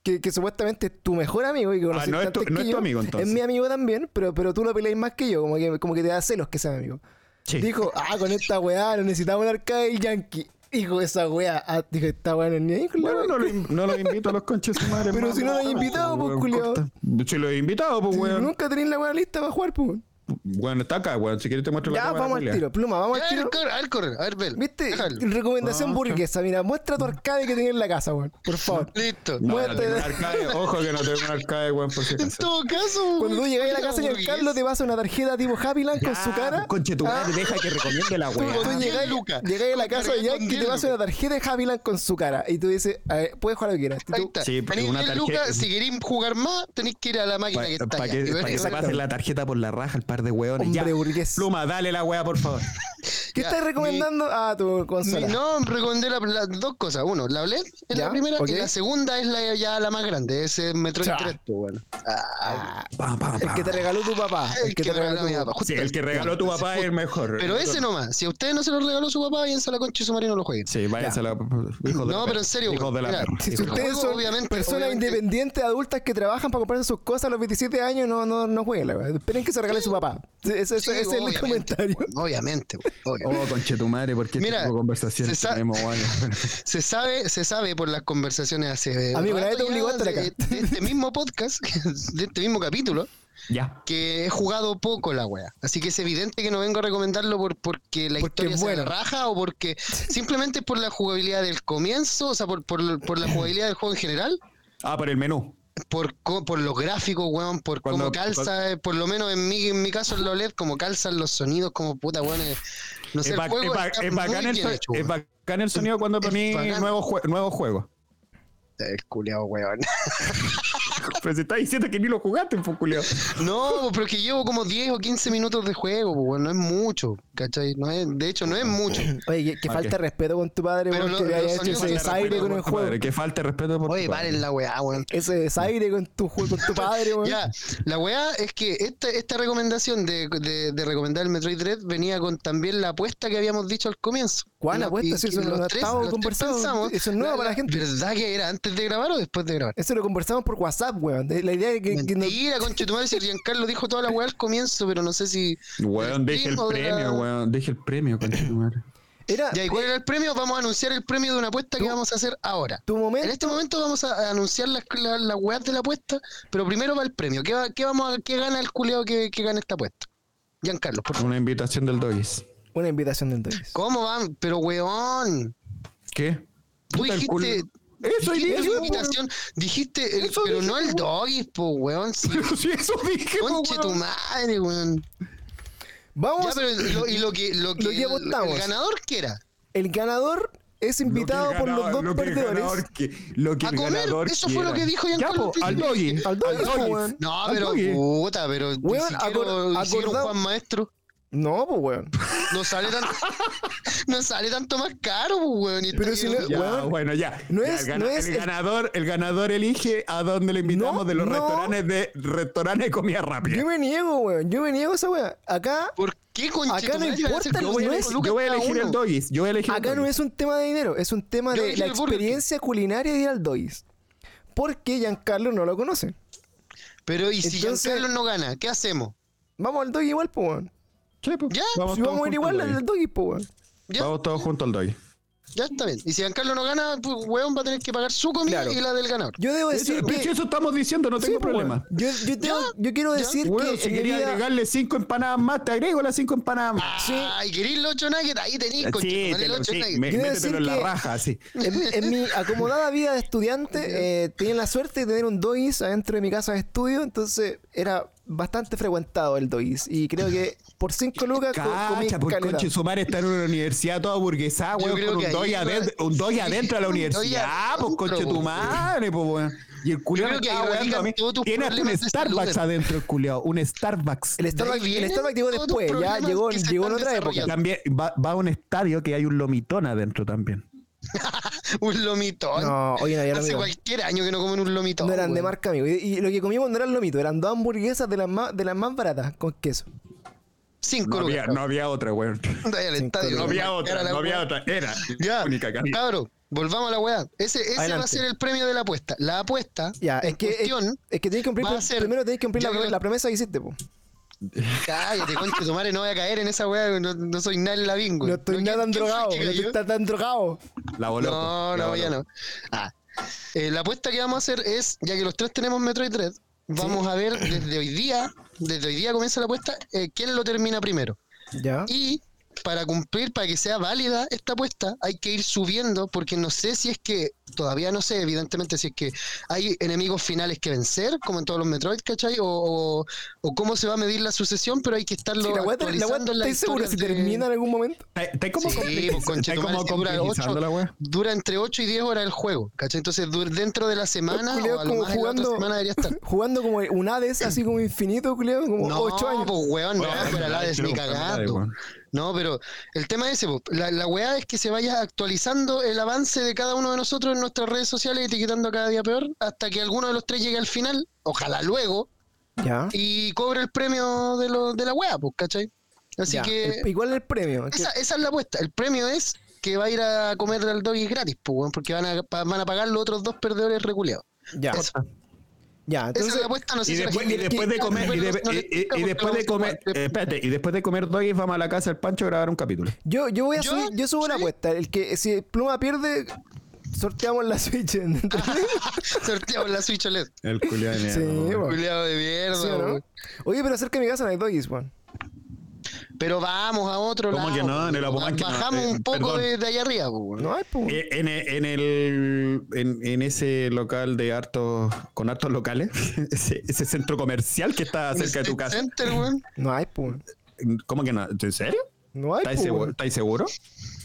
Speaker 1: que, que supuestamente es tu mejor amigo y que conoces
Speaker 3: Ah, no es tu-
Speaker 1: antes
Speaker 3: no
Speaker 1: que
Speaker 3: es tu
Speaker 1: yo,
Speaker 3: amigo, entonces.
Speaker 1: Es mi amigo también, pero, pero tú lo peleas más que yo, como que, como que te da celos que sea mi amigo.
Speaker 3: Sí.
Speaker 1: Dijo, ah, con esta weá no necesitamos el arcade del Yankee. Hijo de esa weá. Ah, dijo, esta weá no es ni ahí, con la
Speaker 3: Bueno,
Speaker 1: weá.
Speaker 3: no, lo in- no los invito a los conches de su madre.
Speaker 1: Pero si no los he invitado, pues, culiao.
Speaker 3: culiado. Si los he invitado, pues, weón.
Speaker 1: Nunca tenés la weá lista para jugar, pues.
Speaker 3: Bueno, está acá, weón. Si quieres te muestro la
Speaker 1: Ya,
Speaker 3: cámara,
Speaker 1: vamos al
Speaker 3: culiao.
Speaker 1: tiro. Pluma, vamos
Speaker 2: Ya,
Speaker 1: al
Speaker 2: a
Speaker 1: tiro.
Speaker 2: ver, corre, a ver, corre, a ver, ven,
Speaker 1: ¿Viste?
Speaker 2: déjalo.
Speaker 3: Ah,
Speaker 1: Recomendación burguesa. Mira, muestra tu arcade que tenés en la casa, weón. Por favor.
Speaker 2: Listo.
Speaker 3: No,
Speaker 1: Muerte
Speaker 3: no tengo
Speaker 1: de-
Speaker 3: un arcade. Ojo que no tengo un arcade, weón, por si
Speaker 2: En
Speaker 3: acaso.
Speaker 2: todo caso,
Speaker 1: Cuando tú
Speaker 2: güey,
Speaker 1: llegas a la
Speaker 2: una
Speaker 1: casa, el
Speaker 2: hamburguesa.
Speaker 1: Carlos te pasa una tarjeta tipo Happyland con su cara.
Speaker 3: Ah, pues,
Speaker 1: Ah,
Speaker 3: Conche tu madre, deja que recomiende la
Speaker 2: Tú,
Speaker 1: Tú
Speaker 2: con
Speaker 3: weón.
Speaker 2: diez
Speaker 1: llegáis
Speaker 2: lucas.
Speaker 1: llegáis a la
Speaker 2: Con
Speaker 1: casa de
Speaker 2: carga-
Speaker 1: Jack
Speaker 2: con
Speaker 1: y te
Speaker 2: diez
Speaker 1: pasa una
Speaker 2: lucas.
Speaker 1: tarjeta de Haviland con su cara. Y tú dices, a ver, puedes jugar lo que quieras. Y
Speaker 2: Ahí
Speaker 1: tú,
Speaker 2: está.
Speaker 3: Sí, pero
Speaker 2: Tenéis
Speaker 3: una
Speaker 2: 10
Speaker 3: tarjeta-
Speaker 2: lucas, si queréis jugar más, tenéis que ir a la máquina
Speaker 3: Para
Speaker 2: que está allá.
Speaker 3: que,
Speaker 2: Y
Speaker 3: pa'
Speaker 2: ver-
Speaker 3: que se
Speaker 2: ver-
Speaker 3: pase la tarjeta por la raja, el par de weones.
Speaker 1: Hombre
Speaker 3: ya.
Speaker 1: burgués.
Speaker 3: Pluma, dale la weá, por favor.
Speaker 1: ¿Qué
Speaker 2: Ya,
Speaker 1: estás
Speaker 2: mi-
Speaker 1: recomendando a tu
Speaker 2: Mi-
Speaker 1: consola?
Speaker 2: No, recomendé la- las dos cosas. Uno, la OLED es
Speaker 1: Ya,
Speaker 2: la primera
Speaker 1: ok.
Speaker 2: y la segunda es la, ya la más grande. Ese Metroid 3. pues, bueno.
Speaker 1: Ah,
Speaker 3: Pam, pam,
Speaker 1: el
Speaker 3: pam.
Speaker 1: que te regaló tu papá.
Speaker 2: El que me regaló mi papá.
Speaker 3: Sí,
Speaker 2: justo
Speaker 3: el que
Speaker 2: ese.
Speaker 3: regaló tu papá es el mejor.
Speaker 2: Pero ese nomás. Si a ustedes no se lo regaló su papá, váyanse a la concha y su marino lo jueguen.
Speaker 3: Sí, váyanse a la. Hijos de la
Speaker 2: No, pero
Speaker 3: perra.
Speaker 2: en serio.
Speaker 3: Hijos de la
Speaker 2: mira,
Speaker 3: perra.
Speaker 1: Si
Speaker 3: Hijos de la
Speaker 1: ustedes
Speaker 2: juego,
Speaker 1: son
Speaker 2: obviamente,
Speaker 1: personas
Speaker 2: obviamente-
Speaker 1: independientes, adultas que trabajan para comprarse sus cosas a los 27 años, no, no, no jueguen. la verdad. Esperen que se regale su papá. Sí, Ese, ese-
Speaker 2: sí,
Speaker 1: ese es el
Speaker 2: obviamente,
Speaker 1: comentario.
Speaker 2: pues, bueno, obviamente, pues, obvio.
Speaker 3: Oh, conchetumare, ¿por qué
Speaker 2: Mira,
Speaker 3: Mira, tipo de conversaciones
Speaker 2: se sa-
Speaker 3: tenemos, bueno?
Speaker 2: Se sabe, se sabe por las conversaciones hace.
Speaker 1: Amigo,
Speaker 2: rato
Speaker 1: nadie te obligó
Speaker 2: ya
Speaker 1: a estar acá.
Speaker 2: De, de este mismo podcast, de este mismo capítulo,
Speaker 3: Ya.
Speaker 2: que he jugado poco la wea. Así que es evidente que no vengo a recomendarlo por, porque la
Speaker 1: Porque
Speaker 2: historia
Speaker 1: es
Speaker 2: se
Speaker 1: bueno.
Speaker 2: la raja o porque simplemente por la jugabilidad del comienzo, o sea, por, por, por la jugabilidad del juego en general,
Speaker 3: Ah, por el menú.
Speaker 2: por, co- por los gráficos, weón, por
Speaker 3: Cuando-
Speaker 2: cómo calza, eh, por lo menos en mi, en mi caso en la OLED, cómo calzan los sonidos, como puta, weón. eh, no sé,
Speaker 3: Es,
Speaker 2: el
Speaker 3: bac-
Speaker 2: juego
Speaker 3: es bac-
Speaker 2: está
Speaker 3: es
Speaker 2: muy
Speaker 3: bacán el
Speaker 2: bien
Speaker 3: so-
Speaker 2: hecho,
Speaker 3: es
Speaker 2: weón.
Speaker 3: bacán el sonido cuando para mí
Speaker 2: bacán.
Speaker 3: nuevo, jue- nuevo juego.
Speaker 2: El culiao, weón.
Speaker 3: Pero se está diciendo que ni lo jugaste, Fuculio.
Speaker 2: No, porque llevo como 10 o 15 minutos de juego, pues, weón, no es mucho, ¿cachai? No es, de hecho, no es mucho.
Speaker 1: Oye, que, que
Speaker 3: Ok.
Speaker 1: falta de respeto con tu padre,
Speaker 2: Pero
Speaker 1: weón,
Speaker 2: lo-
Speaker 1: que te
Speaker 2: los
Speaker 1: haya hecho
Speaker 2: sonidos
Speaker 1: ese
Speaker 2: falta de
Speaker 1: desaire
Speaker 2: respeto
Speaker 1: con el juego.
Speaker 3: que falta de respeto por
Speaker 2: Oye,
Speaker 3: tu padre.
Speaker 2: paren la weá, weón.
Speaker 1: Ese desaire con tu juego, con tu padre, weón.
Speaker 2: Ya, la weá es que esta, esta recomendación de, de- de recomendar el Metroid Dread venía con también la apuesta que habíamos dicho al comienzo.
Speaker 1: ¿Cuál
Speaker 2: Y-
Speaker 1: apuesta?
Speaker 2: y-
Speaker 1: Sí,
Speaker 2: y
Speaker 1: eso lo
Speaker 2: los tres-
Speaker 1: estábamos
Speaker 2: los tres
Speaker 1: conversando.
Speaker 2: pensamos,
Speaker 1: Eso es nuevo para la gente.
Speaker 2: ¿Verdad que era antes de grabar o después de grabar?
Speaker 1: Eso lo conversamos por WhatsApp, weón. De- La idea de que, que no-
Speaker 2: Mentira, conchetumare, si Giancarlo dijo toda la weá al comienzo, pero no sé si...
Speaker 3: Weón, dije el
Speaker 2: primo de la-
Speaker 3: premio, weón. Dije el premio, conchetumare.
Speaker 1: era
Speaker 2: Ya, ¿y cuál era el premio? Vamos a anunciar el premio de una apuesta que vamos a hacer ahora.
Speaker 1: tu
Speaker 2: En
Speaker 1: momento.
Speaker 2: este momento vamos a a anunciar las, la- las weas de la apuesta, pero primero va el premio. ¿Qué, va- qué vamos a, qué gana el culeado que, que gana esta apuesta? Giancarlo, por favor.
Speaker 3: Una invitación del Doggies.
Speaker 1: Una invitación del Doris.
Speaker 2: ¿Cómo van? Pero weón,
Speaker 3: ¿Qué?
Speaker 2: tú
Speaker 3: Puta, el
Speaker 2: dijiste,
Speaker 3: culo. Eso
Speaker 2: dijiste
Speaker 3: dije,
Speaker 2: una
Speaker 3: po,
Speaker 2: invitación, dijiste, el-
Speaker 3: Eso
Speaker 2: pero
Speaker 3: dije,
Speaker 2: no el
Speaker 3: po.
Speaker 2: doggy, po weón, sí,
Speaker 3: weón. Sí, eso dije, po,
Speaker 2: conche tu
Speaker 3: weón.
Speaker 2: madre, weón.
Speaker 1: Vamos.
Speaker 2: Ya, pero lo, y lo que, lo que,
Speaker 1: que
Speaker 2: el,
Speaker 1: votamos.
Speaker 2: el ganador que era,
Speaker 1: El ganador es invitado por los dos perdedores.
Speaker 2: A comer, eso fue lo que dijo Giancarlo al
Speaker 3: al
Speaker 2: principio.
Speaker 3: Doggy.
Speaker 1: Al Doggy, po, weón.
Speaker 2: No,
Speaker 3: Al
Speaker 2: pero
Speaker 3: Doggy.
Speaker 2: puta, pero ni
Speaker 1: Weón,
Speaker 2: siquiera
Speaker 1: acor-
Speaker 2: lo hicieron
Speaker 1: acordado-
Speaker 2: Juan Maestro.
Speaker 1: No, pues, weón.
Speaker 2: No sale tan, no sale tanto más caro, po, weón. y
Speaker 1: Pero
Speaker 2: está
Speaker 1: si
Speaker 2: bien.
Speaker 1: no-
Speaker 3: Ya,
Speaker 1: Weón.
Speaker 3: bueno, ya.
Speaker 1: No
Speaker 3: Ya,
Speaker 1: es-
Speaker 3: el, gana-
Speaker 1: no es
Speaker 3: el
Speaker 1: el-
Speaker 3: ganador, el ganador elige a dónde le invitamos
Speaker 1: No,
Speaker 3: de los
Speaker 1: no.
Speaker 3: restaurantes de restaurantes de comida rápida.
Speaker 1: Yo me niego, weón. Yo me niego a esa weá. Acá,
Speaker 2: ¿Por qué conche
Speaker 1: Acá
Speaker 2: tu
Speaker 1: no
Speaker 2: madre van a
Speaker 1: importa,
Speaker 2: hacer
Speaker 1: yo
Speaker 2: como
Speaker 1: voy a
Speaker 2: cinco
Speaker 1: elegir-
Speaker 2: lucas
Speaker 3: yo voy a
Speaker 2: cada
Speaker 3: elegir
Speaker 2: uno?
Speaker 3: el Doggies. Yo voy a elegir
Speaker 1: acá
Speaker 3: el
Speaker 1: no
Speaker 3: Doggies.
Speaker 1: es un tema de dinero, es un tema
Speaker 2: Yo
Speaker 1: de
Speaker 2: dije
Speaker 1: la
Speaker 2: el Burger King.
Speaker 1: experiencia culinaria de ir al Doris. Porque Giancarlo no lo conoce.
Speaker 2: Pero y si
Speaker 1: Entonces-
Speaker 2: Giancarlo no gana, ¿qué hacemos?
Speaker 1: Vamos al Doris igual, pues, weón.
Speaker 3: Sí, po.
Speaker 2: Ya,
Speaker 1: Si
Speaker 3: todos
Speaker 1: vamos a ir
Speaker 3: juntos al
Speaker 1: igual al
Speaker 3: Doggies.
Speaker 1: Doris, pues, weón.
Speaker 2: Ya.
Speaker 3: Vamos todos juntos al Doggies.
Speaker 2: Ya está bien. Y si Giancarlo no gana, pues weón va a tener que pagar su comida
Speaker 1: Claro.
Speaker 2: y la del ganador.
Speaker 1: Yo debo
Speaker 3: De
Speaker 1: decir
Speaker 3: hecho,
Speaker 1: que.
Speaker 3: de hecho, eso estamos diciendo, no
Speaker 1: Sí,
Speaker 3: tengo
Speaker 1: pues, weón.
Speaker 3: problema.
Speaker 1: Yo, yo, tengo- yo quiero decir
Speaker 3: Bueno,
Speaker 1: que.
Speaker 3: si
Speaker 1: en mi
Speaker 3: quería
Speaker 1: vida-
Speaker 3: agregarle cinco empanadas más, te agrego las cinco empanadas más.
Speaker 1: Sí.
Speaker 2: Ay, querís los 8 nuggets, ahí tenéis con
Speaker 3: Sí, te lo- sí, me-
Speaker 1: Quiero
Speaker 3: métetelo
Speaker 1: decir
Speaker 3: en la
Speaker 1: que-
Speaker 3: raja, así.
Speaker 1: En, en mi acomodada vida de estudiante, eh, tenía la suerte de tener un dois adentro de mi casa de estudio, entonces era bastante frecuentado el dois. Y creo que por 5 lucas co- comí
Speaker 3: Cacha, por
Speaker 1: caleta.
Speaker 3: conche, su madre está en una universidad toda burguesada,
Speaker 2: Yo
Speaker 3: weón,
Speaker 2: creo
Speaker 3: con
Speaker 2: que
Speaker 3: un doy,
Speaker 2: ahí-
Speaker 3: adentro, un doy adentro de la
Speaker 2: Un doy
Speaker 3: universidad,
Speaker 2: adentro,
Speaker 3: pues conche
Speaker 2: po,
Speaker 3: tu madre, pues weón. Y el culiao
Speaker 2: creo
Speaker 3: me
Speaker 2: que
Speaker 3: estaba
Speaker 2: ahí
Speaker 3: weando a
Speaker 2: radican
Speaker 3: mí.
Speaker 2: todos tus
Speaker 3: Tiene hasta un
Speaker 2: problemas de salud.
Speaker 3: Starbucks adentro, el culiao, un Starbucks.
Speaker 1: El Starbucks,
Speaker 2: ahí
Speaker 1: el
Speaker 2: vienen
Speaker 1: Starbucks llegó
Speaker 2: todos tus
Speaker 1: después, ya
Speaker 2: problemas
Speaker 1: llegó,
Speaker 2: que se
Speaker 1: llegó en
Speaker 2: están
Speaker 1: otra época.
Speaker 2: desarrollando.
Speaker 3: También va, va a un estadio que hay un lomitón adentro también.
Speaker 2: Un lomitón.
Speaker 1: No, oye, no, ya lo
Speaker 2: Hace
Speaker 1: mismo.
Speaker 2: cualquier año que no comen un lomitón.
Speaker 1: No eran de
Speaker 2: weón.
Speaker 1: marca, amigo. Y, y lo que comíamos no eran lomitos, eran dos hamburguesas de las más, de las más baratas con queso.
Speaker 2: Cinco
Speaker 3: No había,
Speaker 2: lucas.
Speaker 3: no había otra, weón.
Speaker 2: Anda ahí al estadio,
Speaker 3: No
Speaker 2: weón.
Speaker 3: había otra,
Speaker 2: Cara la
Speaker 3: no había
Speaker 2: weá.
Speaker 3: otra. Era
Speaker 2: Ya,
Speaker 3: la única que había.
Speaker 2: cabro, volvamos a la weá. Ese, ese va a
Speaker 1: Adelante.
Speaker 2: ser el premio de la apuesta. La apuesta
Speaker 1: Ya,
Speaker 2: en
Speaker 1: es que, es,
Speaker 2: cuestión.
Speaker 1: es que tenés que cumplir,
Speaker 2: va a
Speaker 1: prim-
Speaker 2: ser-
Speaker 1: primero tenés que cumplir
Speaker 2: yo
Speaker 1: la,
Speaker 2: creo-
Speaker 1: la promesa que hiciste, po.
Speaker 2: Cállate, conche tu madre, no voy a caer en esa weá. No, no soy nada en la bingo.
Speaker 1: No estoy nada tan drogado, no estoy tan- tan drogado.
Speaker 3: La voló.
Speaker 2: No,
Speaker 3: la
Speaker 2: no,
Speaker 3: voló.
Speaker 2: ya no. Ah. Eh, la apuesta que vamos a hacer es, ya que los tres tenemos Metroid 3, vamos a ver desde hoy día, desde hoy día comienza la apuesta, eh, quién lo termina primero.
Speaker 1: Ya.
Speaker 2: Y para cumplir, para que sea válida esta apuesta, hay que ir subiendo, porque no sé si es que, todavía no sé, evidentemente, si es que hay enemigos finales que vencer, como en todos los Metroid, ¿cachai? O, o- o cómo se va a medir la sucesión, pero hay que estarlo
Speaker 1: Sí, la weá, la weá,
Speaker 2: actualizando en las
Speaker 1: ¿estáis seguros si
Speaker 2: historias de-
Speaker 1: termina en algún momento?
Speaker 3: Está- Está como
Speaker 2: Sí,
Speaker 3: complejiz-
Speaker 2: pues, conche,
Speaker 3: está
Speaker 2: tu madre,
Speaker 3: como
Speaker 2: si dura
Speaker 3: complejizando
Speaker 2: ocho-
Speaker 3: la weá.
Speaker 2: dura entre 8 y 10 horas el juego, ¿cachai? Entonces, dur- dentro de la semana
Speaker 1: Culeado,
Speaker 2: o a lo
Speaker 1: como
Speaker 2: más en la otra
Speaker 1: jugando-
Speaker 2: semana debería estar.
Speaker 1: Jugando como un Hades, así como infinito, culiao, como
Speaker 2: No,
Speaker 1: 8 años.
Speaker 2: pues, weón, no,
Speaker 3: Weón,
Speaker 2: pero la pues.
Speaker 3: ay,
Speaker 2: des
Speaker 3: quiero
Speaker 2: ni
Speaker 3: buscar la de,
Speaker 2: cagando.
Speaker 3: weón.
Speaker 2: No, pero el tema es ese, po. la, la weá es que se vaya actualizando el avance de cada uno de nosotros en nuestras redes sociales, etiquetando cada día peor, hasta que alguno de los tres llegue al final, ojalá luego,
Speaker 1: Ya.
Speaker 2: y cobre el premio de, lo, de la weá, pues, ¿cachai? Así
Speaker 1: Ya.
Speaker 2: que
Speaker 1: El- igual el premio. que-
Speaker 2: esa, esa es la apuesta. El premio es que va a ir a comer al doggy gratis, pues, weón, porque van a, pa- van a pagar los otros dos perdedores reculeados.
Speaker 1: ya.
Speaker 2: Eso.
Speaker 1: Ya,
Speaker 2: Esa es
Speaker 1: entonces.
Speaker 2: la apuesta, no sé
Speaker 3: Y
Speaker 2: si la
Speaker 3: después, y
Speaker 2: gente-
Speaker 3: después de comer, y, de-
Speaker 2: No le
Speaker 3: y-
Speaker 2: explica
Speaker 3: y- y
Speaker 2: porque
Speaker 3: después de
Speaker 2: lo vamos a
Speaker 3: comer, eh, espérate, y después de comer doggies vamos a la casa del Pancho a grabar un capítulo.
Speaker 1: Yo, yo voy a
Speaker 2: ¿Yo?
Speaker 1: subir, yo subo una
Speaker 2: ¿Sí?
Speaker 1: apuesta. El que si Pluma pierde, sorteamos la Switch. ¿entendés?
Speaker 2: Ah, Sorteamos la Switch OLED.
Speaker 3: El culiao de
Speaker 1: sí,
Speaker 3: mierda, weón.
Speaker 1: weón.
Speaker 2: Culeado de mierda,
Speaker 1: Sí, ¿o no?
Speaker 2: weón.
Speaker 1: Oye, pero cerca de mi casa no hay doggies, weón.
Speaker 2: Pero vamos a otro
Speaker 3: ¿Cómo
Speaker 2: lado.
Speaker 3: que no? En el
Speaker 2: weón.
Speaker 3: Apumanque no.
Speaker 2: Bajamos
Speaker 3: Eh,
Speaker 2: un poco
Speaker 3: perdón.
Speaker 2: de, de allá arriba, weón.
Speaker 1: No hay, pues.
Speaker 3: Eh, En, e- en el en, en ese local de hartos con hartos locales, ese, ese centro comercial que está
Speaker 2: En el
Speaker 3: cerca de tu
Speaker 2: State
Speaker 3: casa.
Speaker 2: Este Center, weón.
Speaker 1: No hay, pues.
Speaker 3: ¿Cómo que no? ¿En serio?
Speaker 1: No hay,
Speaker 3: ¿Estáis
Speaker 1: pues.
Speaker 3: seguro?
Speaker 1: weón.
Speaker 3: ¿Estáis seguro?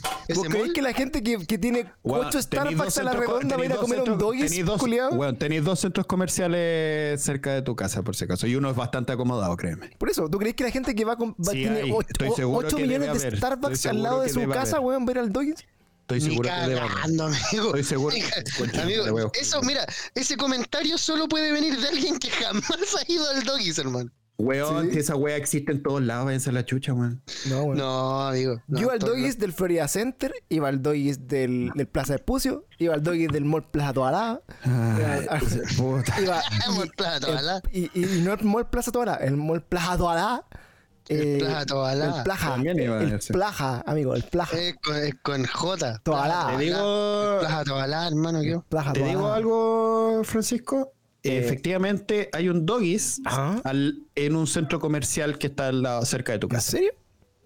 Speaker 1: ¿Vos
Speaker 2: Ese
Speaker 1: creéis
Speaker 2: mall.
Speaker 1: que la gente que, que tiene
Speaker 3: Weón,
Speaker 1: ocho
Speaker 3: tenéis
Speaker 1: Starbucks
Speaker 3: dos
Speaker 1: a la
Speaker 3: centros co-
Speaker 1: redonda va a ir a
Speaker 3: tenéis
Speaker 1: comer
Speaker 3: dos
Speaker 1: un
Speaker 3: centros-
Speaker 1: doggies,
Speaker 3: tenéis dos-
Speaker 1: culiao?
Speaker 3: Weón, tenéis dos centros comerciales cerca de tu casa, por si acaso. Y uno es bastante acomodado, créeme.
Speaker 1: Por eso, ¿tú crees que la gente que va a com- va-
Speaker 3: Sí,
Speaker 1: tiene
Speaker 3: hay,
Speaker 1: 8,
Speaker 3: estoy seguro que debe
Speaker 1: millones de
Speaker 3: haber,
Speaker 1: Starbucks
Speaker 3: estoy
Speaker 1: al
Speaker 3: seguro
Speaker 1: lado de
Speaker 3: que
Speaker 1: su
Speaker 3: debe
Speaker 1: casa,
Speaker 3: haber.
Speaker 1: weón, va a ir al Doggies?
Speaker 3: Estoy
Speaker 2: Ni
Speaker 3: seguro que debe haber.
Speaker 2: cagando, amigo.
Speaker 3: Estoy seguro.
Speaker 2: Ni ca-
Speaker 3: Te voy a
Speaker 2: Amigo,
Speaker 3: buscar.
Speaker 2: eso, mira, ese comentario solo puede venir de alguien que jamás ha ido al doggies, hermano.
Speaker 3: Weón, que esa wea existe en todos lados, váyanse a la chucha, weón.
Speaker 1: No, weón.
Speaker 2: No, amigo. no,
Speaker 1: Yo al
Speaker 2: todo-
Speaker 1: Doggies del Florida Center, iba al Doggies del, del Plaza de Pucio, iba al Doggies del Mall Plaza Toalá, Ah,
Speaker 3: Ay, puta.
Speaker 1: iba...
Speaker 2: Mall Plaza Toalá.
Speaker 1: Y, y- y no el Mall Plaza Toalá, el Mall Plaza Toalá. eh,
Speaker 2: Plaza Eh, Toalá.
Speaker 1: El Plaja.
Speaker 3: También iba a
Speaker 1: El
Speaker 3: ese.
Speaker 1: Plaja, amigo, el Plaja.
Speaker 2: Es con, es con J.
Speaker 1: Toalá.
Speaker 2: Plaza
Speaker 3: Te digo-
Speaker 2: Plaza Toalá, hermano. ¿qué?
Speaker 1: Plaza
Speaker 3: Te
Speaker 1: Toalá.
Speaker 3: digo algo, Francisco.
Speaker 1: Eh,
Speaker 3: Efectivamente, hay un doggies
Speaker 1: Ajá.
Speaker 3: al- en un centro comercial que está al lado, cerca de tu
Speaker 1: ¿En
Speaker 3: casa.
Speaker 1: serio?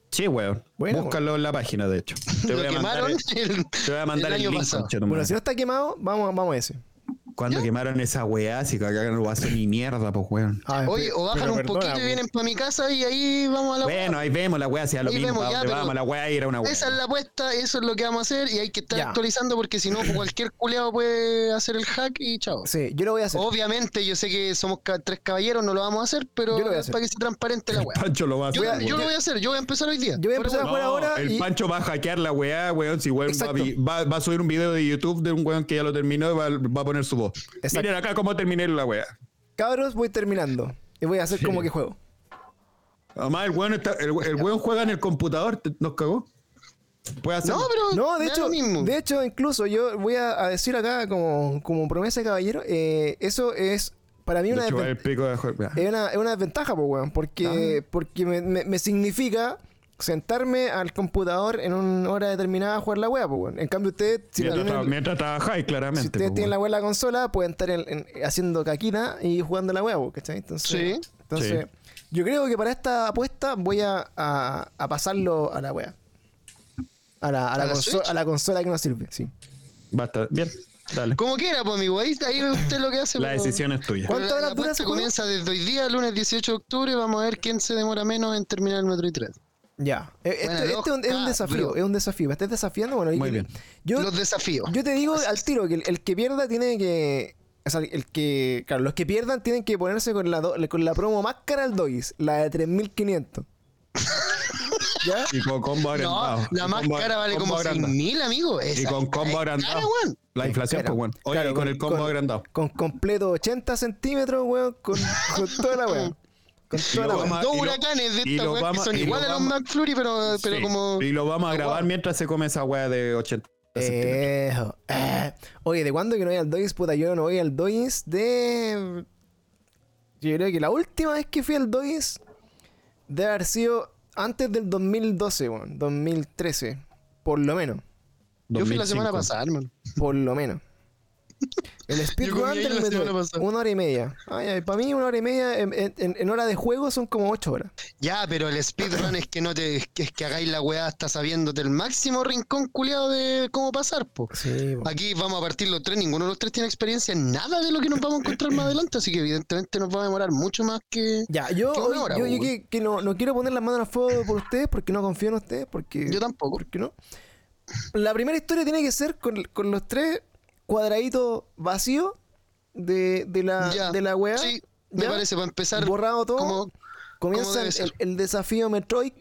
Speaker 3: Sí, weón.
Speaker 1: Bueno,
Speaker 3: Búscalo en la página, de hecho. Te
Speaker 2: Lo
Speaker 3: voy a mandar
Speaker 2: quemaron
Speaker 3: el,
Speaker 2: el,
Speaker 3: te voy a mandar
Speaker 2: el
Speaker 3: el
Speaker 2: año
Speaker 3: link,
Speaker 2: pasado.
Speaker 3: conchetumare.
Speaker 1: Bueno, si no está quemado, vamos, vamos a ese.
Speaker 3: Cuando quemaron esa weá, si cagaron no lo hacen ni mierda, pues weón.
Speaker 1: Ah,
Speaker 2: Oye,
Speaker 1: pero-
Speaker 2: o bajan
Speaker 1: pero
Speaker 2: un
Speaker 1: perdona,
Speaker 2: poquito y
Speaker 1: weón.
Speaker 2: vienen para mi casa y ahí vamos a la
Speaker 3: Bueno, ahí vemos la weá, si a lo
Speaker 2: Ahí
Speaker 3: mismo,
Speaker 2: vemos,
Speaker 3: ¿a
Speaker 2: ya,
Speaker 3: dónde
Speaker 2: pero-
Speaker 3: vamos? La weá era una weá.
Speaker 2: Esa es la apuesta, eso es lo que vamos a hacer y hay que estar
Speaker 1: Ah, Ya.
Speaker 2: actualizando porque si no cualquier culeado puede hacer el hack y chao.
Speaker 1: Sí, yo lo voy a
Speaker 2: Oh,
Speaker 1: hacer.
Speaker 2: Obviamente yo sé que somos ca- tres caballeros, no lo vamos a hacer, pero
Speaker 1: Yo lo voy a hacer.
Speaker 2: para que sea transparente la weá.
Speaker 3: Pancho lo va a
Speaker 2: Yo,
Speaker 3: hacer.
Speaker 2: yo
Speaker 3: weón.
Speaker 2: lo voy a hacer, yo voy a empezar hoy día.
Speaker 1: Yo voy a
Speaker 2: Por
Speaker 1: empezar
Speaker 2: eso-
Speaker 1: a jugar ahora
Speaker 3: el
Speaker 1: y...
Speaker 3: Pancho va a hackear la weá, weón. Si weón va, a
Speaker 1: Exacto.
Speaker 3: vi- va- va a subir un video de YouTube de un weón que ya lo terminó y va, va a poner su voz.
Speaker 1: Exacto.
Speaker 3: Miren acá cómo terminé la weá.
Speaker 1: Cabros, voy terminando. Y voy a hacer como que juego.
Speaker 3: Además, el weón, está- el, el weón juega en el computador, te- nos cagó. Puede hacer.
Speaker 2: No, pero
Speaker 1: No,
Speaker 2: me
Speaker 1: de
Speaker 2: da
Speaker 1: hecho,
Speaker 2: lo mismo.
Speaker 1: de hecho, incluso yo voy a, a decir acá como, como promesa de caballero, eh, eso es para mí
Speaker 3: De
Speaker 1: una,
Speaker 3: hecho,
Speaker 2: este,
Speaker 1: desven-
Speaker 3: el pico de jugar.
Speaker 2: eh,
Speaker 1: es una, es una desventaja, pues, weón, porque, porque me, me- me significa sentarme al computador en una hora determinada a jugar la wea, pues, weón. En cambio, ustedes, si la
Speaker 3: mientras,
Speaker 1: tienen-
Speaker 3: traba- mientras trabajáis, claramente.
Speaker 1: si ustedes
Speaker 3: pues,
Speaker 1: tienen la
Speaker 3: weón.
Speaker 1: wea en la consola, pueden estar en- en- haciendo caquita y jugando la wea, pues, ¿cachai? Entonces,
Speaker 2: Sí.
Speaker 1: entonces yo creo que para esta apuesta voy a, a- a pasarlo a la wea. A la, a la
Speaker 2: ¿A la
Speaker 1: conso-
Speaker 2: Switch?
Speaker 1: a la consola que nos sirve, sí.
Speaker 3: Basta, bien, dale.
Speaker 2: Como quiera, pues mi wey, ahí usted lo que hace.
Speaker 3: La
Speaker 2: pero-
Speaker 3: decisión es tuya.
Speaker 1: ¿Cuánto
Speaker 2: Pero la-
Speaker 1: horas
Speaker 2: la
Speaker 1: dura
Speaker 2: apuesta
Speaker 1: ese juego?
Speaker 2: comienza desde hoy día, lunes 18 de octubre, vamos a ver quién se demora menos en terminar el Metroid 3.
Speaker 1: Ya. Eh, Este,
Speaker 2: Buena
Speaker 1: este es, un, es un
Speaker 2: loca,
Speaker 1: desafío,
Speaker 2: bro.
Speaker 1: es un desafío. ¿Me estás desafiando? Bueno,
Speaker 3: Muy
Speaker 1: yo-
Speaker 3: bien.
Speaker 1: Yo,
Speaker 2: Los desafíos.
Speaker 1: yo te digo al tiro que el, el que pierda tiene que. O sea, el que. Claro, los que pierdan tienen que ponerse con la, do- con la promo más cara al Doggies, la de 3500. ¿Ya?
Speaker 3: Y con combo agrandado.
Speaker 2: No, la
Speaker 3: Y
Speaker 2: más
Speaker 3: combo-
Speaker 2: cara vale
Speaker 3: combo
Speaker 2: como
Speaker 3: agrandado.
Speaker 2: 6.000, amigo. Esa
Speaker 3: Y con combo
Speaker 2: cara es cara,
Speaker 3: agrandado.
Speaker 2: weón.
Speaker 3: La inflación,
Speaker 1: Claro,
Speaker 3: pues, weón. Oye,
Speaker 1: claro,
Speaker 3: y con el combo agrandado.
Speaker 1: Con completo 80 centímetros, weón, con, con toda la weón. Con
Speaker 3: Y
Speaker 1: toda
Speaker 3: lo
Speaker 1: la
Speaker 3: vamos
Speaker 1: weón.
Speaker 3: a-
Speaker 2: Dos
Speaker 3: y lo-
Speaker 2: huracanes de
Speaker 3: y
Speaker 2: esta
Speaker 3: lo
Speaker 2: weá que
Speaker 3: vamos-
Speaker 2: son
Speaker 3: y lo
Speaker 2: igual a los
Speaker 3: vamos-
Speaker 2: McFlurry, pero, pero
Speaker 3: Sí.
Speaker 2: como.
Speaker 3: Y lo vamos a grabar
Speaker 2: guau.
Speaker 3: mientras se come esa weá de 80 centímetros.
Speaker 1: Ejo, eh. Oye, ¿de cuándo que no voy al Dois? Puta, yo no voy al Dois de... Yo creo que la última vez que fui al Dois debe haber sido antes del 2012, weón. 2013. Por lo menos.
Speaker 2: Yo fui la semana
Speaker 3: 2005.
Speaker 2: pasada, hermano.
Speaker 1: Por lo menos. El
Speaker 2: comí
Speaker 1: speedrun
Speaker 2: ahí
Speaker 1: del
Speaker 2: la
Speaker 1: Metroid,
Speaker 2: semana pasada.
Speaker 1: Una hora y media. Ay, ay, para mí una hora y media en, en- en- en hora de juego son como ocho horas.
Speaker 2: Ya, pero el speedrun es que no te es que, es que hagáis la weá hasta sabiéndote el máximo rincón culiado de cómo pasar, po.
Speaker 1: Sí,
Speaker 2: Aquí vamos a partir los tres, ninguno de los tres tiene experiencia en nada de lo que nos vamos a encontrar más adelante, así que evidentemente nos va a demorar mucho más que.
Speaker 1: Ya, yo,
Speaker 2: Qué buena
Speaker 1: hoy-
Speaker 2: hora,
Speaker 1: yo, yo
Speaker 2: weón.
Speaker 1: que, que no, no quiero poner las manos al fuego por ustedes porque no confío en ustedes, porque...
Speaker 2: Yo tampoco.
Speaker 1: ¿Por qué no? La primera historia tiene que ser con, con los tres cuadraditos vacíos de, de la,
Speaker 2: Ya.
Speaker 1: de la weá.
Speaker 2: Sí, me
Speaker 1: ¿ya?
Speaker 2: parece, para empezar.
Speaker 1: Borrado todo.
Speaker 2: como-
Speaker 1: comienza
Speaker 2: debe
Speaker 1: el,
Speaker 2: ser.
Speaker 1: el desafío Metroid.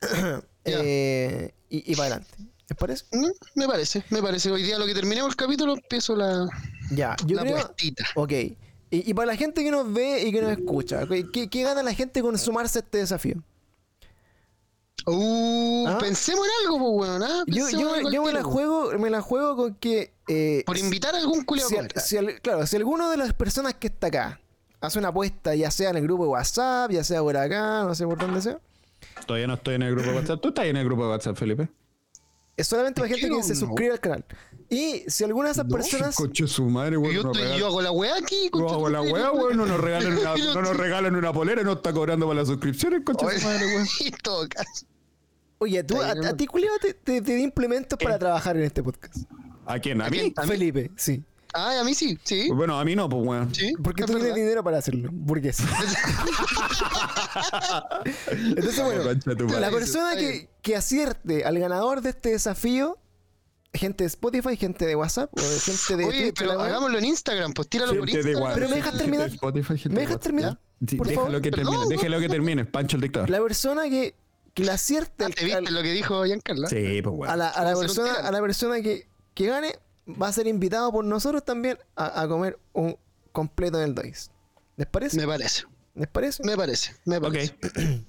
Speaker 2: Ya.
Speaker 1: eh, y, y para adelante. ¿Les parece?
Speaker 2: Mm, Me parece, me parece. Hoy día lo que terminemos el capítulo, empiezo la,
Speaker 1: Ya, yo
Speaker 2: la
Speaker 1: creo...
Speaker 2: puestita.
Speaker 1: Ok. Y, y para la gente que nos ve y que nos escucha, ¿qué- ¿qué, qué gana la gente con sumarse a este desafío?
Speaker 2: Uh,
Speaker 1: ¿Ah?
Speaker 2: Pensemos en algo, pues, weón. ¿ah?
Speaker 1: Yo,
Speaker 2: Pensemos
Speaker 1: yo,
Speaker 2: en algo
Speaker 1: me-
Speaker 2: al
Speaker 1: yo me, la
Speaker 2: tiro, po.
Speaker 1: juego, me la juego con que... eh,
Speaker 2: Por invitar a algún culiao
Speaker 1: si,
Speaker 2: a
Speaker 1: al-
Speaker 2: comer.
Speaker 1: si al- claro, si alguno de las personas que está acá hace una apuesta, ya sea en el grupo de WhatsApp, ya sea por acá, no sé por dónde sea,
Speaker 3: Todavía no estoy en el grupo de WhatsApp. Tú estás en el grupo de WhatsApp, Felipe.
Speaker 1: es solamente para gente que
Speaker 2: quiero,
Speaker 1: se
Speaker 2: no.
Speaker 1: suscribe al canal. Y si alguna de esas personas.
Speaker 3: Coche su madre,
Speaker 2: Y
Speaker 3: weón.
Speaker 2: Yo,
Speaker 3: no
Speaker 2: estoy-
Speaker 3: regala-
Speaker 2: yo hago la weá aquí.
Speaker 3: Yo hago la weá, weón. No nos regalan una, no nos regalan una polera, no está cobrando para la suscripción el coche su madre, weón.
Speaker 2: En todo caso.
Speaker 1: Oye, tú, a,
Speaker 2: Está bien,
Speaker 1: a ti, culiao, te, te, te di implementos para trabajar en este podcast.
Speaker 3: ¿A quién? ¿A
Speaker 2: ¿A
Speaker 3: mí?
Speaker 2: quién? Eh. ¿A mí?
Speaker 1: Felipe, sí.
Speaker 2: Ay, a mí sí, sí.
Speaker 3: Bueno, a mí no, pues weón.
Speaker 2: sí
Speaker 1: Porque
Speaker 2: es
Speaker 1: tú tienes
Speaker 2: verdad.
Speaker 1: dinero para hacerlo. Porque sí. Entonces, bueno,
Speaker 3: Concha tu madre.
Speaker 1: la persona que, que acierte al ganador de este desafío, gente de Spotify, gente de WhatsApp, o de gente de
Speaker 2: Oye,
Speaker 1: Twitch, la
Speaker 2: pero
Speaker 1: wea,
Speaker 2: hagámoslo en Instagram, pues tíralo por
Speaker 3: Gente de
Speaker 2: Instagram.
Speaker 3: WhatsApp.
Speaker 1: Pero me dejas
Speaker 3: gente
Speaker 1: terminar.
Speaker 3: de Spotify, gente
Speaker 1: ¿Me
Speaker 3: de
Speaker 1: dejas
Speaker 3: WhatsApp.
Speaker 1: terminar?
Speaker 3: Sí,
Speaker 1: Por
Speaker 3: déjalo
Speaker 1: favor.
Speaker 3: que termine,
Speaker 2: Perdón,
Speaker 3: déjalo que termine, Pancho el dictador.
Speaker 1: La persona que, que la acierte
Speaker 2: Ah,
Speaker 1: al-
Speaker 2: ¿Te viste
Speaker 1: al-
Speaker 2: lo que dijo Giancarlo?
Speaker 3: Sí, pues weón.
Speaker 1: a la, a la
Speaker 2: Vamos a hacer un
Speaker 1: persona,
Speaker 2: tirano.
Speaker 1: a la persona que, que gane va a ser invitado por nosotros también a, a comer un completo en el Dois. ¿Les parece?
Speaker 2: Me parece,
Speaker 1: ¿Les parece?
Speaker 2: me parece, me
Speaker 3: Ok.
Speaker 2: parece.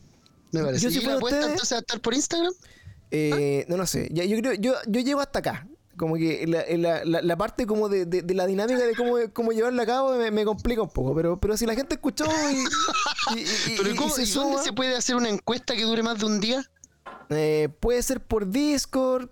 Speaker 2: Me parece.
Speaker 1: Yo si
Speaker 2: ¿Y
Speaker 1: fuera
Speaker 2: la apuesta
Speaker 1: ustedes-
Speaker 2: entonces va a estar por Instagram? ¿Ah?
Speaker 1: Eh, no, no sé. Ya, yo creo, yo, yo llego hasta acá. Como que la, eh, la- la- la parte como de, de- de la dinámica de cómo, cómo llevarla a cabo me, me complica un poco. Pero, pero si la gente escuchó y, y- y- y-
Speaker 2: ¿Pero
Speaker 1: y
Speaker 2: cómo,
Speaker 1: se
Speaker 2: ¿y dónde
Speaker 1: suma,
Speaker 2: se puede hacer una encuesta que dure más de un día?
Speaker 1: eh, puede ser por Discord.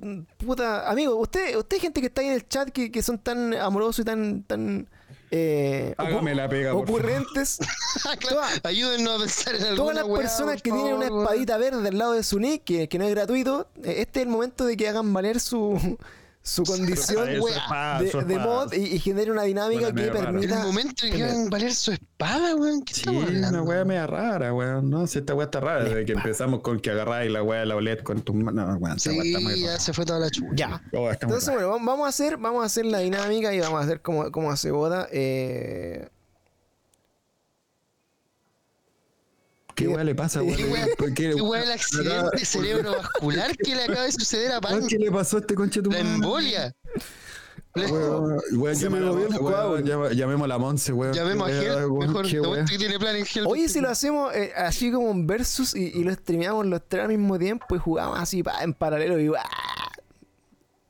Speaker 1: mm, Puta, amigo, usted, usted gente que está ahí en el chat que, que son tan amorosos y tan, tan eh,
Speaker 3: Hágame la pega, por favor.
Speaker 1: ocurrentes.
Speaker 2: Ah, claro.
Speaker 1: Todas-
Speaker 2: Ayúdennos a pensar en alguna
Speaker 1: Todas las
Speaker 2: weá,
Speaker 1: personas
Speaker 2: por
Speaker 1: que tienen una
Speaker 2: favor, weón.
Speaker 1: espadita verde al lado de su nick, que, que no es gratuito, eh, este es el momento de que hagan valer su, su condición
Speaker 3: Eso,
Speaker 2: wea.
Speaker 3: espada,
Speaker 1: de,
Speaker 3: Ah, eso,
Speaker 1: de
Speaker 3: espada.
Speaker 1: mod y, y genere una dinámica
Speaker 3: Bueno,
Speaker 1: que
Speaker 3: medio raro.
Speaker 1: permita.
Speaker 2: El momento en que
Speaker 1: Tener.
Speaker 2: hagan valer su espada, weón. ¿Qué
Speaker 3: Sí,
Speaker 2: estamos hablando?
Speaker 3: una weá media rara, weón. No, si esta weá está rara. Desde que empezamos con que agarráis la weá de la OLED con tu mano. No, weón, esta weá está muy
Speaker 2: Sí, ya
Speaker 3: rara.
Speaker 2: se fue toda la chucha.
Speaker 1: Ya.
Speaker 3: Oh, está muy
Speaker 1: Entonces, bueno, vam- vamos a hacer, vamos a hacer la dinámica y vamos a hacer como, como hace boda. Eh,
Speaker 3: rara. ¿Qué weá le pasa, weón?
Speaker 2: ¿Qué weá-
Speaker 3: ¿Por
Speaker 2: Qué weá el accidente cerebrovascular que le acaba de suceder a Pan.
Speaker 3: Weón, ¿Qué le pasó a este conche tu
Speaker 2: La
Speaker 3: madre?
Speaker 2: embolia. La-
Speaker 3: Weón, weón,
Speaker 1: Se
Speaker 3: llama
Speaker 1: me
Speaker 3: a la
Speaker 1: movió el
Speaker 3: Monse, weón,
Speaker 1: coágulo.
Speaker 3: llama- Llamemos a la Monse, weón.
Speaker 2: Llamemos a
Speaker 3: Weón,
Speaker 2: Gel,
Speaker 3: weón,
Speaker 2: mejor.
Speaker 3: qué
Speaker 2: Te
Speaker 3: weón.
Speaker 2: cuento que tiene plan en Gel.
Speaker 1: oye, si lo hacemos eh, así como un versus y, y lo streameamos los tres al mismo tiempo y jugamos así pa, en paralelo y ¡ah!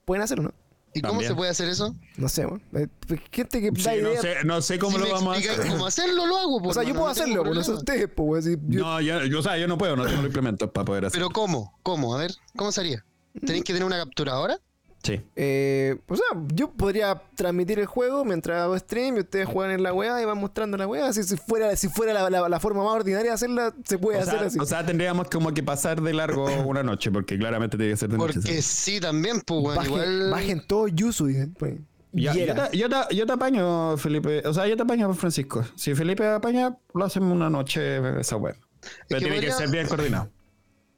Speaker 1: pueden hacerlo, ¿no?
Speaker 2: ¿Y cómo
Speaker 3: También.
Speaker 2: se puede hacer eso?
Speaker 1: No sé, bueno. Eh, pues, gente que
Speaker 3: Sí,
Speaker 1: da
Speaker 3: no
Speaker 1: ideas
Speaker 3: sé, no sé cómo
Speaker 2: Si
Speaker 3: lo
Speaker 2: me
Speaker 3: vamos a
Speaker 2: explicáis
Speaker 3: hacer.
Speaker 2: cómo hacerlo, lo hago,
Speaker 1: O sea,
Speaker 2: pues,
Speaker 1: yo puedo
Speaker 2: hermano, no tengo
Speaker 1: hacerlo, pues, no sé
Speaker 2: problema.
Speaker 1: ustedes, pues, weón, si yo-
Speaker 3: No, yo, yo, o sea, yo no puedo, no tengo los implementos para poder hacer.
Speaker 2: Pero ¿cómo? ¿Cómo? A ver, ¿cómo sería?
Speaker 1: Mm.
Speaker 2: ¿Tenéis que tener una capturadora?
Speaker 3: Sí.
Speaker 1: Eh, o sea, yo podría transmitir el juego mientras hago stream y ustedes juegan en la weá y van mostrando la weá. Así, si fuera, si fuera la, la- la forma más ordinaria de hacerla, se puede
Speaker 3: O
Speaker 1: hacer
Speaker 3: sea,
Speaker 1: así.
Speaker 3: o sea, tendríamos como que pasar de largo una noche, porque claramente tiene que ser de noche.
Speaker 2: Porque
Speaker 3: ¿sí?
Speaker 2: sí, también, pues, weón.
Speaker 1: bajen,
Speaker 2: igual...
Speaker 1: bajen todo Yuzu, dicen. pues.
Speaker 3: Ya, yo,
Speaker 1: Yera.
Speaker 3: te, yo, te, yo te apaño, Felipe. O sea, yo te apaño, Francisco. Si Felipe apaña, lo hacemos una noche esa web.
Speaker 2: que
Speaker 3: Pero tiene que
Speaker 2: podría-
Speaker 3: ser bien coordinado.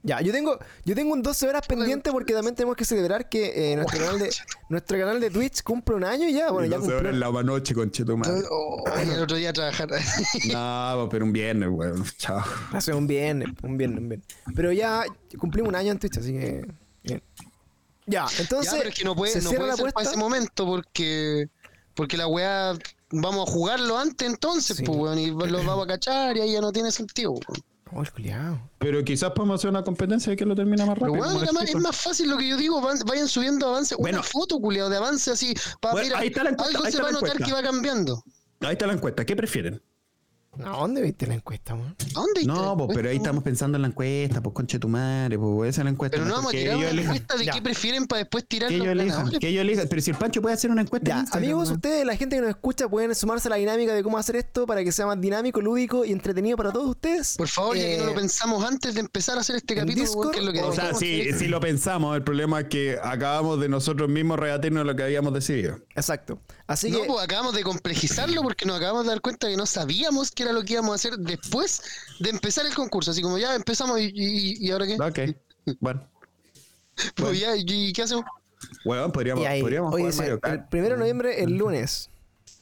Speaker 1: Ya, yo tengo, yo tengo un 12 horas pendiente porque también tenemos que celebrar que
Speaker 2: Oh,
Speaker 1: eh, nuestro, canal de, nuestro canal de Twitch cumple un año y ya. Ah, Bueno, ya cumplió.
Speaker 3: la noche, conchetumadre.
Speaker 2: Oh, y el otro día a trabajar.
Speaker 3: No, pero un viernes, weón. Chao.
Speaker 1: Hace Ah, un viernes, un viernes, un viernes. Pero ya cumplimos un año en Twitch, así que. bien. Ya, entonces.
Speaker 2: ya, pero es que no puede,
Speaker 1: se
Speaker 2: no
Speaker 1: cierra
Speaker 2: puede
Speaker 1: la
Speaker 2: ser para
Speaker 1: apuesta.
Speaker 2: ese momento porque, porque la weá vamos a jugarlo antes entonces,
Speaker 1: Sí.
Speaker 2: pues, weón, y lo vamos a cachar y ahí ya no tiene sentido. weón.
Speaker 1: Oh, el culiao.
Speaker 3: Pero quizás podemos hacer una competencia de que lo termina más
Speaker 2: Pero
Speaker 3: rápido.
Speaker 2: weón,
Speaker 3: como
Speaker 2: era más- es
Speaker 3: escrito.
Speaker 2: más fácil lo que yo digo, van- vayan subiendo avances,
Speaker 3: Bueno.
Speaker 2: una foto, culiado, de avance así, para
Speaker 3: Bueno, ahí está la encuesta,
Speaker 2: algo
Speaker 3: ahí
Speaker 2: se
Speaker 3: está
Speaker 2: va a
Speaker 3: la
Speaker 2: notar
Speaker 3: encuesta.
Speaker 2: que va cambiando.
Speaker 3: Ahí está la encuesta. ¿Qué prefieren?
Speaker 1: No, ¿dónde viste la encuesta, weón?
Speaker 2: ¿A ¿Dónde está la
Speaker 3: No, pues,
Speaker 2: encuesta?
Speaker 3: pero ahí estamos pensando en la encuesta, pues conche tu madre, pues esa es la encuesta.
Speaker 2: Pero no vamos a
Speaker 3: que
Speaker 2: tirar una
Speaker 3: ellos elijan.
Speaker 2: encuesta de
Speaker 1: Ya.
Speaker 2: qué prefieren para después tirar
Speaker 3: Que ellos
Speaker 2: los
Speaker 3: elijan,
Speaker 2: ganadores.
Speaker 3: que ellos elijan. Pero si el Pancho puede hacer una encuesta. en
Speaker 1: Ya,
Speaker 3: Instagram,
Speaker 1: amigos,
Speaker 3: weón.
Speaker 1: ustedes, la gente que nos escucha, pueden sumarse a la dinámica de cómo hacer esto para que sea más dinámico, lúdico y entretenido para todos ustedes.
Speaker 2: Por favor, ya que no
Speaker 1: Eh,
Speaker 2: lo pensamos antes de empezar a hacer este
Speaker 1: en
Speaker 2: capítulo,
Speaker 1: Discord
Speaker 2: weón, que es lo que
Speaker 1: o
Speaker 3: O sea,
Speaker 2: dejamos
Speaker 3: sí,
Speaker 2: hacer.
Speaker 3: sí lo pensamos. El problema es que acabamos de nosotros mismos rebatirnos lo que habíamos decidido.
Speaker 1: Exacto. Así
Speaker 2: no,
Speaker 1: que.
Speaker 2: pues acabamos de complejizarlo porque nos acabamos de dar cuenta que no sabíamos qué era lo que íbamos a hacer después de empezar el concurso. Así como ya empezamos y, y- y ahora qué.
Speaker 3: Ok. Bueno.
Speaker 2: Pues ya, ¿y qué hacemos?
Speaker 3: Weón, podríamos,
Speaker 1: y ahí,
Speaker 3: podríamos
Speaker 1: hoy
Speaker 3: jugar
Speaker 1: dice,
Speaker 3: Mario Kart.
Speaker 1: el primero de noviembre, el lunes.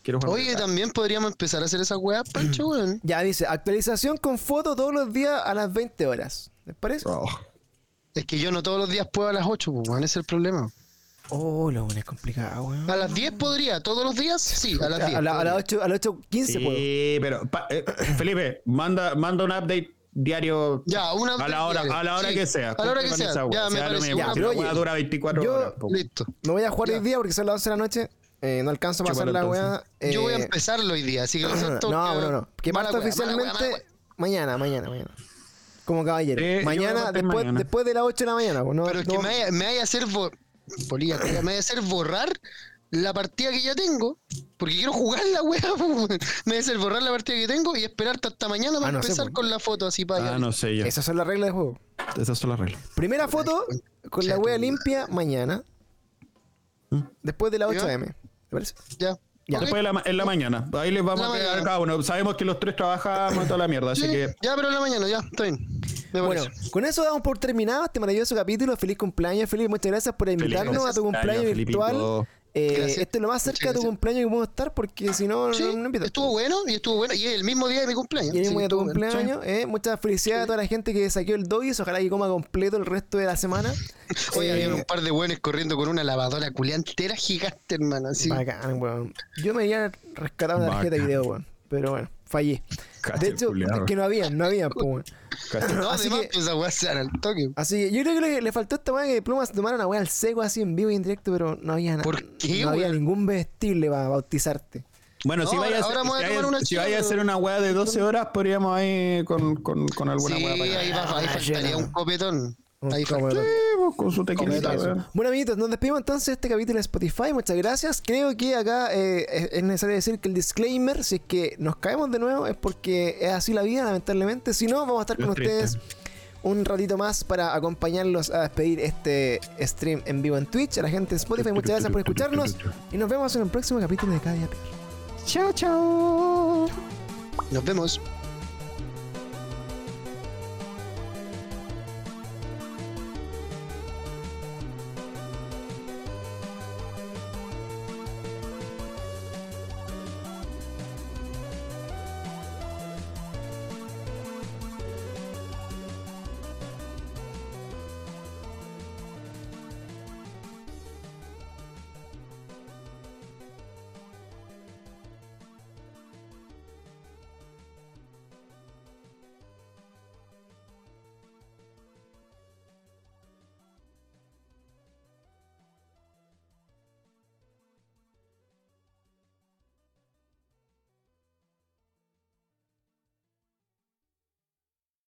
Speaker 3: Quiero jugar
Speaker 2: Oye,
Speaker 3: Mario Kart.
Speaker 2: también podríamos empezar a hacer esa weá, Pancho, weón.
Speaker 1: Ya dice, actualización con foto todos los días a las 20 horas. ¿Les parece?
Speaker 3: Oh.
Speaker 2: Es que yo no todos los días puedo a las 8, pues, weón, ese es el problema.
Speaker 1: Oh, la buena es complicada, weón.
Speaker 2: A las 10 podría, todos los días, sí, a las 10.
Speaker 1: A, la- pues. a
Speaker 2: podría.
Speaker 1: las 8, a las 8.15 puedo.
Speaker 3: Sí, pero pa- eh, Felipe, manda, manda un update diario
Speaker 2: Ya, una
Speaker 3: a la hora, a la hora
Speaker 2: sí,
Speaker 3: que sea.
Speaker 2: A la hora que sea. Ya, me parece.
Speaker 1: mismo.
Speaker 2: una-
Speaker 1: pero oye,
Speaker 3: Pero dura 24
Speaker 1: yo-
Speaker 3: horas. po.
Speaker 2: Listo.
Speaker 1: Me voy a jugar
Speaker 2: Ya.
Speaker 1: hoy día porque son las 11 de la noche. Eh, no alcanzo a pasar
Speaker 3: Chúpalo,
Speaker 1: la
Speaker 3: entonces.
Speaker 1: weá. Eh,
Speaker 2: Yo voy a empezarlo hoy día, así que lo siento,
Speaker 1: No,
Speaker 2: que-
Speaker 1: no, no. Que
Speaker 2: mala
Speaker 1: parta
Speaker 2: wea, mala wea,
Speaker 1: oficialmente
Speaker 2: mala wea.
Speaker 1: mañana, mañana, mañana. Como caballero.
Speaker 3: Eh, yo voy a
Speaker 1: mañana,
Speaker 3: partir
Speaker 1: después,
Speaker 3: mañana.
Speaker 1: después de las 8 de la mañana. pues, No,
Speaker 2: Pero es que
Speaker 1: no-
Speaker 2: me vaya, me vaya a hacer bor- Polilla, culia, me vaya a hacer borrar la partida que ya tengo, porque quiero jugar la wea, po, weón. me vaya a hacer borrar la partida que tengo y esperarte hasta mañana para
Speaker 1: Ah, no sé,
Speaker 2: empezar
Speaker 1: po.
Speaker 2: con la foto así para
Speaker 3: Ah, no sé yo.
Speaker 1: Esas son las reglas del juego.
Speaker 3: Esas son las reglas.
Speaker 1: Primera foto con la
Speaker 2: tu
Speaker 1: wea
Speaker 2: madre.
Speaker 1: limpia mañana.
Speaker 2: ¿Mm?
Speaker 1: Después de las
Speaker 2: ¿Ya?
Speaker 1: 8 am. ¿Te parece?
Speaker 2: ya.
Speaker 1: Ya.
Speaker 2: Ok,
Speaker 3: Después en la, ma- en la mañana. Ahí les vamos
Speaker 2: La
Speaker 3: a pegar
Speaker 2: mañana.
Speaker 3: cada uno. Sabemos que los tres trabajamos y toda la mierda, así
Speaker 2: sí,
Speaker 3: que.
Speaker 2: Ya, pero en la mañana, ya, está bien. Me
Speaker 1: Bueno,
Speaker 2: parece.
Speaker 1: con eso damos por terminado este maravilloso capítulo. Feliz cumpleaños, Felipe. Muchas gracias por invitarnos a tu cumpleaños
Speaker 3: cumpleaños,
Speaker 1: virtual.
Speaker 3: Felipito.
Speaker 1: Eh,
Speaker 2: Gracias.
Speaker 1: esto es lo más
Speaker 2: Muchas
Speaker 1: cerca de tu
Speaker 2: gracias.
Speaker 1: cumpleaños que podemos estar porque si no,
Speaker 2: Sí,
Speaker 1: no, no invitas.
Speaker 2: estuvo bueno y estuvo bueno. Y es el mismo día de mi cumpleaños.
Speaker 1: Y el
Speaker 2: así
Speaker 1: mismo
Speaker 2: que
Speaker 1: día de tu
Speaker 2: estuvo bueno.
Speaker 1: cumpleaños. Eh, muchas felicidades a toda la gente que saqueó el doggies. Ojalá que coma completo el resto de la semana.
Speaker 2: Oye,
Speaker 1: Eh,
Speaker 2: había un par de buenos corriendo con una lavadora culia entera gigante, hermano. Así.
Speaker 1: Bacán, weón. Yo me iría a rescatar una tarjeta de
Speaker 3: Bacán.
Speaker 1: video, weón. Pero bueno, fallé.
Speaker 3: Cacho
Speaker 1: De hecho,
Speaker 3: culiao.
Speaker 1: es que no había, no había, po, weón.
Speaker 3: Cacho.
Speaker 2: No,
Speaker 1: Así
Speaker 2: además,
Speaker 1: que- Ah,
Speaker 2: pues esa weá se hará al toque.
Speaker 1: Así que yo creo que le, le faltó a esta weá que Plumas tomara una weá al seco así en vivo y en directo, pero no había nada.
Speaker 2: ¿Por qué,
Speaker 1: No había
Speaker 2: weón?
Speaker 1: ningún vestible para bautizarte.
Speaker 3: Bueno,
Speaker 2: No,
Speaker 3: si
Speaker 2: ahora-
Speaker 3: vaya a hacer,
Speaker 2: ahora me voy a
Speaker 3: si
Speaker 2: tomar
Speaker 3: vaya-
Speaker 2: una
Speaker 3: si
Speaker 2: chica,
Speaker 3: vaya a
Speaker 2: pero-
Speaker 3: hacer una weá de 12 horas, podríamos ahí con, con, con alguna
Speaker 2: Sí,
Speaker 3: weá para
Speaker 2: ahí, va, ahí
Speaker 1: Ah,
Speaker 2: faltaría
Speaker 1: lleno.
Speaker 2: un copetón.
Speaker 1: Un
Speaker 2: Ahí
Speaker 1: cómodo.
Speaker 2: faltaría.
Speaker 3: con su tequilita,
Speaker 2: Cometa,
Speaker 3: weón.
Speaker 1: Bueno, amiguitos, nos despedimos entonces de este capítulo de Spotify. Muchas gracias. Creo que acá eh, es es necesario decir que el disclaimer, si es que nos caemos de nuevo, es porque es así la vida, lamentablemente. Si no, vamos a estar
Speaker 3: Es
Speaker 1: con
Speaker 3: triste.
Speaker 1: ustedes un ratito más para acompañarlos a despedir este stream en vivo en Twitch. A la gente de Spotify, muchas gracias por escucharnos. Y nos vemos en el próximo capítulo de Cada Día Peor.
Speaker 2: Nos vemos.